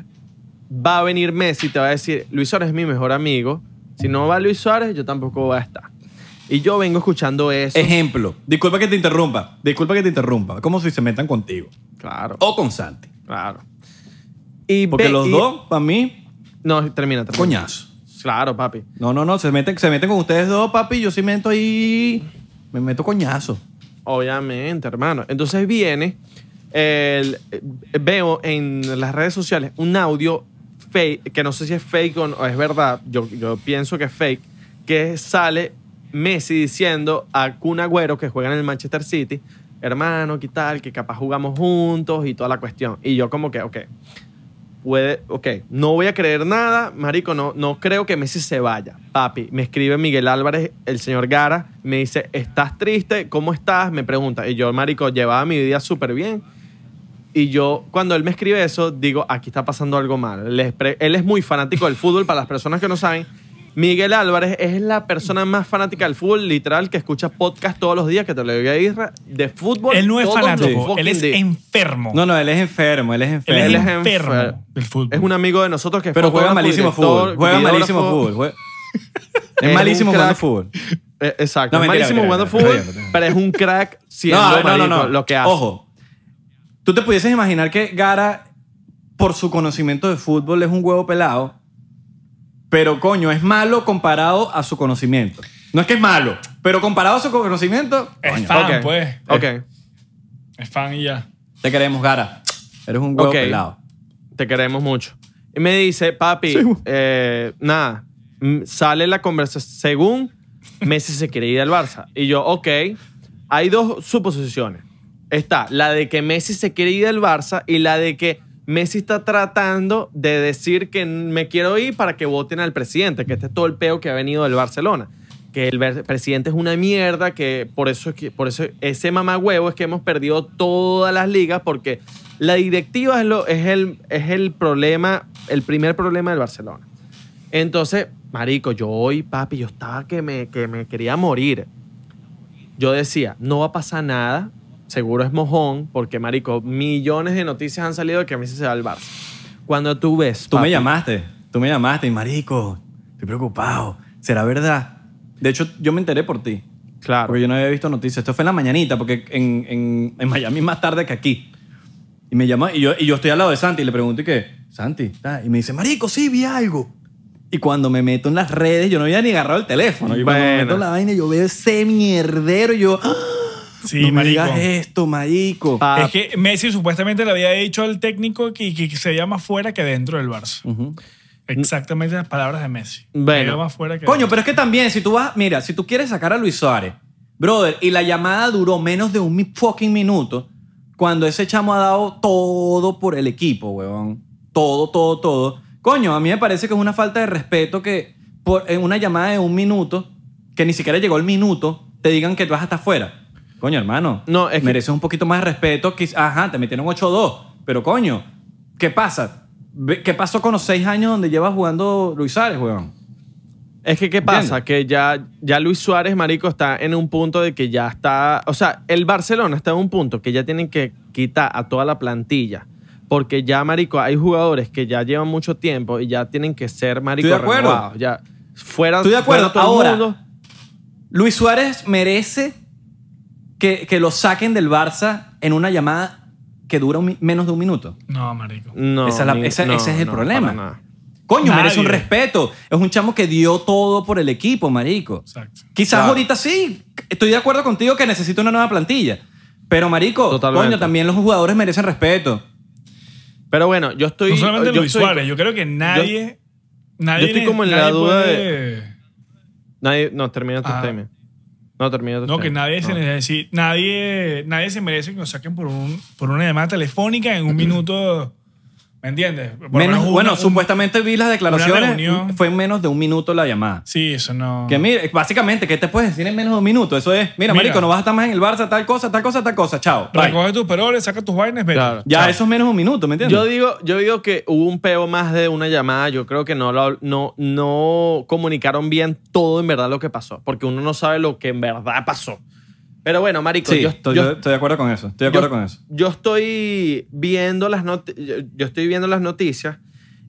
Speaker 2: va a venir Messi y te va a decir, Luis Suárez es mi mejor amigo. Si no va Luis Suárez, yo tampoco voy a estar. Y yo vengo escuchando eso.
Speaker 3: Ejemplo. Disculpa que te interrumpa. Disculpa que te interrumpa. Como si se metan contigo.
Speaker 2: Claro.
Speaker 3: O con Santi.
Speaker 2: Claro. Y
Speaker 3: Porque
Speaker 2: ve-
Speaker 3: los
Speaker 2: y-
Speaker 3: dos, para mí,
Speaker 2: No, termina, termina.
Speaker 3: coñazo.
Speaker 2: Claro, papi.
Speaker 3: No, no, no. Se meten, se meten con ustedes dos, papi. Yo sí me meto ahí. Me meto coñazo.
Speaker 2: Obviamente, hermano. Entonces viene, el- eh, veo en las redes sociales un audio fake, que no sé si es fake o, no- o es verdad, yo, yo pienso que es fake, que sale Messi diciendo a Kun Agüero, que juega en el Manchester City, hermano, ¿qué tal? Que capaz jugamos juntos y toda la cuestión. Y yo como que, ok, puede, ok, no voy a creer nada, marico, no, no creo que Messi se vaya. Papi, me escribe Miguel Álvarez, el señor Gara, me dice, ¿estás triste? ¿Cómo estás? Me pregunta. Y yo, marico, llevaba mi vida súper bien. Y yo, cuando él me escribe eso, digo, aquí está pasando algo mal. Les pre- Él es muy fanático del fútbol, para las personas que no saben. Miguel Álvarez es la persona más fanática del fútbol, literal, que escucha podcast todos los días, que te lo digo a Isra, de fútbol.
Speaker 1: Él no es
Speaker 2: todos los
Speaker 1: fanático, él
Speaker 2: fucking
Speaker 1: es
Speaker 2: días.
Speaker 1: enfermo.
Speaker 3: No, no, él es enfermo. Él es
Speaker 1: él
Speaker 3: enfermo.
Speaker 1: es
Speaker 2: él es
Speaker 1: enfermo
Speaker 2: enfer-
Speaker 1: del fútbol.
Speaker 2: Es un amigo de nosotros que es
Speaker 3: Pero juega
Speaker 2: fotógrafo,
Speaker 3: malísimo
Speaker 2: director,
Speaker 3: fútbol. Juega
Speaker 2: videógrafo.
Speaker 3: malísimo fútbol. jue-
Speaker 2: Es
Speaker 3: Es
Speaker 2: un
Speaker 3: malísimo jugando
Speaker 2: crack.
Speaker 3: fútbol.
Speaker 2: Eh, exacto.
Speaker 3: No,
Speaker 2: es
Speaker 3: mentira,
Speaker 2: malísimo jugando
Speaker 3: mentira, mentira,
Speaker 2: fútbol,
Speaker 3: mentira, mentira.
Speaker 2: pero es un crack siendo marico, lo que hace.
Speaker 3: Ojo. Tú te pudieses imaginar que Gara, por su conocimiento de fútbol, es un huevo pelado. Pero coño, es malo comparado a su conocimiento. No es que es malo, pero comparado a su conocimiento,
Speaker 1: es
Speaker 3: coño,
Speaker 1: fan,
Speaker 2: Ok,
Speaker 1: pues.
Speaker 2: Ok.
Speaker 1: Es fan y ya.
Speaker 3: te queremos, Gara. Eres un huevo
Speaker 2: Ok.
Speaker 3: pelado.
Speaker 2: Te queremos mucho. Y me dice, papi, eh, nada, mm, sale la conversación. Según Messi se quiere ir al Barça. Y yo, ok, hay dos suposiciones. Está la de que Messi se quiere ir al Barça y la de que Messi está tratando de decir que me quiero ir para que voten al presidente, que este es todo el peo que ha venido del Barcelona. Que el ver- presidente es una mierda, que por eso, es que, por eso ese mamagüevo es que hemos perdido todas las ligas, porque la directiva es, lo, es, el, es el problema, el primer problema del Barcelona. Entonces, marico, yo hoy, papi, yo estaba que me, que me quería morir. Yo decía, no va a pasar nada, seguro es mojón, porque, marico, millones de noticias han salido de que Messi se va al Barça. Cuando tú ves...
Speaker 3: Tú me
Speaker 2: papi,
Speaker 3: llamaste, tú me llamaste y marico, estoy preocupado. ¿Será verdad? De hecho, yo me enteré por ti.
Speaker 2: Claro.
Speaker 3: Porque yo no había visto noticias. Esto fue en la mañanita, porque en, en, en Miami es más tarde que aquí. Y me llama, y yo, y yo estoy al lado de Santi y le pregunto, ¿y qué? Santi, ah, y me dice, Marico, sí, vi algo. Y cuando me meto en las redes, yo no había ni agarrado el teléfono. Y cuando me
Speaker 2: Bueno.
Speaker 3: meto en la vaina, yo veo ese mierdero y yo, ¡Ah!
Speaker 1: Sí,
Speaker 3: no me
Speaker 1: marico.
Speaker 3: digas esto, Marico.
Speaker 2: Pa-
Speaker 1: Es que Messi supuestamente le había dicho al técnico que, que se veía más fuera que dentro del Barça.
Speaker 3: Ujú.
Speaker 1: Exactamente las palabras de Messi.
Speaker 2: Bueno.
Speaker 1: Se veía más fuera que
Speaker 3: Coño,
Speaker 1: dentro.
Speaker 3: pero es que también, si tú vas, mira, si tú quieres sacar a Luis Suárez, brother, y la llamada duró menos de un mi- fucking minuto, cuando ese chamo ha dado todo por el equipo, huevón. Todo, todo, todo. Coño, a mí me parece que es una falta de respeto que por, en una llamada de un minuto, que ni siquiera llegó el minuto, te digan que tú vas hasta afuera. Coño, hermano.
Speaker 2: No, es que-
Speaker 3: Mereces un poquito más de respeto. Que, ajá, te metieron 8-2. Pero coño, ¿qué pasa? Ve- ¿Qué pasó con los seis años donde llevas jugando Luis Suárez, huevón?
Speaker 2: Es que, ¿qué pasa? Que ya, ya Luis Suárez, marico, está en un punto de que ya está... O sea, el Barcelona está en un punto que ya tienen que quitar a toda la plantilla. Porque ya, marico, hay jugadores que ya llevan mucho tiempo y ya tienen que ser, marico,
Speaker 3: Estoy de acuerdo.
Speaker 2: renovados. Ya, fuera,
Speaker 3: Estoy de acuerdo.
Speaker 2: fuera todo el
Speaker 3: Ahora,
Speaker 2: mundo.
Speaker 3: Luis Suárez merece que, que lo saquen del Barça en una llamada que dura un mi- menos de un minuto.
Speaker 1: No, marico.
Speaker 2: No,
Speaker 3: Esa es la-
Speaker 2: ni-
Speaker 3: esa-
Speaker 2: no,
Speaker 3: ese es el
Speaker 2: no,
Speaker 3: problema.
Speaker 2: para nada.
Speaker 3: Coño,
Speaker 1: Nadie.
Speaker 3: merece un respeto. Es un chamo que dio todo por el equipo, marico.
Speaker 1: Exacto.
Speaker 3: Quizás
Speaker 2: Claro.
Speaker 3: ahorita sí. Estoy de acuerdo contigo que necesita una nueva plantilla. Pero, marico,
Speaker 2: Totalmente.
Speaker 3: coño, también los jugadores merecen respeto.
Speaker 2: Pero bueno, yo estoy...
Speaker 1: No solamente
Speaker 2: yo
Speaker 1: Luis
Speaker 2: estoy-
Speaker 1: Suárez, yo creo que nadie. nadie
Speaker 2: yo estoy como en la
Speaker 1: nadie
Speaker 2: duda de-
Speaker 1: puede-
Speaker 2: Nadie, no, termina tu
Speaker 1: Ah.
Speaker 2: statement. No, termina tu
Speaker 1: No, que
Speaker 2: statement.
Speaker 1: nadie se
Speaker 2: No.
Speaker 1: necesi- nadie, nadie se merece que lo saquen por, un, por una llamada telefónica en un minuto. ¿Me entiendes? Por lo
Speaker 3: Menos,
Speaker 1: menos una-
Speaker 3: bueno,
Speaker 1: un-
Speaker 3: supuestamente vi las declaraciones.
Speaker 1: reunión.
Speaker 3: Fue en menos de un minuto la llamada.
Speaker 1: Sí, eso no.
Speaker 3: Que mire, básicamente, ¿qué te puedes decir en menos de un minuto? Eso es, mira,
Speaker 1: Mira.
Speaker 3: marico, no vas a estar más en el Barça, tal cosa, tal cosa, tal cosa. Chao. bye.
Speaker 1: Recoge tus peroles, saca tus vainas, vete.
Speaker 2: Claro.
Speaker 3: Ya,
Speaker 2: Chao.
Speaker 3: eso es menos de un minuto, ¿me entiendes?
Speaker 2: Yo digo, yo digo que hubo un peo más de una llamada. Yo creo que no, lo- no, no comunicaron bien todo en verdad lo que pasó. Porque uno no sabe lo que en verdad pasó. Pero bueno, marico,
Speaker 3: sí,
Speaker 2: yo,
Speaker 3: estoy,
Speaker 2: yo-
Speaker 3: yo estoy de acuerdo con eso. Estoy de acuerdo
Speaker 2: yo-
Speaker 3: con eso.
Speaker 2: yo estoy viendo las noti- yo, yo estoy viendo las noticias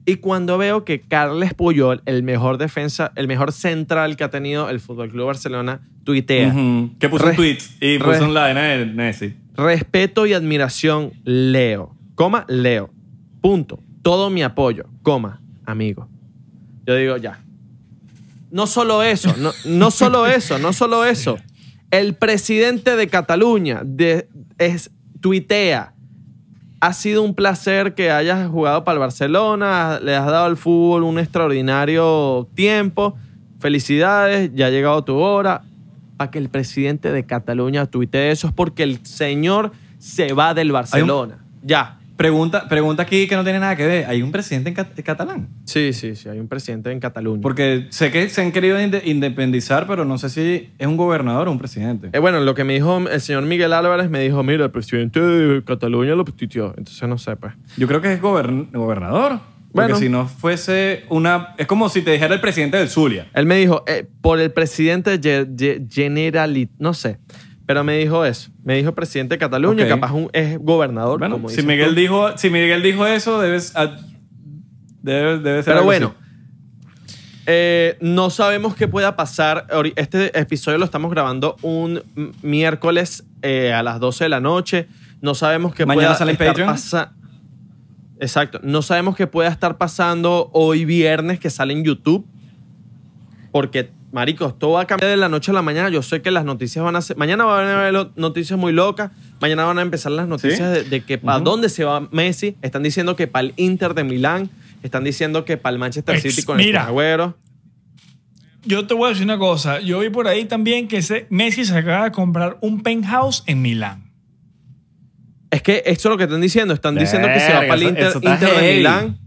Speaker 2: y cuando veo que Carles Puyol, el mejor defensa, el mejor central que ha tenido el Fútbol Club Barcelona, tuitea.
Speaker 3: Ujú. Que puso un
Speaker 2: Res-
Speaker 3: tweet y puso
Speaker 2: res-
Speaker 3: un line de Messi.
Speaker 2: Respeto y admiración, Leo. Coma, Leo. Punto. Todo mi apoyo. Coma, amigo. Yo digo ya. No solo eso, no, no solo eso, no solo eso. El presidente de Cataluña de- es, tuitea. Ha sido un placer que hayas jugado para el Barcelona, le has dado al fútbol un extraordinario tiempo. Felicidades, ya ha llegado tu hora. Para que el presidente de Cataluña tuitee eso es porque el señor se va del Barcelona. Ya.
Speaker 3: Pregunta, pregunta aquí que no tiene nada que ver. ¿Hay un presidente en cat- catalán?
Speaker 2: Sí, sí, sí, hay un presidente en Cataluña.
Speaker 3: Porque sé que se han querido inde- independizar, pero no sé si es un gobernador o un presidente.
Speaker 2: Eh, bueno, lo que me dijo el señor Miguel Álvarez me dijo, mira, el presidente de Cataluña lo pitió. Entonces no sé, pues.
Speaker 3: Yo creo que es gobern- gobernador. Porque
Speaker 2: Bueno.
Speaker 3: si no fuese una... Es como si te dijera el presidente del Zulia.
Speaker 2: Él me dijo, eh, por el presidente de Ge- Ge- Generali- no sé, pero me dijo eso. Me dijo presidente de Cataluña,
Speaker 3: Ok.
Speaker 2: capaz un- es gobernador.
Speaker 3: Bueno,
Speaker 2: como
Speaker 3: si
Speaker 2: dices
Speaker 3: Miguel,
Speaker 2: tú.
Speaker 3: dijo, si Miguel dijo eso, debes... a- debe, debe ser
Speaker 2: Pero
Speaker 3: algo
Speaker 2: bueno,
Speaker 3: así.
Speaker 2: eh, no sabemos qué pueda pasar. Ahori- Este episodio lo estamos grabando un m- miércoles eh, a las 12 de la noche. No sabemos qué
Speaker 3: Mañana
Speaker 2: pueda
Speaker 3: sale en
Speaker 2: estar
Speaker 3: Patreon.
Speaker 2: pasa- Exacto. No sabemos qué pueda estar pasando hoy viernes que sale en YouTube. Porque, marico, esto va a cambiar de la noche a la mañana. Yo sé que las noticias van a ser... Mañana van a haber lo- noticias muy locas. Mañana van a empezar las noticias de, de que para dónde se va Messi. Están diciendo que para el Inter de Milán. Están diciendo que para el Manchester
Speaker 1: Ex-
Speaker 2: City con el
Speaker 1: mira.
Speaker 2: Kun Agüero.
Speaker 1: Yo te voy a decir una cosa. Yo vi por ahí también que ese Messi se acaba de comprar un penthouse en Milán.
Speaker 2: Es que esto es lo que están diciendo. Están diciendo que se va
Speaker 3: Verga,
Speaker 2: para el
Speaker 3: eso-
Speaker 2: Inter,
Speaker 3: eso está
Speaker 2: Inter de
Speaker 3: heavy.
Speaker 2: Milán.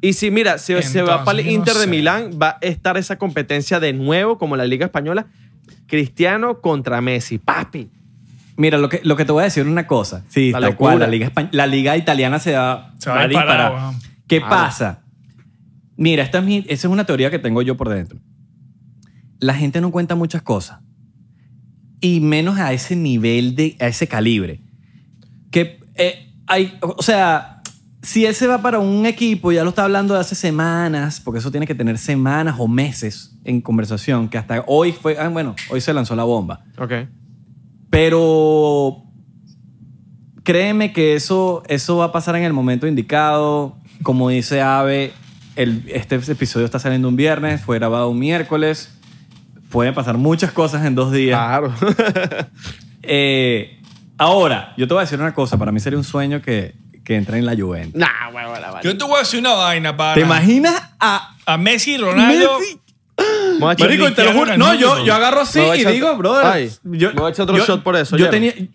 Speaker 2: Y si, mira, si se va para
Speaker 1: Entonces,
Speaker 2: el
Speaker 1: no
Speaker 2: Inter de
Speaker 1: sé.
Speaker 2: Milán, va a estar esa competencia de nuevo, como la Liga Española. Cristiano contra Messi. Papi.
Speaker 3: Mira, lo que, lo que te voy a decir es una cosa. Sí,
Speaker 2: La
Speaker 3: tal
Speaker 2: locura.
Speaker 3: cual. La liga, Espa- la liga italiana se va,
Speaker 1: Se va a disparar, weón.
Speaker 3: ¿Qué
Speaker 2: Claro.
Speaker 3: pasa? Mira, esta es mi- esa es una teoría que tengo yo por dentro. La gente no cuenta muchas cosas. Y menos a ese nivel, de, a ese calibre. Que eh, hay, o sea, si él se va para un equipo, ya lo está hablando de hace semanas, porque eso tiene que tener semanas o meses en conversación, que hasta hoy fue, ah, bueno, hoy se lanzó la bomba.
Speaker 2: Ok.
Speaker 3: Pero créeme que eso, eso va a pasar en el momento indicado. Como dice Ave, el- este episodio está saliendo un viernes, fue grabado un miércoles. Pueden pasar muchas cosas en dos días.
Speaker 1: Ah.
Speaker 2: Claro.
Speaker 3: Eh, ahora, yo te voy a decir una cosa. Para mí sería un sueño que, que entre en la Juventus.
Speaker 2: nah, huevo, la vaina.
Speaker 1: Yo te voy a decir una vaina, para.
Speaker 3: ¿Te imaginas a
Speaker 1: A Messi y Ronaldo.
Speaker 3: Messi?
Speaker 2: Vamos a echar-
Speaker 1: Marico,
Speaker 3: Marico, te lo juro. No, yo, yo agarro así
Speaker 2: Me voy a
Speaker 3: y
Speaker 2: echar-
Speaker 3: digo, brother.
Speaker 2: Ay, me voy a echar otro shot por eso,
Speaker 3: Yo
Speaker 2: Jerry.
Speaker 3: tenía,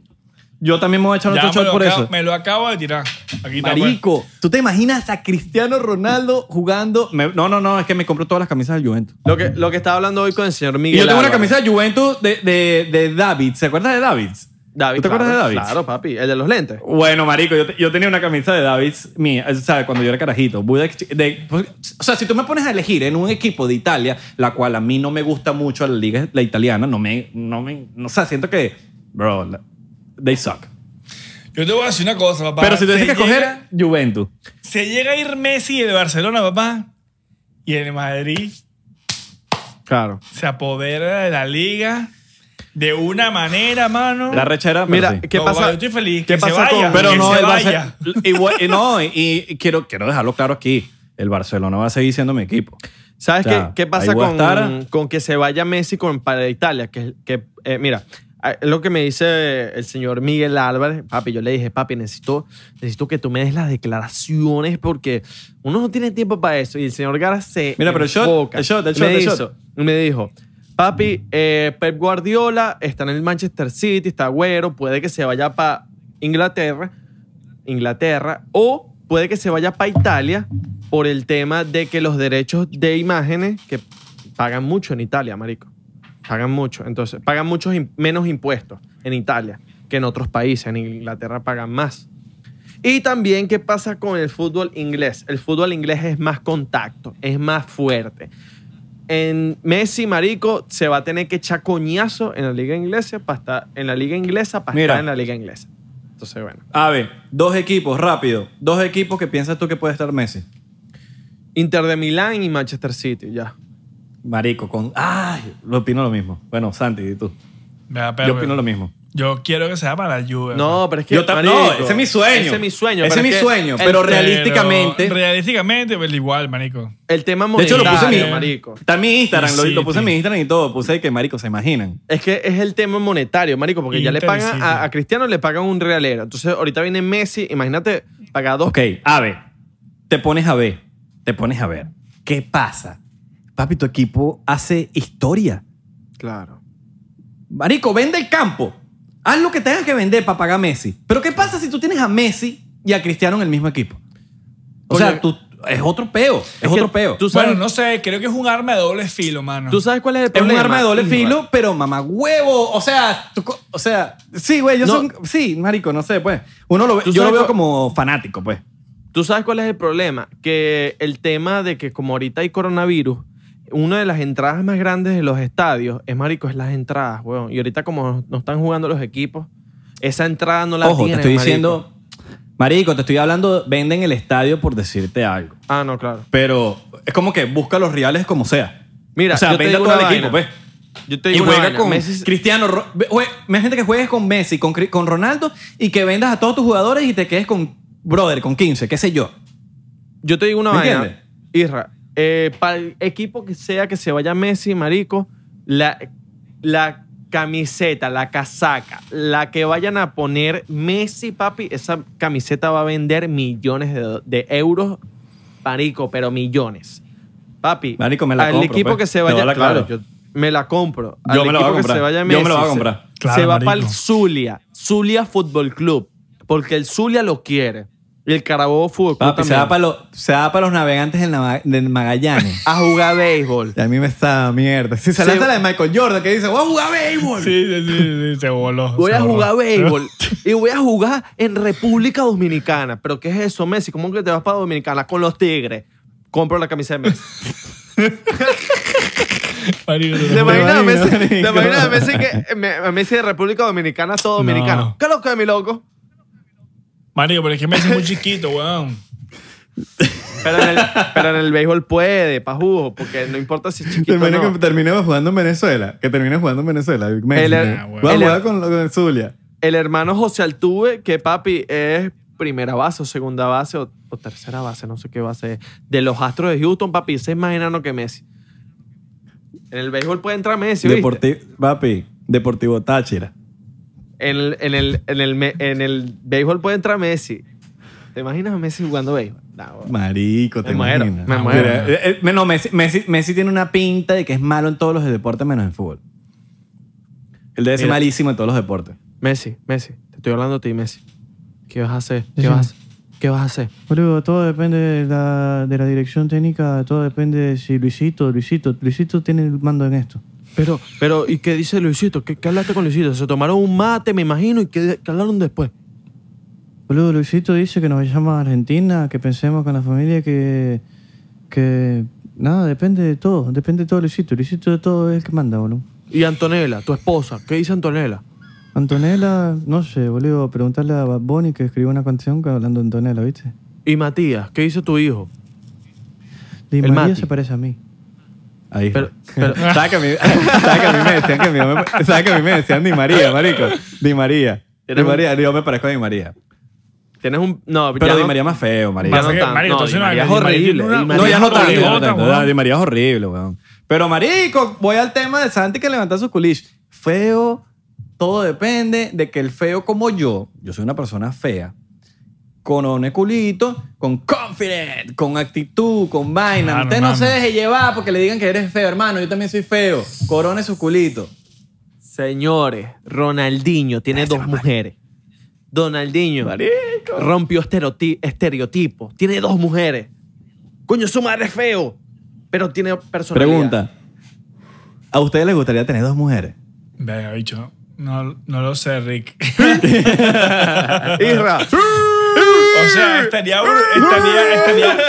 Speaker 3: Yo también me voy a echar
Speaker 1: Ya
Speaker 3: otro
Speaker 1: me,
Speaker 3: shot
Speaker 1: lo
Speaker 3: por
Speaker 1: acabo,
Speaker 3: eso.
Speaker 1: me lo acabo de tirar. Aquí está, pues.
Speaker 3: Marico, ¿tú te imaginas a Cristiano Ronaldo jugando? Me- no, no, no, es que me compro todas las camisas del Juventus.
Speaker 2: Lo que, lo que estaba hablando hoy con el señor
Speaker 3: Y
Speaker 2: Miguel.
Speaker 3: yo tengo una
Speaker 2: Álvarez.
Speaker 3: camisa de Juventus de, de, de David. ¿Se acuerdas de David?
Speaker 2: David,
Speaker 3: ¿Tú te
Speaker 2: claro,
Speaker 3: acuerdas de David?
Speaker 2: Claro, papi. El de los lentes.
Speaker 3: Bueno, marico, yo, te- yo tenía una camisa de Davids mía, eh, ¿sabes? Cuando yo era carajito. Voy de- de- o sea, si tú me pones a elegir en un equipo de Italia, la cual a mí no me gusta mucho, la liga la italiana, no me, no me, no, o sea, siento que, bro, la- they suck.
Speaker 1: Yo te voy a decir una cosa, papá.
Speaker 3: Pero si tienes que
Speaker 1: Se
Speaker 3: escoger
Speaker 1: llega-
Speaker 3: Juventus.
Speaker 1: Se llega a ir Messi de Barcelona, papá. Y el Madrid
Speaker 2: Claro.
Speaker 1: se apodera de la liga de una manera, mano.
Speaker 3: La rechera, pero
Speaker 2: Mira,
Speaker 3: sí.
Speaker 2: ¿qué
Speaker 1: No,
Speaker 2: pasa?
Speaker 1: papá, yo estoy feliz.
Speaker 2: ¿Qué
Speaker 1: que se
Speaker 2: pasa
Speaker 1: vaya,
Speaker 2: con-
Speaker 3: Pero
Speaker 1: que
Speaker 3: no,
Speaker 1: se
Speaker 3: el
Speaker 1: vaya.
Speaker 3: Barcelona. Y, no, y, y quiero, quiero dejarlo claro aquí. El Barcelona va a seguir siendo mi equipo.
Speaker 2: ¿Sabes
Speaker 3: O sea,
Speaker 2: qué, qué pasa
Speaker 3: ahí voy a
Speaker 2: con,
Speaker 3: estar.
Speaker 2: con que se vaya Messi con, para Italia? Que, que, eh, mira, eh, lo que me dice el señor Miguel Álvarez, papi, yo le dije, papi, necesito, necesito que tú me des las declaraciones porque uno no tiene tiempo para eso. Y el señor Gara se
Speaker 3: Mira, pero el shot,
Speaker 2: enfoca.
Speaker 3: el shot, el
Speaker 2: me
Speaker 3: shot, el
Speaker 2: hizo-
Speaker 3: shot.
Speaker 2: Me dijo, papi, eh, Pep Guardiola está en el Manchester City, está güero, puede que se vaya para Inglaterra. Inglaterra o puede que se vaya para Italia por el tema de que los derechos de imágenes que pagan mucho en Italia, marico. Pagan mucho, entonces pagan muchos im- menos impuestos en Italia que en otros países, en Inglaterra pagan más. Y también qué pasa con el fútbol inglés. El fútbol inglés es más contacto, es más fuerte. En Messi, marico, se va a tener que echar coñazo en la liga inglesa para estar en la liga inglesa para
Speaker 3: Mira.
Speaker 2: estar en la liga inglesa. Entonces, bueno.
Speaker 3: A ver, dos equipos, rápido. Dos equipos que piensas tú que puede estar Messi.
Speaker 2: Inter de Milán y Manchester City, ya.
Speaker 3: Marico, con. ¡Ay! Lo opino lo mismo. Bueno, Santi, ¿y tú?
Speaker 1: Vea,
Speaker 3: yo
Speaker 1: pero-
Speaker 3: opino lo mismo.
Speaker 1: Yo quiero que sea para la Juve.
Speaker 2: No, pero es que.
Speaker 3: Yo tam-
Speaker 2: marico,
Speaker 3: no, ese es mi sueño.
Speaker 2: Ese es mi sueño.
Speaker 3: Ese
Speaker 2: pero
Speaker 3: es mi
Speaker 2: que
Speaker 3: sueño,
Speaker 2: El,
Speaker 3: pero realísticamente-
Speaker 1: Realísticamente, pues, igual, marico.
Speaker 2: el tema
Speaker 3: De hecho,
Speaker 2: monetario,
Speaker 3: lo puse en mi.
Speaker 2: marico.
Speaker 3: Está en mi Instagram, lo,
Speaker 1: Sí,
Speaker 3: lo puse en
Speaker 1: sí.
Speaker 3: mi Instagram y todo. Puse que, Marico, se imaginan.
Speaker 2: Es que es el tema monetario, marico, porque ya le
Speaker 1: Inter y
Speaker 2: pagan
Speaker 1: City.
Speaker 2: a, a Cristiano le pagan un realero. Entonces, ahorita viene Messi, imagínate, paga dos.
Speaker 3: Ok, a ver. Te pones a ver. Te pones a ver. ¿Qué pasa? Papi, tu equipo hace historia.
Speaker 2: Claro.
Speaker 3: Marico, vende el campo. Haz lo que tengas que vender para pagar a Messi. Pero ¿qué pasa si tú tienes a Messi y a Cristiano en el mismo equipo? O
Speaker 2: Coño,
Speaker 3: sea, tú- es otro peo. Es,
Speaker 2: que
Speaker 3: otro peo.
Speaker 2: tú sabes-
Speaker 1: bueno, no sé, creo que es un arma de doble filo, mano.
Speaker 2: ¿Tú sabes cuál es el
Speaker 3: Es un
Speaker 2: problema?
Speaker 3: arma de doble
Speaker 2: Hijo,
Speaker 3: filo, pero mamá huevo. O sea, tú co- o sea, sí, güey, yo
Speaker 2: No.
Speaker 3: son, sí, marico, no sé, pues. Uno lo ve-
Speaker 2: ¿Tú
Speaker 3: yo lo
Speaker 2: sabes
Speaker 3: veo
Speaker 2: cu-
Speaker 3: como fanático, pues.
Speaker 2: ¿Tú sabes cuál es el problema? Que el tema de que como ahorita hay coronavirus, una de las entradas más grandes de los estadios es, marico, es las entradas, weón. Y ahorita como no están jugando los equipos, esa entrada no la
Speaker 3: Ojo, te
Speaker 2: tienen,
Speaker 3: estoy
Speaker 2: marico.
Speaker 3: diciendo, marico, te estoy hablando, venden el estadio por decirte algo.
Speaker 2: Ah, no, claro.
Speaker 3: Pero es como que busca los reales como sea.
Speaker 2: Mira,
Speaker 3: o sea,
Speaker 2: yo te
Speaker 3: vende a
Speaker 2: digo
Speaker 3: todo
Speaker 2: una
Speaker 3: el equipo, pues.
Speaker 2: vaina. Yo te
Speaker 3: Y
Speaker 2: digo una
Speaker 3: juega
Speaker 2: vaina,
Speaker 3: con
Speaker 2: Messi-
Speaker 3: Cristiano. Ro- ve- jue- Imagínate que juegues con Messi, con, Cri- con Ronaldo y que vendas a todos tus jugadores y te quedes con brother, con 15, qué sé yo.
Speaker 2: Yo te digo una
Speaker 3: ¿Me
Speaker 2: vaina.
Speaker 3: entiendes?
Speaker 2: Isra, eh, para el equipo que sea que se vaya Messi, marico, la, la camiseta, la casaca, la que vayan a poner Messi, papi, esa camiseta va a vender millones de, do- de euros, marico, pero millones. Papi,
Speaker 3: Marico, me la
Speaker 2: al
Speaker 3: compro,
Speaker 2: equipo
Speaker 3: pues.
Speaker 2: que se
Speaker 3: Te
Speaker 2: vaya,
Speaker 3: doy la
Speaker 2: claro,
Speaker 3: clave.
Speaker 2: yo me la compro. Al
Speaker 3: Yo me la voy a
Speaker 2: equipo que
Speaker 3: comprar.
Speaker 2: se vaya
Speaker 3: Yo
Speaker 2: Messi,
Speaker 3: me la voy a
Speaker 2: se-
Speaker 3: comprar.
Speaker 2: Se,
Speaker 1: Claro,
Speaker 2: va
Speaker 1: marico.
Speaker 2: para el Zulia, Zulia Fútbol Club, porque el Zulia lo quiere. Y el Carabobo Fútbol Club
Speaker 3: Papi, se
Speaker 2: también
Speaker 3: da, para los, se da para los navegantes del, Nava- del Magallanes.
Speaker 2: a jugar béisbol.
Speaker 3: Y a mí me está mierda. Si se
Speaker 2: Sí.
Speaker 3: lanza la de Michael Jordan que dice, voy a jugar béisbol.
Speaker 1: Sí, sí, sí, sí, se voló.
Speaker 2: Voy
Speaker 1: se
Speaker 2: a
Speaker 1: voló.
Speaker 2: jugar béisbol y voy a jugar en República Dominicana. ¿Pero qué es eso, Messi? ¿Cómo que te vas para Dominicana con los Tigres? Compro la camisa de Messi.
Speaker 1: Marico,
Speaker 2: ¿Te imaginas a Messi,
Speaker 3: imagino,
Speaker 2: te
Speaker 3: marico.
Speaker 2: imaginas a Messi, que, eh, me- a Messi de República Dominicana, todo dominicano?
Speaker 1: No.
Speaker 2: ¿Qué loco de mi loco?
Speaker 1: Marico, pero es que Messi es muy chiquito, weón.
Speaker 2: Pero en el, pero en el béisbol puede, pajugo, porque no importa si es chiquito o
Speaker 3: Termina
Speaker 2: no. er-
Speaker 3: que termine jugando en Venezuela. Que termine jugando en Venezuela. Messi,
Speaker 2: El-
Speaker 3: ¿no?
Speaker 1: Ah, bueno.
Speaker 3: Voy a
Speaker 2: el-
Speaker 3: jugar con, con Zulia.
Speaker 2: El hermano José Altuve, que papi es primera base o segunda base o, o tercera base, no sé qué base es, de los Astros de Houston, papi, ese es más enano que Messi. En el béisbol puede entrar Messi, ¿viste?
Speaker 3: Deporti- papi, Deportivo Táchira.
Speaker 2: En, el, en, el, en, el, me- en el béisbol puede entrar Messi. ¿Te imaginas a Messi jugando béisbol? No, bro.
Speaker 3: Marico, te
Speaker 2: Me muero,
Speaker 3: imaginas.
Speaker 2: me
Speaker 3: Ah,
Speaker 2: muero.
Speaker 3: mira, eh, eh, no, Messi, Messi- Messi tiene una pinta de que es malo en todos los deportes menos en fútbol. Él debe ser
Speaker 2: Mira.
Speaker 3: malísimo en todos los deportes.
Speaker 2: Messi, Messi, te Estoy hablando a ti, Messi. ¿Qué vas a hacer? ¿Qué vas a hacer? ¿Qué vas a hacer?
Speaker 4: Boludo, todo depende de la, de la dirección técnica, todo depende de si Luisito, Luisito, Luisito tiene el mando en esto.
Speaker 2: Pero, pero, ¿y qué dice Luisito? ¿Qué, qué hablaste con Luisito? Se tomaron un mate, me imagino, y qué, qué hablaron después.
Speaker 4: Boludo, Luisito dice que nos vayamos a Argentina, que pensemos con la familia, que. que. nada, depende de todo, depende de todo Luisito. Luisito de todo es el que manda, boludo.
Speaker 2: Y Antonella, tu esposa, ¿qué dice Antonella?
Speaker 4: Antonella, no sé, boludo, preguntarle a Bad Bunny que escribió una canción que- hablando de Antonella, ¿viste?
Speaker 2: Y Matías, ¿qué dice tu hijo?
Speaker 4: Di
Speaker 2: El
Speaker 4: María
Speaker 2: Mati.
Speaker 4: se parece a mí.
Speaker 3: Ahí.
Speaker 2: Pero-
Speaker 3: Pero,
Speaker 2: pero-
Speaker 3: ¿Sabes que, a mí, sabes que a mí me decían que mi mamá me- sabes que a mí me decían Di María, marico? Di María. Di
Speaker 2: Eres un-
Speaker 3: María, yo me parezco a Di María.
Speaker 2: Tienes un. No,
Speaker 3: Pero
Speaker 2: ya
Speaker 3: Di
Speaker 2: no-
Speaker 3: María más feo, María.
Speaker 2: Ya
Speaker 1: Pasa
Speaker 2: no
Speaker 1: que,
Speaker 2: tan-
Speaker 1: marico,
Speaker 2: no,
Speaker 1: entonces
Speaker 2: Di
Speaker 1: una-
Speaker 2: María es
Speaker 1: Di María
Speaker 2: horrible,
Speaker 1: tiene
Speaker 2: Di
Speaker 1: una-
Speaker 2: María
Speaker 3: No, ya
Speaker 1: María
Speaker 3: no tanto.
Speaker 1: es
Speaker 3: ya no
Speaker 1: otra,
Speaker 3: tanto.
Speaker 1: weón.
Speaker 3: Di María es horrible, weón. Pero, marico, voy al tema de Santi que levanta su culish. Feo, todo depende de que el feo como yo, yo soy una persona fea, con one culito, con confident, con actitud, con vaina.
Speaker 1: Claro,
Speaker 3: Usted no
Speaker 1: hermano.
Speaker 3: se deje llevar porque le digan que eres feo, hermano. Yo también soy feo. Corone su culito.
Speaker 2: Señores, Ronaldinho tiene dos mujeres. Donaldinho rompió estereoti- estereotipos. Tiene dos mujeres. Coño, su madre es feo, pero tiene personalidad.
Speaker 3: Pregunta. ¿A ustedes les gustaría tener dos mujeres?
Speaker 1: Venga, bicho. No, no lo sé, Rick.
Speaker 2: Isra.
Speaker 1: o sea, estaría, bru- estaría, estaría,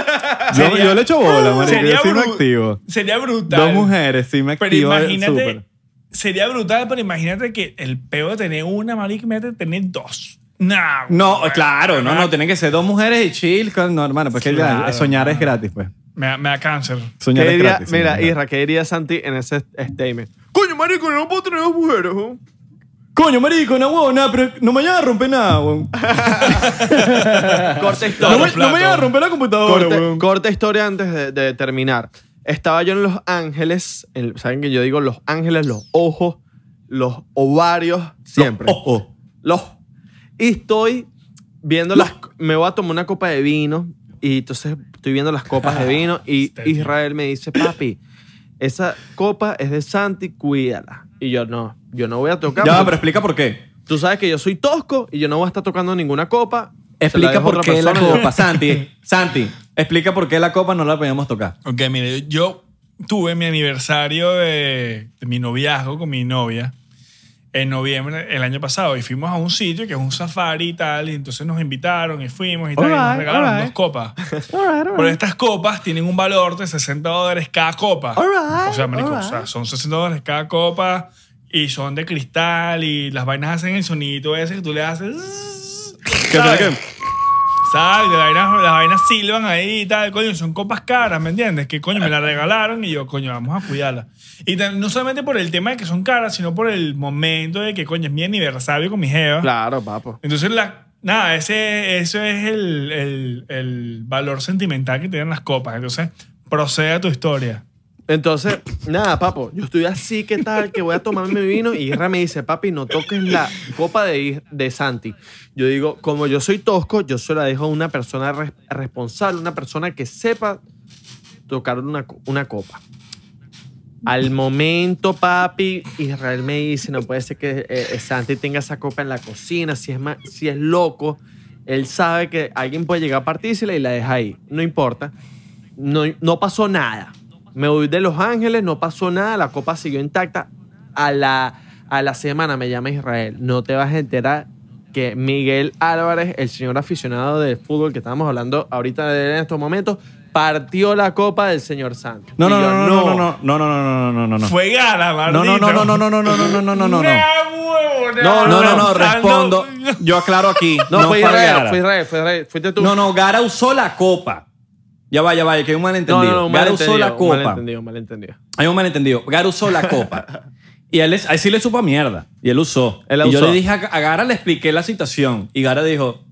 Speaker 3: Yo, yo le echo bola, marico.
Speaker 1: sería
Speaker 3: Yo sí me
Speaker 1: bru-
Speaker 3: activo.
Speaker 1: Sería brutal.
Speaker 3: Dos mujeres, sí me
Speaker 1: Pero
Speaker 3: activo.
Speaker 1: imagínate,
Speaker 3: súper.
Speaker 1: sería brutal, pero imagínate que el peo de tener una, marico, imagínate tener dos. Nah,
Speaker 3: No,
Speaker 1: güey.
Speaker 3: claro, no,
Speaker 1: Me
Speaker 3: no,
Speaker 1: da-
Speaker 3: tienen que ser dos mujeres y chill. con- No, hermano, pues que
Speaker 1: Claro,
Speaker 3: ya, soñar es gratis, pues.
Speaker 1: Me, da- me da cáncer.
Speaker 3: Soñar
Speaker 2: ¿Qué
Speaker 3: es
Speaker 2: diría-
Speaker 3: gratis. soñar
Speaker 2: mira,
Speaker 3: es gratis.
Speaker 2: Isra, ¿qué diría Santi en ese statement? Coño, marico, no puedo tener dos mujeres. ¿no?
Speaker 3: Coño, marico, no huevo, nada, pero no me vayas a romper nada, weón.
Speaker 2: Corta historia.
Speaker 3: No, me- no me vayas a
Speaker 1: plato.
Speaker 3: romper la computadora,
Speaker 2: Corte-
Speaker 3: weón.
Speaker 2: corta historia antes de, de terminar. Estaba yo en Los Ángeles, en- saben que yo digo Los Ángeles, los ojos, los ovarios, siempre. Los.
Speaker 3: Ojo.
Speaker 2: Y estoy viendo las... Me voy a tomar una copa de vino y entonces estoy viendo las copas de vino y
Speaker 1: Este tío.
Speaker 2: Israel me dice, papi, esa copa es de Santi, cuídala. Y yo, no, yo no voy a tocar.
Speaker 3: Ya, va,
Speaker 2: porque
Speaker 3: pero explica por qué.
Speaker 2: Tú sabes que yo soy tosco y yo no voy a estar tocando ninguna copa. Se la dejo a otra persona.
Speaker 3: Santi. Santi, explica por qué la copa no la podíamos tocar.
Speaker 1: Ok, mire, yo, yo tuve mi aniversario de, de mi noviazgo con mi novia en noviembre el año pasado y fuimos a un sitio que es un safari y tal y entonces nos invitaron y fuimos y tal y nos
Speaker 2: Alright,
Speaker 1: regalaron
Speaker 2: alright.
Speaker 1: dos copas. Pero estas copas tienen un valor de 60 dólares cada copa.
Speaker 2: Alright,
Speaker 1: o sea, marico,
Speaker 2: alright.
Speaker 1: o sea, son 60 dólares cada copa y son de cristal y las vainas hacen el sonidito ese que tú le haces.
Speaker 3: ¿Qué
Speaker 1: ¿sabes?
Speaker 3: qué?
Speaker 1: ¿Sabes? Las vainas, las vainas silban ahí y tal, coño, son copas caras, ¿me entiendes? Que coño, me las regalaron y yo, coño, vamos a cuidarlas. Y tan- no solamente por el tema de que son caras, sino por el momento de que, coño, es mi aniversario con mi jeva.
Speaker 2: Claro, papo.
Speaker 1: Entonces, la, nada, ese, eso es el, el- el valor sentimental que tienen las copas. Entonces, procede a tu historia.
Speaker 2: Entonces, nada, papo, yo estoy así, ¿qué tal? Que voy a tomar mi vino y Isra me dice, papi, no toques la copa de, Is- de Santi. Yo digo, como yo soy tosco, yo se la dejo a una persona res- responsable, una persona que sepa tocar una, co- una copa. Al momento, papi, Israel me dice, no puede ser que eh, Santi tenga esa copa en la cocina, si es, ma- si es loco, él sabe que alguien puede llegar a partírsela y la deja ahí, no importa. No, no pasó nada. Me voy de Los Ángeles, no pasó nada, la copa siguió intacta. A la, a la semana me llama Israel, no te vas a enterar que Miguel Álvarez, el señor aficionado de fútbol que estábamos hablando ahorita de él en estos momentos, partió la copa del señor Santi.
Speaker 3: No,
Speaker 2: Y
Speaker 3: no,
Speaker 2: yo,
Speaker 3: no, no, no, no, no, no, no, no, no, no, no.
Speaker 1: Fue gala,
Speaker 3: No,
Speaker 1: maldito.
Speaker 3: no, no, no, no, no, no, no, no, no, no, no, no.
Speaker 1: Nah, huevo, nah,
Speaker 3: No, no, no, no,
Speaker 1: saldo-
Speaker 3: respondo. Yo aclaro aquí.
Speaker 2: No, fue
Speaker 3: fue
Speaker 2: Israel,
Speaker 3: Gara.
Speaker 2: fue Israel, fue Israel. Fuiste tú.
Speaker 3: No, no, Gara usó la copa. Ya va, ya va, que hay un malentendido.
Speaker 2: un
Speaker 3: Gara usó la
Speaker 2: malentendido, un
Speaker 3: copa.
Speaker 2: Malentendido, malentendido.
Speaker 3: Hay un malentendido. Gara usó la copa. Y él, es- ahí sí le supo a mierda. Y él usó.
Speaker 2: Él la
Speaker 3: y yo
Speaker 2: usó.
Speaker 3: le dije a, a Gara, le expliqué la situación. Y Gara dijo,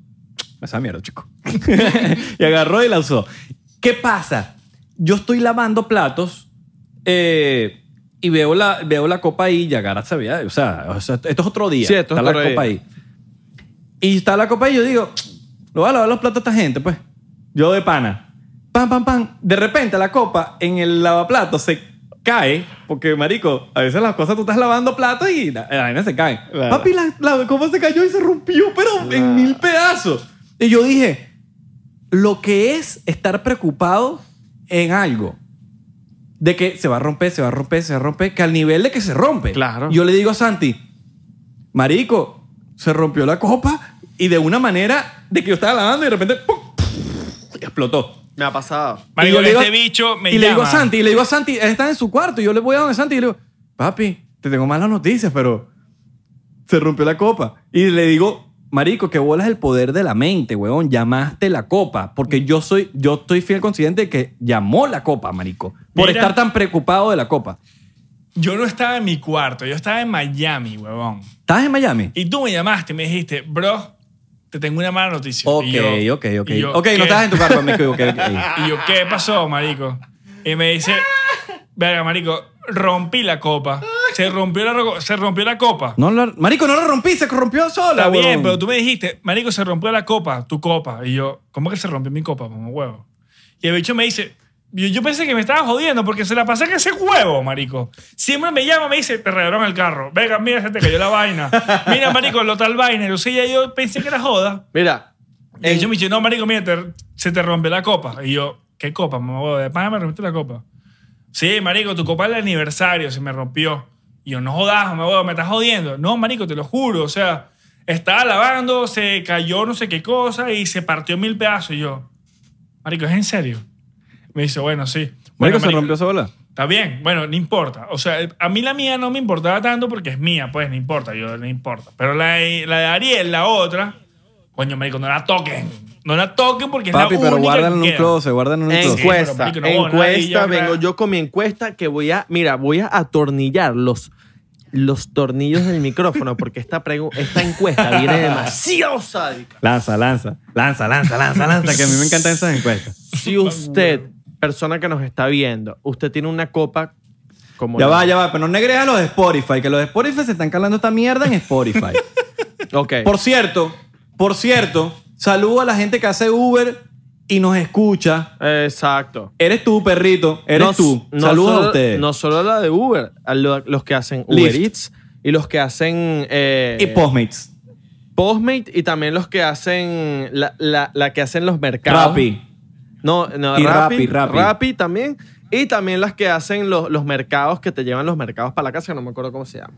Speaker 3: esa mierda, chico. y agarró y la usó. ¿Qué pasa? Yo estoy lavando platos eh, y veo la, veo la copa ahí. Y a Gara sabía, o sea, o sea, esto es otro día.
Speaker 2: Sí, esto es
Speaker 3: está la
Speaker 2: otro
Speaker 3: copa
Speaker 2: día.
Speaker 3: ahí. Y está la copa y yo digo, lo va a lavar los platos a esta gente, pues. Yo de pana. Pam, pam, pam. De repente la copa en el lavaplato se cae, porque marico, a veces las cosas tú estás lavando plata y la, la vaina se cae.
Speaker 2: Claro.
Speaker 3: Papi, la, la copa se cayó y se rompió, pero en mil pedazos. Y yo dije, lo que es estar preocupado en algo de que se va a romper, se va a romper, se va a romper, que al nivel de que se rompe.
Speaker 2: Claro.
Speaker 3: Yo le digo a Santi, marico, se rompió la copa y de una manera de que yo estaba lavando y de repente ¡pum! y explotó.
Speaker 2: Me ha pasado.
Speaker 1: Marico,
Speaker 3: Y yo le digo-
Speaker 1: este bicho me
Speaker 3: y le digo a
Speaker 1: llama.
Speaker 3: Santi, y le digo a Santi, él está en su cuarto, y yo le voy a donde Santi y le digo, papi, te tengo malas noticias, pero se rompió la copa. Y le digo, marico, que bolas el poder de la mente, weón, llamaste la copa, porque yo soy, yo estoy fiel consciente de que llamó la copa, marico, por
Speaker 1: Mira.
Speaker 3: estar tan preocupado de la copa.
Speaker 1: Yo no estaba en mi cuarto, yo estaba en Miami, huevón.
Speaker 3: ¿Estás en Miami?
Speaker 1: Y tú me llamaste y me dijiste, bro, te tengo una mala noticia.
Speaker 3: Ok,
Speaker 1: Y yo-
Speaker 3: ok, ok.
Speaker 1: y yo,
Speaker 3: ok,
Speaker 1: ¿qué?
Speaker 3: no estás en tu carro, me equivoqué. ok.
Speaker 1: Y yo, ¿qué pasó, marico? Y me dice, verga, marico, rompí la copa. Se rompió la, ro- se rompió la copa.
Speaker 3: No la- marico, no lo rompí, se rompió sola,
Speaker 1: Está bien,
Speaker 3: weón.
Speaker 1: pero tú me dijiste, marico, se rompió la copa, tu copa. Y yo, ¿cómo que se rompió mi copa, mamá huevo? Y el bicho me dice, yo, yo pensé que me estaba jodiendo porque se la pasé que ese huevo, marico. Siempre me llama, me dice, te regalaron el carro. Venga, mira, se te cayó la vaina. Mira, marico, lo tal vaina. Yo sí, ya yo pensé que era joda.
Speaker 2: Mira,
Speaker 1: Y el bicho me dice, no, marico, mira, te- se te rompió la copa. Y yo, ¿qué copa, mamá huevo? De pana me rompiste la copa. Sí, marico, tu copa del aniversario se me rompió. Y yo, no jodas, me, me estás jodiendo. No, marico, te lo juro. O sea, estaba lavando, se cayó no sé qué cosa y se partió en mil pedazos. Y yo, marico, ¿es en serio? Me dice, bueno, sí. Bueno,
Speaker 3: Marico, se rompió sola.
Speaker 1: Está bien, bueno, no importa. O sea, a mí la mía no me importaba tanto porque es mía, pues no importa, yo no importa. Pero la de, la de Ariel, la otra, coño, marico, no la toquen. No la toquen porque
Speaker 3: Papi,
Speaker 1: es la única
Speaker 3: pero guárdala
Speaker 1: que
Speaker 3: en un
Speaker 1: queda.
Speaker 3: closet, guárdala en un closet.
Speaker 2: encuesta,
Speaker 1: Sí, pero, marico, no hubo
Speaker 2: encuesta,
Speaker 1: nadie, ya,
Speaker 2: vengo
Speaker 1: ¿verdad?
Speaker 2: yo con mi encuesta que voy a, mira, voy a atornillar los, los tornillos del micrófono porque esta, pregu- esta encuesta viene demasiado sádica.
Speaker 3: Lanza, lanza, lanza, lanza, lanza, lanza, que a mí me encantan esas encuestas.
Speaker 2: Si usted, persona que nos está viendo, usted tiene una copa como
Speaker 3: Ya
Speaker 2: la-
Speaker 3: va, ya va, pero no negres a los de Spotify, que los de Spotify se están calando esta mierda en Spotify.
Speaker 2: Ok.
Speaker 3: por cierto, por cierto, saludo a la gente que hace Uber y nos escucha.
Speaker 2: Exacto.
Speaker 3: Eres tú, perrito, eres
Speaker 2: No-
Speaker 3: tú.
Speaker 2: no
Speaker 3: Saludos
Speaker 2: solo-
Speaker 3: a ustedes.
Speaker 2: No solo la de Uber, a lo- los que hacen Uber
Speaker 3: Lyft.
Speaker 2: Eats y los que hacen eh,
Speaker 3: y Postmates.
Speaker 2: Postmate y también los que hacen la, la- la que hacen los mercados.
Speaker 3: Rappi.
Speaker 2: No, no,
Speaker 3: Y
Speaker 2: Rappi,
Speaker 3: Rappi, Rappi.
Speaker 2: Rappi también. Y también las que hacen los, los mercados que te llevan los mercados para la casa, que no me acuerdo cómo se llama.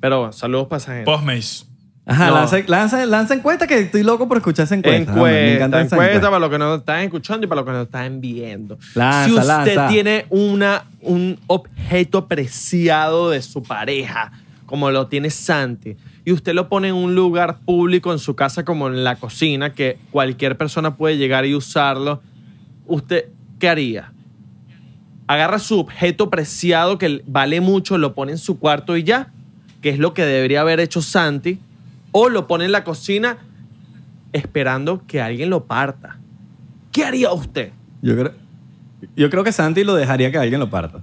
Speaker 2: Pero bueno, saludos para esa gente.
Speaker 1: Pues, Postmates.
Speaker 3: Ajá,
Speaker 2: No.
Speaker 3: lanza, lanza, lanza encuesta que estoy loco por escuchar esa encuesta. Ah, me
Speaker 2: Encuesta,
Speaker 3: encantan esas
Speaker 2: encuesta
Speaker 3: encuestas.
Speaker 2: para los que nos están escuchando y para los que nos están viendo.
Speaker 3: Lanza,
Speaker 2: si usted
Speaker 3: lanza.
Speaker 2: tiene una, un objeto preciado de su pareja, como lo tiene Santi, y usted lo pone en un lugar público en su casa, como en la cocina, que cualquier persona puede llegar y usarlo, ¿usted qué haría? Agarra su objeto preciado que vale mucho, lo pone en su cuarto y ya, que es lo que debería haber hecho Santi, o lo pone en la cocina esperando que alguien lo parta. ¿Qué haría usted?
Speaker 3: Yo creo, yo creo que Santi lo dejaría que alguien lo parta.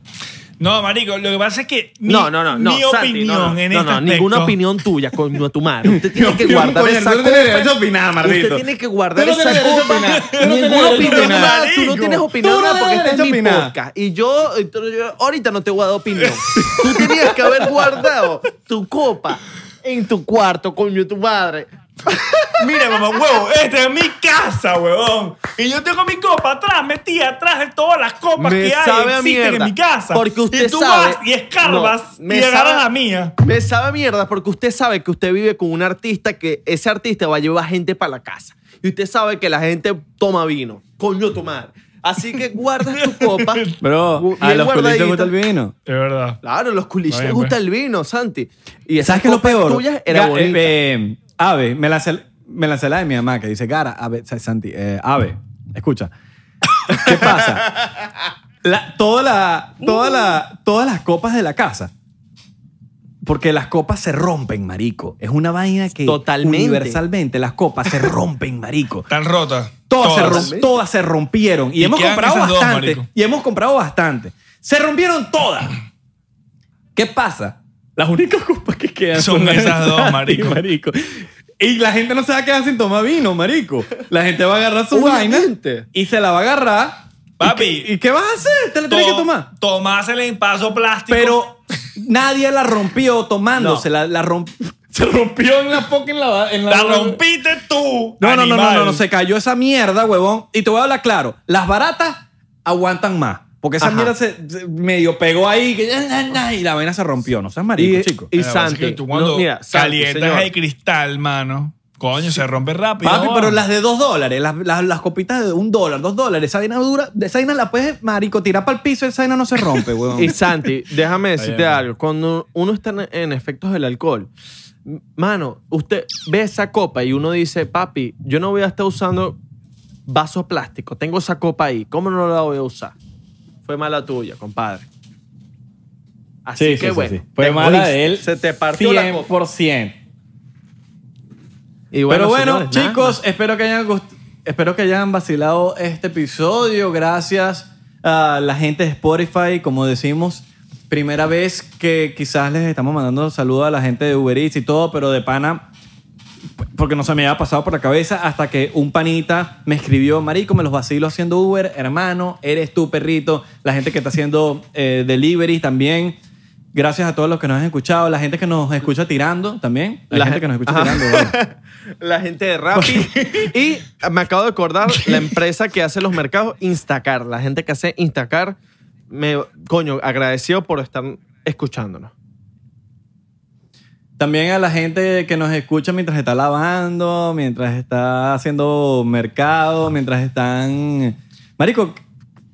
Speaker 1: No, marico, lo que pasa es que mi,
Speaker 2: no, no, no, no.
Speaker 1: mi
Speaker 2: Santi,
Speaker 1: opinión
Speaker 2: no, no,
Speaker 1: en
Speaker 2: no,
Speaker 1: este
Speaker 2: no, ninguna
Speaker 1: aspecto-
Speaker 2: opinión tuya, coño a tu madre. Usted tiene que guardar
Speaker 3: Coño,
Speaker 2: esa
Speaker 3: tú no tienes
Speaker 2: copa.
Speaker 3: derecho a opinar, maldito.
Speaker 2: Usted tiene que guardar
Speaker 3: Tú no
Speaker 2: esa
Speaker 3: tienes derecho a
Speaker 2: copa.
Speaker 3: opinar. Tú no tienes
Speaker 2: Ninguna
Speaker 3: derecho a
Speaker 2: opinión
Speaker 3: opinar.
Speaker 2: nada. Tú no
Speaker 1: Marico.
Speaker 2: tienes opinión
Speaker 3: Tú no
Speaker 2: nada porque
Speaker 3: tienes
Speaker 2: este es mi
Speaker 3: derecho a opinar.
Speaker 2: podcast. Y yo, y tú- yo ahorita no te voy a dar opinión. Tú tenías que haber guardado tu copa en tu cuarto, coño a tu madre.
Speaker 1: Mira, mamá, huevo, esta es mi casa, huevón. Y yo tengo mi copa atrás, metida atrás de todas las copas
Speaker 2: Me
Speaker 1: que hay
Speaker 2: sabe a
Speaker 1: existen en
Speaker 2: mierda,
Speaker 1: mi casa.
Speaker 2: porque usted
Speaker 1: y tú
Speaker 2: sabe-
Speaker 1: vas y escarbas
Speaker 2: No, me
Speaker 1: y agarras
Speaker 2: sabe-
Speaker 1: la mía.
Speaker 2: Me sabe a mierda porque usted sabe que usted vive con un artista que ese artista va a llevar gente para la casa. Y usted sabe que la gente toma vino. Coño, tu madre. Así que guardas tu copa.
Speaker 3: Bro,
Speaker 2: Bien
Speaker 3: a los culitos
Speaker 2: guardadita.
Speaker 3: les gusta el vino.
Speaker 1: Es verdad.
Speaker 2: Claro, los culiches
Speaker 1: Está bien,
Speaker 2: les gusta
Speaker 1: pues.
Speaker 2: el vino, Santi. Y esa
Speaker 3: ¿Sabes qué es lo
Speaker 2: copa
Speaker 3: peor?
Speaker 2: tuya era
Speaker 3: Ga-
Speaker 2: bonita.
Speaker 3: eh, eh, ave, me la, cel- me la cela de mi mamá que dice, Gara, ave, sa- Santi, eh, ave, escucha. ¿Qué pasa? La- toda la, toda la- todas las copas de la casa. Porque las copas se rompen, marico. Es una vaina que
Speaker 2: Totalmente.
Speaker 3: universalmente las copas se rompen, marico.
Speaker 1: Tan rota.
Speaker 3: Todas, se rom-
Speaker 2: Todas.
Speaker 3: todas se rompieron. Y,
Speaker 1: Y
Speaker 3: hemos
Speaker 1: quedan
Speaker 3: comprado
Speaker 1: esas dos,
Speaker 3: bastante.
Speaker 1: marico.
Speaker 3: y hemos comprado bastante. Se rompieron todas. ¿Qué pasa? Las únicas copas que quedan
Speaker 1: Son
Speaker 3: las de
Speaker 1: esas dos,
Speaker 3: Santi,
Speaker 1: marico.
Speaker 3: Y la gente no se va a quedar sin tomar vino, marico. La gente va a agarrar su vaina
Speaker 2: Obviamente.
Speaker 3: y se la va a agarrar
Speaker 1: Papi.
Speaker 3: ¿Y qué vas a hacer? Te la tienes que tomar.
Speaker 1: Tomásela en paso plástico.
Speaker 3: Pero nadie la rompió tomándose. La, la romp-
Speaker 2: Se rompió en la poca en la... En
Speaker 1: La rompiste tú.
Speaker 3: No, no, no, no,
Speaker 1: animal.
Speaker 3: no, no, se cayó esa mierda, huevón. Y te voy a hablar claro, las baratas aguantan más. Porque esa
Speaker 2: Ajá.
Speaker 3: mierda se, se medio pegó ahí que- y la vaina se rompió. No seas marico,
Speaker 2: Y,
Speaker 3: chico.
Speaker 2: y
Speaker 1: Lo que pasa es que
Speaker 2: Santi.
Speaker 1: Tú cuando
Speaker 2: no, mira, Santi,
Speaker 1: calientas
Speaker 2: señor.
Speaker 1: el cristal, mano. Coño, se rompe rápido.
Speaker 3: Papi, pero las de dos dólares, las, las, las copitas de un dólar, dos dólares, esa vaina dura, de esa vaina la puedes, marico, tirar para el piso, esa vaina no se rompe, huevón.
Speaker 2: Y Santi, déjame decirte
Speaker 1: bien.
Speaker 2: algo. Cuando uno está en- en efectos del alcohol, mano, usted ve esa copa y uno dice, papi, yo no voy a estar usando vaso plástico. Tengo esa copa ahí. ¿Cómo no la voy a usar? Fue mala tuya, compadre. Así que bueno. te jodiste. Se te partió la copa. Y
Speaker 3: Pero bueno,
Speaker 2: señores, nada.
Speaker 3: chicos, espero que hayan gust- espero que hayan vacilado este episodio. Gracias a la gente de Spotify, como decimos, primera vez que quizás les estamos mandando saludos a la gente de Uber Eats y todo, pero de pana porque no se me había pasado por la cabeza hasta que un panita me escribió, marico, me los vacilo haciendo Uber, hermano, eres tú, perrito. La gente que está haciendo eh, delivery también. Gracias a todos los que nos han escuchado, la gente que nos escucha tirando también. La, gente
Speaker 2: gen-
Speaker 3: que nos escucha
Speaker 2: Ajá.
Speaker 3: tirando. bueno.
Speaker 2: La gente de Rappi. y me acabo de acordar la empresa que hace los mercados, Instacar. La gente que hace Instacar, me, coño, agradecido por estar escuchándonos.
Speaker 3: También a la gente que nos escucha mientras está lavando, mientras está haciendo mercado, mientras están... Marico,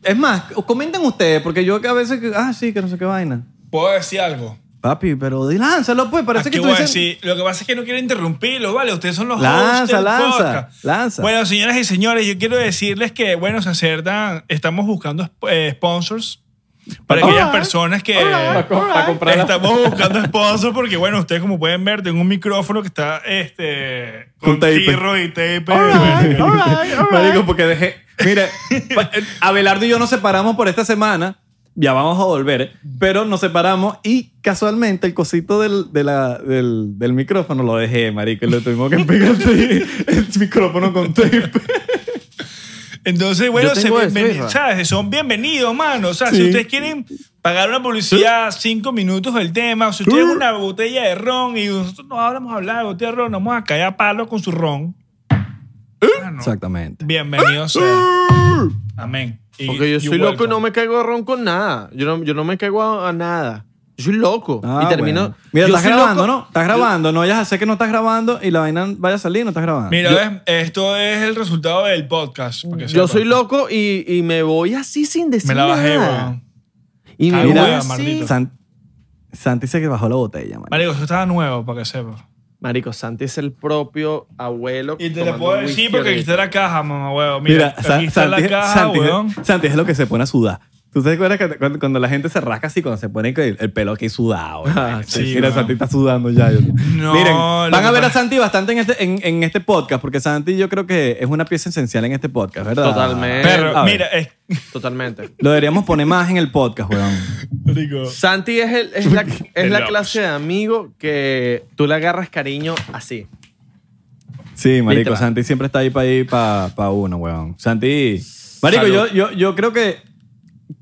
Speaker 3: es más, comenten ustedes, porque yo que a veces... que, Ah, sí, que no sé qué vaina.
Speaker 1: Puedo decir algo.
Speaker 3: Papi, pero di, lánzalo, pues. Parece
Speaker 1: Aquí
Speaker 3: que tú
Speaker 1: voy a
Speaker 3: dices...
Speaker 1: decir- Lo que pasa es que no quiero interrumpirlo, ¿vale? Ustedes son los
Speaker 3: Lanza,
Speaker 1: hosts del
Speaker 3: lanza,
Speaker 1: podcast.
Speaker 3: lanza.
Speaker 1: Bueno, señoras y señores, yo quiero decirles que, bueno, se acertan, estamos buscando sp- eh, sponsors para
Speaker 2: Alright,
Speaker 1: aquellas personas que...
Speaker 2: alright, Para co- para comprar la-
Speaker 1: Estamos buscando sponsors porque, bueno, ustedes como pueden ver, tengo un micrófono que está este,
Speaker 3: Con
Speaker 1: con
Speaker 3: tape.
Speaker 1: tirro y tape.
Speaker 3: Marico, porque dejé... Mire, pa- eh, Abelardo y yo nos separamos por esta semana. Ya vamos a volver, ¿eh? pero nos separamos y casualmente el cosito del, de la- del, del micrófono lo dejé, marico, y lo tuvimos que pegar el micrófono con tape.
Speaker 1: Entonces, bueno,
Speaker 2: Yo
Speaker 1: se
Speaker 2: tengo
Speaker 1: ven-
Speaker 2: eso,
Speaker 1: ven-
Speaker 2: hija.
Speaker 1: ¿sabes? son bienvenidos, mano. O sea,
Speaker 3: Sí. ¿Eh?
Speaker 1: si ustedes quieren pagar una publicidad, cinco minutos del tema, o si ustedes
Speaker 3: Sí.
Speaker 1: una botella de ron y nosotros no hablamos a hablar de botella de ron, nos vamos a caer a palo con su ron. Mano,
Speaker 3: ¿Eh? Exactamente. ¿Eh?
Speaker 1: bienvenidos. sea. Amén. Y-
Speaker 2: Porque yo
Speaker 1: y
Speaker 2: soy loco y
Speaker 1: welcome.
Speaker 2: no me caigo a ron con nada. Yo no, yo no me caigo a, a nada. Yo soy loco.
Speaker 3: Ah,
Speaker 2: y termino.
Speaker 3: bueno. Mira,
Speaker 2: yo
Speaker 3: estás
Speaker 2: soy
Speaker 3: grabando,
Speaker 2: loco-
Speaker 3: ¿no? Estás grabando. No vayas a hacer que no estás grabando y la vaina vaya a salir y no estás grabando.
Speaker 1: Mira,
Speaker 3: Yo-
Speaker 1: ves, esto es el resultado del podcast. para que sepan.
Speaker 2: Yo, soy loco y, y me voy así sin decir
Speaker 1: Me la bajé,
Speaker 2: nada.
Speaker 1: weón.
Speaker 2: Y me
Speaker 1: Ah,
Speaker 2: voy
Speaker 1: mira,
Speaker 2: así.
Speaker 1: maldito.
Speaker 3: San- Santi se bajó la botella, man.
Speaker 1: Marico, eso estaba nuevo, para que sepas.
Speaker 2: Marico, Santi es el propio abuelo.
Speaker 1: Y te lo
Speaker 2: tomando
Speaker 1: puedo
Speaker 2: whisky
Speaker 1: decir porque aquí
Speaker 2: ahorita.
Speaker 1: está la caja, mamá, huevo. Mira,
Speaker 3: Mira, San-
Speaker 1: aquí está la caja,
Speaker 3: Santi,
Speaker 1: weón.
Speaker 3: Santi es lo que se pone a sudar. ¿Tú te acuerdas que cuando, cuando la gente se rasca así, cuando se pone el, el pelo aquí sudado?
Speaker 2: Ah,
Speaker 3: Sí,
Speaker 1: sí,
Speaker 3: mira,
Speaker 1: weón.
Speaker 3: Santi está sudando ya. Yo-
Speaker 1: No,
Speaker 3: Miren,
Speaker 1: lo
Speaker 3: van
Speaker 1: que
Speaker 3: a ver a
Speaker 1: pasa-
Speaker 3: Santi bastante en este, en, en este podcast, porque Santi yo creo que es una pieza esencial en este podcast, ¿verdad?
Speaker 2: Totalmente.
Speaker 1: Pero,
Speaker 3: A ver,
Speaker 1: mira, es,
Speaker 2: Totalmente.
Speaker 3: Lo deberíamos poner más en el podcast, weón.
Speaker 1: marico,
Speaker 2: Santi es, el, es la, es la
Speaker 1: Locos.
Speaker 2: clase de amigo que tú le agarras cariño así.
Speaker 3: Sí, marico,
Speaker 2: Literal.
Speaker 3: Santi siempre está ahí para pa, pa uno, weón. Santi. Marico, yo,
Speaker 2: Salud.
Speaker 3: yo, yo creo que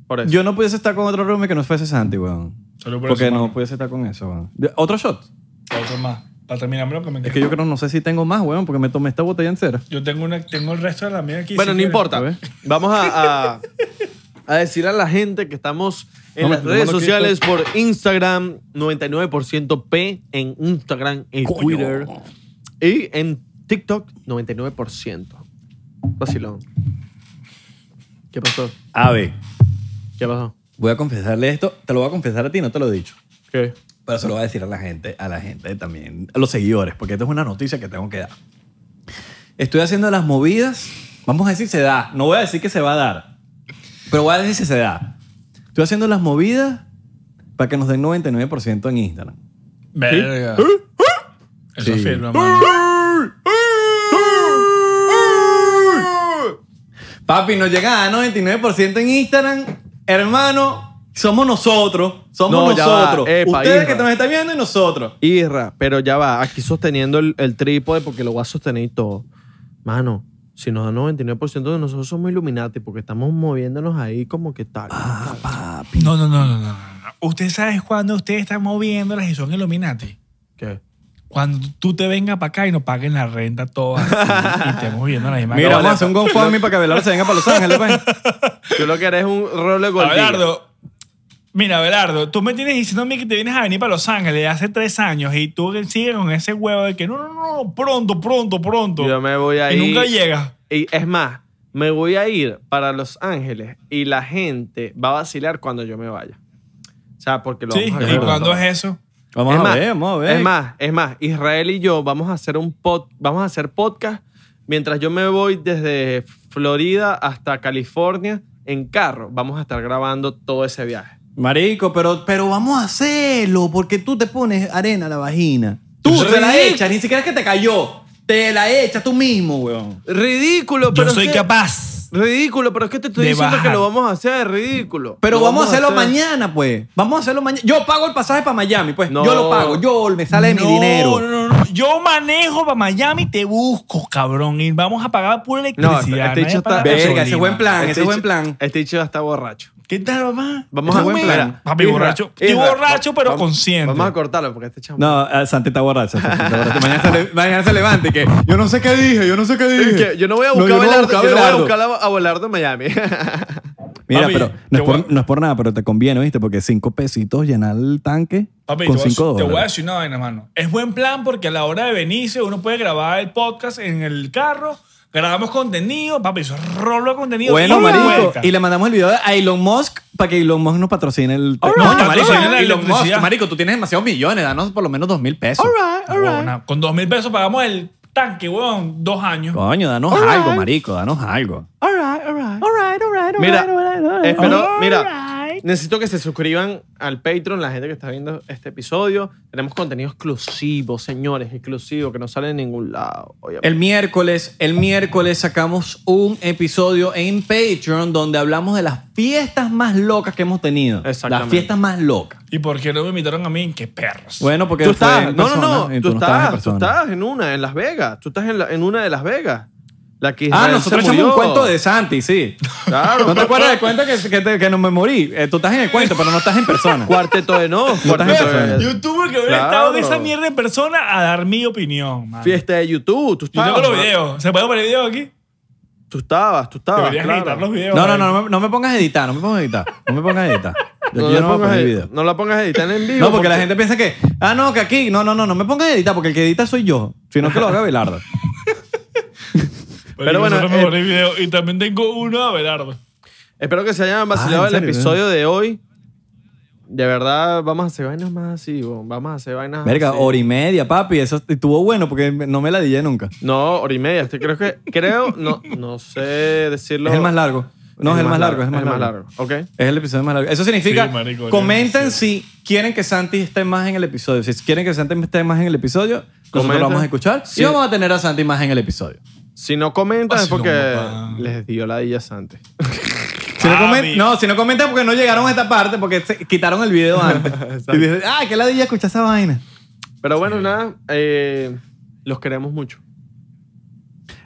Speaker 2: Por eso.
Speaker 3: yo no pudiese estar con otro roomie que no fuese Santi, weón.
Speaker 1: Salud por
Speaker 3: Porque
Speaker 1: eso,
Speaker 3: no
Speaker 1: mano.
Speaker 3: pudiese estar con eso, weón. De- Otro shot.
Speaker 1: otro más. Para terminar lo que me
Speaker 3: Es
Speaker 1: queda.
Speaker 3: que yo creo, no sé si tengo más, weón, porque me tomé esta botella entera.
Speaker 1: Yo tengo, una, tengo el resto de la mía aquí.
Speaker 2: bueno,
Speaker 1: si
Speaker 2: no
Speaker 1: quieres.
Speaker 2: importa.
Speaker 3: A ver.
Speaker 2: Vamos a, a, a decir a la gente que estamos en
Speaker 3: No, me
Speaker 2: las
Speaker 3: estoy
Speaker 2: redes
Speaker 3: tomando
Speaker 2: sociales por Instagram, 99% P en Instagram, en
Speaker 3: Coño.
Speaker 2: Twitter y en TikTok, 99%. Vacilón. ¿Qué pasó?
Speaker 3: Ave,
Speaker 2: ¿Qué pasó?
Speaker 3: voy a confesarle esto. Te lo voy a confesar a ti, no te lo he dicho.
Speaker 2: ¿Qué?
Speaker 3: Pero se lo voy a decir a la gente, a la gente también, a los seguidores, porque esto es una noticia que tengo que dar. Estoy haciendo las movidas, vamos a decir se da, no voy a decir que se va a dar, pero voy a decir si se da. Estoy haciendo las movidas para que nos den 99% en Instagram.
Speaker 1: Verga. Eso
Speaker 3: Sí.
Speaker 1: firma, mano.
Speaker 3: Papi, nos llega a 99% en Instagram, hermano, somos nosotros, somos
Speaker 2: No, ya va.
Speaker 3: nosotros.
Speaker 2: Epa,
Speaker 3: Ustedes
Speaker 2: hija.
Speaker 3: que nos están viendo y nosotros.
Speaker 2: Irra, pero ya va, aquí sosteniendo el, el trípode porque lo voy a sostener y todo. Mano, Si nos dan 99% de nosotros somos Illuminati porque estamos moviéndonos ahí como que tal.
Speaker 1: No, no, no, no, no. no. Usted sabe cuando ustedes están moviéndolas y son Illuminati.
Speaker 2: ¿Qué?
Speaker 1: Cuando tú te vengas para acá y nos paguen la renta todas y estemos viendo la misma
Speaker 3: Mira,
Speaker 1: cosa.
Speaker 3: vamos a hacer un GoFundMe para que Abelardo se venga para Los Ángeles, ven.
Speaker 2: Tú lo que eres es un rol de gordillo.
Speaker 1: Abelardo, mira, Abelardo, tú me tienes diciendo a mí que te vienes a venir para Los Ángeles hace tres años y tú sigues con ese huevo de que no, no, no, no, pronto, pronto, pronto.
Speaker 2: Yo me voy a
Speaker 1: y
Speaker 2: ir.
Speaker 1: nunca llegas.
Speaker 2: Y es más, me voy a ir para Los Ángeles y la gente va a vacilar cuando yo me vaya. O sea, porque lo
Speaker 1: Sí,
Speaker 2: vamos a
Speaker 1: ¿y
Speaker 2: grabar
Speaker 1: cuándo
Speaker 2: todo.
Speaker 1: es eso?
Speaker 3: Vamos
Speaker 2: Es
Speaker 3: a
Speaker 2: más,
Speaker 3: ver, vamos a ver.
Speaker 2: Es más, es más, Israel y yo vamos a hacer un pod, vamos a hacer podcast mientras yo me voy desde Florida hasta California en carro. Vamos a estar grabando todo ese viaje.
Speaker 3: Marico, pero, pero vamos a hacerlo, porque tú te pones arena a la vagina. Tú
Speaker 2: Sí.
Speaker 3: te la echas, ni siquiera es que te cayó. Te la echas tú mismo, weón.
Speaker 2: Ridículo,
Speaker 1: Yo
Speaker 2: pero es
Speaker 1: soy
Speaker 2: que-
Speaker 1: capaz.
Speaker 2: Ridículo, pero es que te estoy
Speaker 1: de
Speaker 2: diciendo
Speaker 1: bajar.
Speaker 2: que lo vamos a hacer, ridículo.
Speaker 3: Pero
Speaker 2: Lo
Speaker 3: vamos, a hacerlo
Speaker 2: hacer.
Speaker 3: mañana, pues. Vamos a hacerlo mañana. Yo pago el pasaje para Miami, pues.
Speaker 2: No.
Speaker 3: Yo lo pago. Yo me sale de mi
Speaker 1: No,
Speaker 3: dinero.
Speaker 1: no, no, no. Yo manejo para Miami y te busco, cabrón. Y vamos a pagar pura
Speaker 2: No,
Speaker 1: electricidad.
Speaker 2: este
Speaker 1: no
Speaker 2: dicho
Speaker 1: es para
Speaker 2: está.
Speaker 3: Verga,
Speaker 1: gasolina.
Speaker 3: ese buen plan, ese
Speaker 2: dicho-
Speaker 3: buen plan.
Speaker 2: Este dicho ya está borracho.
Speaker 1: ¿Qué tal, mamá?
Speaker 2: Vamos
Speaker 3: Ese
Speaker 2: a
Speaker 3: buen
Speaker 2: mira,
Speaker 3: plan.
Speaker 1: Papi, borracho. Estoy borracho, pero consciente.
Speaker 2: Vamos a cortarlo porque este chamo.
Speaker 3: No, eh, Santi está borracho. Santi está borracho. mañana, se le- mañana se levanta y que yo no sé qué dije, yo no sé qué
Speaker 2: Es
Speaker 3: dije.
Speaker 2: que yo no voy a
Speaker 3: No,
Speaker 2: buscar
Speaker 3: yo
Speaker 2: a
Speaker 3: no voy a
Speaker 2: Abelardo,
Speaker 3: buscar
Speaker 2: yo no voy a
Speaker 3: Abelardo.
Speaker 2: buscar a- a Abelardo en Miami.
Speaker 3: Mira,
Speaker 1: Papi,
Speaker 3: pero no
Speaker 1: te
Speaker 3: es,
Speaker 1: voy
Speaker 3: por, no es por nada, pero te conviene, ¿viste? Porque cinco pesitos llenar el tanque
Speaker 1: Papi,
Speaker 3: con
Speaker 1: te, voy a-
Speaker 3: cinco
Speaker 1: te
Speaker 3: dólares.
Speaker 1: voy a decir una vaina, mano. Es buen plan porque a la hora de venirse uno puede grabar el podcast en el carro, grabamos contenido, papi, eso es rolo de contenido.
Speaker 3: Bueno,
Speaker 1: ida y
Speaker 3: marico.
Speaker 1: vuelta.
Speaker 3: Y le mandamos el video a Elon Musk para que Elon Musk nos patrocine el...
Speaker 1: All right, patrocina la electricidad.
Speaker 3: marico, tú tienes demasiados millones. Danos por lo menos dos mil pesos.
Speaker 1: No, huevona, Con dos mil pesos pagamos el tanque, weón, dos años.
Speaker 3: Coño, danos algo, marico, danos algo.
Speaker 2: Mira, espero, mira, necesito que se suscriban al Patreon, la gente que está viendo este episodio. Tenemos contenido exclusivo, señores, exclusivo, que no sale en ningún lado. obviamente.
Speaker 3: El miércoles, el miércoles sacamos un episodio en Patreon donde hablamos de las fiestas más locas que hemos tenido. Las
Speaker 2: Exactamente.
Speaker 3: fiestas más locas.
Speaker 1: ¿Y por qué no me invitaron a mí? ¡Qué perros!
Speaker 3: Bueno, porque
Speaker 2: Tú
Speaker 3: fue
Speaker 2: estás,
Speaker 3: en
Speaker 2: no,
Speaker 3: persona
Speaker 2: no, no,
Speaker 3: y
Speaker 2: tú
Speaker 3: no estabas en
Speaker 2: estás, tú
Speaker 3: persona.
Speaker 2: estás en una, en Las Vegas. Tú estás en, la- en una de Las Vegas. La que
Speaker 3: Ah,
Speaker 2: Israel
Speaker 3: nosotros
Speaker 2: se
Speaker 3: echamos un
Speaker 2: murió.
Speaker 3: cuento de Santi, sí.
Speaker 2: Claro.
Speaker 3: ¿No te acuerdas del cuento que, que, te- que no me morí? Eh, tú estás en el cuento, pero no estás en persona.
Speaker 2: Cuarteto de no, cuarteto
Speaker 3: persona.
Speaker 2: de
Speaker 1: Youtuber que hubiera
Speaker 2: Claro.
Speaker 1: estado de esa mierda en persona a dar mi opinión, mano.
Speaker 2: Fiesta Ah, de YouTube,
Speaker 1: Yo
Speaker 2: tú estabas.
Speaker 1: tengo los
Speaker 2: ¿no?
Speaker 1: videos. ¿Se puede poner videos aquí?
Speaker 2: Tú estabas, tú estabas.
Speaker 1: Deberías
Speaker 2: Ah, claro.
Speaker 1: editar los videos.
Speaker 3: No, no,
Speaker 1: marico.
Speaker 3: no, no me- no me pongas a editar, no me pongas a editar. No me pongas a editar. Yo,
Speaker 2: No,
Speaker 3: yo
Speaker 2: la
Speaker 3: no voy a
Speaker 2: pongas
Speaker 3: poner
Speaker 2: a-
Speaker 3: video.
Speaker 2: no la pongas a editar en vivo.
Speaker 3: No, porque la gente piensa que, ah, no, que aquí, no, no, no, no me pongas a editar porque el que edita soy yo, sino que lo haga Belardo.
Speaker 1: Pero
Speaker 2: Pero bueno,
Speaker 1: bueno,
Speaker 2: eh,
Speaker 1: Y también tengo uno a Belardo.
Speaker 2: Espero que se hayan vacilado
Speaker 3: Ah,
Speaker 2: el
Speaker 3: ¿en serio?
Speaker 2: episodio de hoy. De verdad, vamos a hacer vainas más así, bo. vamos a hacer vainas
Speaker 3: Verga,
Speaker 2: así.
Speaker 3: hora y media, papi, eso estuvo bueno porque no me la dije nunca.
Speaker 2: No, hora y media. Este creo que, creo, no, no sé decirlo.
Speaker 3: Es el más largo. No, es el más largo, es el más largo.
Speaker 2: Ok.
Speaker 3: Es el episodio más largo. Eso significa,
Speaker 1: Sí, marico,
Speaker 3: comenten si quieren que Santi esté más en el episodio. Si quieren que Santi esté más en el episodio, nosotros
Speaker 2: Comenten.
Speaker 3: lo vamos a escuchar.
Speaker 2: Sí.
Speaker 3: Y vamos a tener a Santi más en el episodio.
Speaker 2: Si no
Speaker 3: Ah,
Speaker 2: comentan es
Speaker 1: Vacilón,
Speaker 2: porque
Speaker 1: papá.
Speaker 2: les dio la antes.
Speaker 3: Si no,
Speaker 1: Ah,
Speaker 3: comen-
Speaker 1: mi-
Speaker 3: no, si no comentan porque no llegaron a esta parte, porque se quitaron el video antes. y dicen, ah, qué ladilla escuchar esa vaina.
Speaker 2: Pero bueno, nada, eh, los queremos mucho.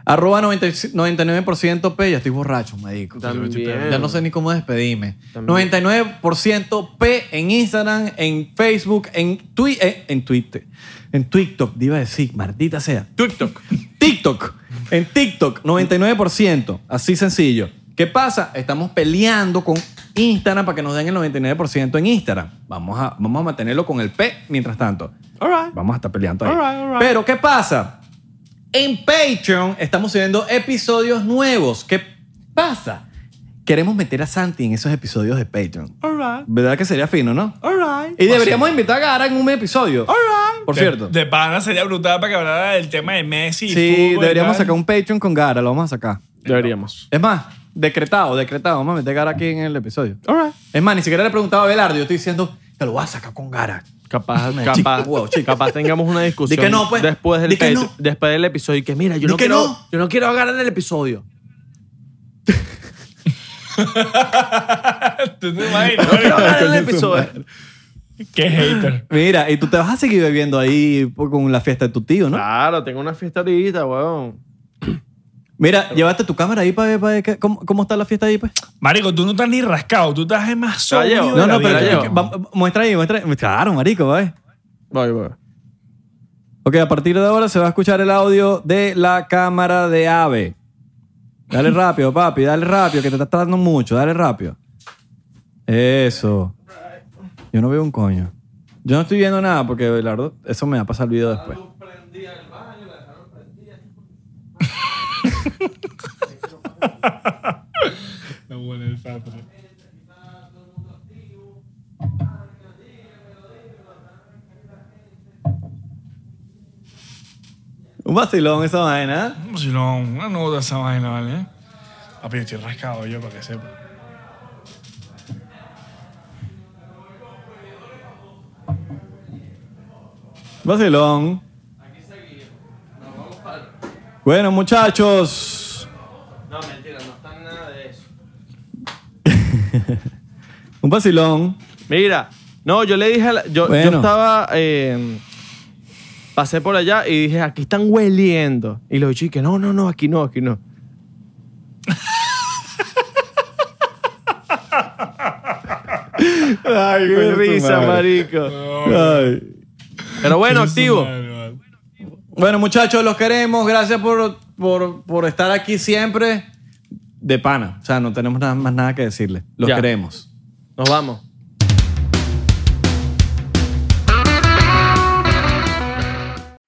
Speaker 3: Arroba 90 99% P. Ya estoy borracho, marico.
Speaker 2: También.
Speaker 3: Ya no sé ni cómo despedirme.
Speaker 2: También.
Speaker 3: 99% P en Instagram, en Facebook, en, twi- eh, en Twitter. En TikTok, te iba a decir, maldita sea.
Speaker 2: TikTok.
Speaker 3: TikTok. En TikTok, 99%. Así sencillo. ¿Qué pasa? Estamos peleando con Instagram para que nos den el 99% en Instagram. Vamos a, vamos a mantenerlo con el P mientras tanto. Vamos a estar peleando ahí.
Speaker 2: All right, all right.
Speaker 3: Pero ¿qué pasa? En Patreon estamos subiendo episodios nuevos. ¿Qué pasa? Queremos meter a Santi en esos episodios de Patreon. ¿Verdad que sería fino, no? Y deberíamos invitar a Gara en un episodio. Por
Speaker 1: De-
Speaker 3: cierto.
Speaker 1: De pana sería brutal para que hablara del tema de Messi. y
Speaker 3: Sí,
Speaker 1: fútbol y
Speaker 3: deberíamos
Speaker 1: tal.
Speaker 3: sacar un Patreon con Gara, lo vamos a sacar.
Speaker 2: Deberíamos.
Speaker 3: Es más, decretado, decretado. Vamos a meter Gara aquí en el episodio. Es más, ni siquiera le preguntaba a Belardo. Yo estoy diciendo, te lo voy a sacar con Gara.
Speaker 2: Capaz,
Speaker 3: Chico,
Speaker 2: capaz,
Speaker 3: wow, chico.
Speaker 2: capaz tengamos una discusión
Speaker 3: Di que no, pues.
Speaker 2: después, del
Speaker 3: Di que
Speaker 2: Patreon-
Speaker 3: no.
Speaker 2: después del episodio y que mira, yo
Speaker 3: Di
Speaker 2: no
Speaker 3: que
Speaker 2: quiero,
Speaker 3: no.
Speaker 2: yo no quiero ganar el episodio.
Speaker 1: ¿Tú te imaginas?
Speaker 2: No quiero ganar el
Speaker 3: Coño, su
Speaker 2: episodio.
Speaker 3: madre.
Speaker 1: Qué hater.
Speaker 3: Mira, y tú te vas a seguir bebiendo ahí por- con la fiesta de tu tío, ¿no?
Speaker 2: Claro, tengo una fiesta ahorita, weón.
Speaker 3: Mira, llévate tu cámara ahí para ver qué- cómo, cómo está la fiesta ahí, pues.
Speaker 1: Marico, tú no estás ni rascado, tú estás es más
Speaker 2: La llevo.
Speaker 1: sobrio. de
Speaker 3: No,
Speaker 1: la
Speaker 3: no, pero
Speaker 1: vida.
Speaker 2: llevo.
Speaker 3: que- va- muestra ahí, muestra ahí. Claro, marico, va.
Speaker 2: Voy, voy.
Speaker 3: Ok, a partir de ahora se va a escuchar el audio de la cámara de ave. Dale rápido, papi, dale rápido, que te estás tardando mucho, dale rápido. Eso. Yo no veo un coño. Yo no estoy viendo nada porque, la verdad, eso me va a pasar el video después.
Speaker 1: No, bueno, el fato.
Speaker 3: Un vacilón esa vaina. ¿eh?
Speaker 1: No, Si no, una nota esa vaina, ¿vale? Papi, yo estoy rascado yo para que sepa.
Speaker 3: Vacilón. Bueno, muchachos.
Speaker 2: No, mentira, no está nada de eso.
Speaker 3: Un vacilón.
Speaker 2: Mira, no, yo le dije a la- yo, yo
Speaker 3: Bueno.
Speaker 2: estaba. eh, pasé por allá y dije, aquí están hueliendo. Y los bichos que no, no, no, aquí no, aquí no.
Speaker 3: Ay,
Speaker 2: Qué risa, marico.
Speaker 3: Ay.
Speaker 2: Pero bueno, activo.
Speaker 1: Madre, vale.
Speaker 3: Bueno, muchachos, los queremos. Gracias por, por, por estar aquí siempre. De pana. O sea, no tenemos nada, más nada que decirles. Los
Speaker 2: Ya.
Speaker 3: queremos.
Speaker 2: Nos vamos.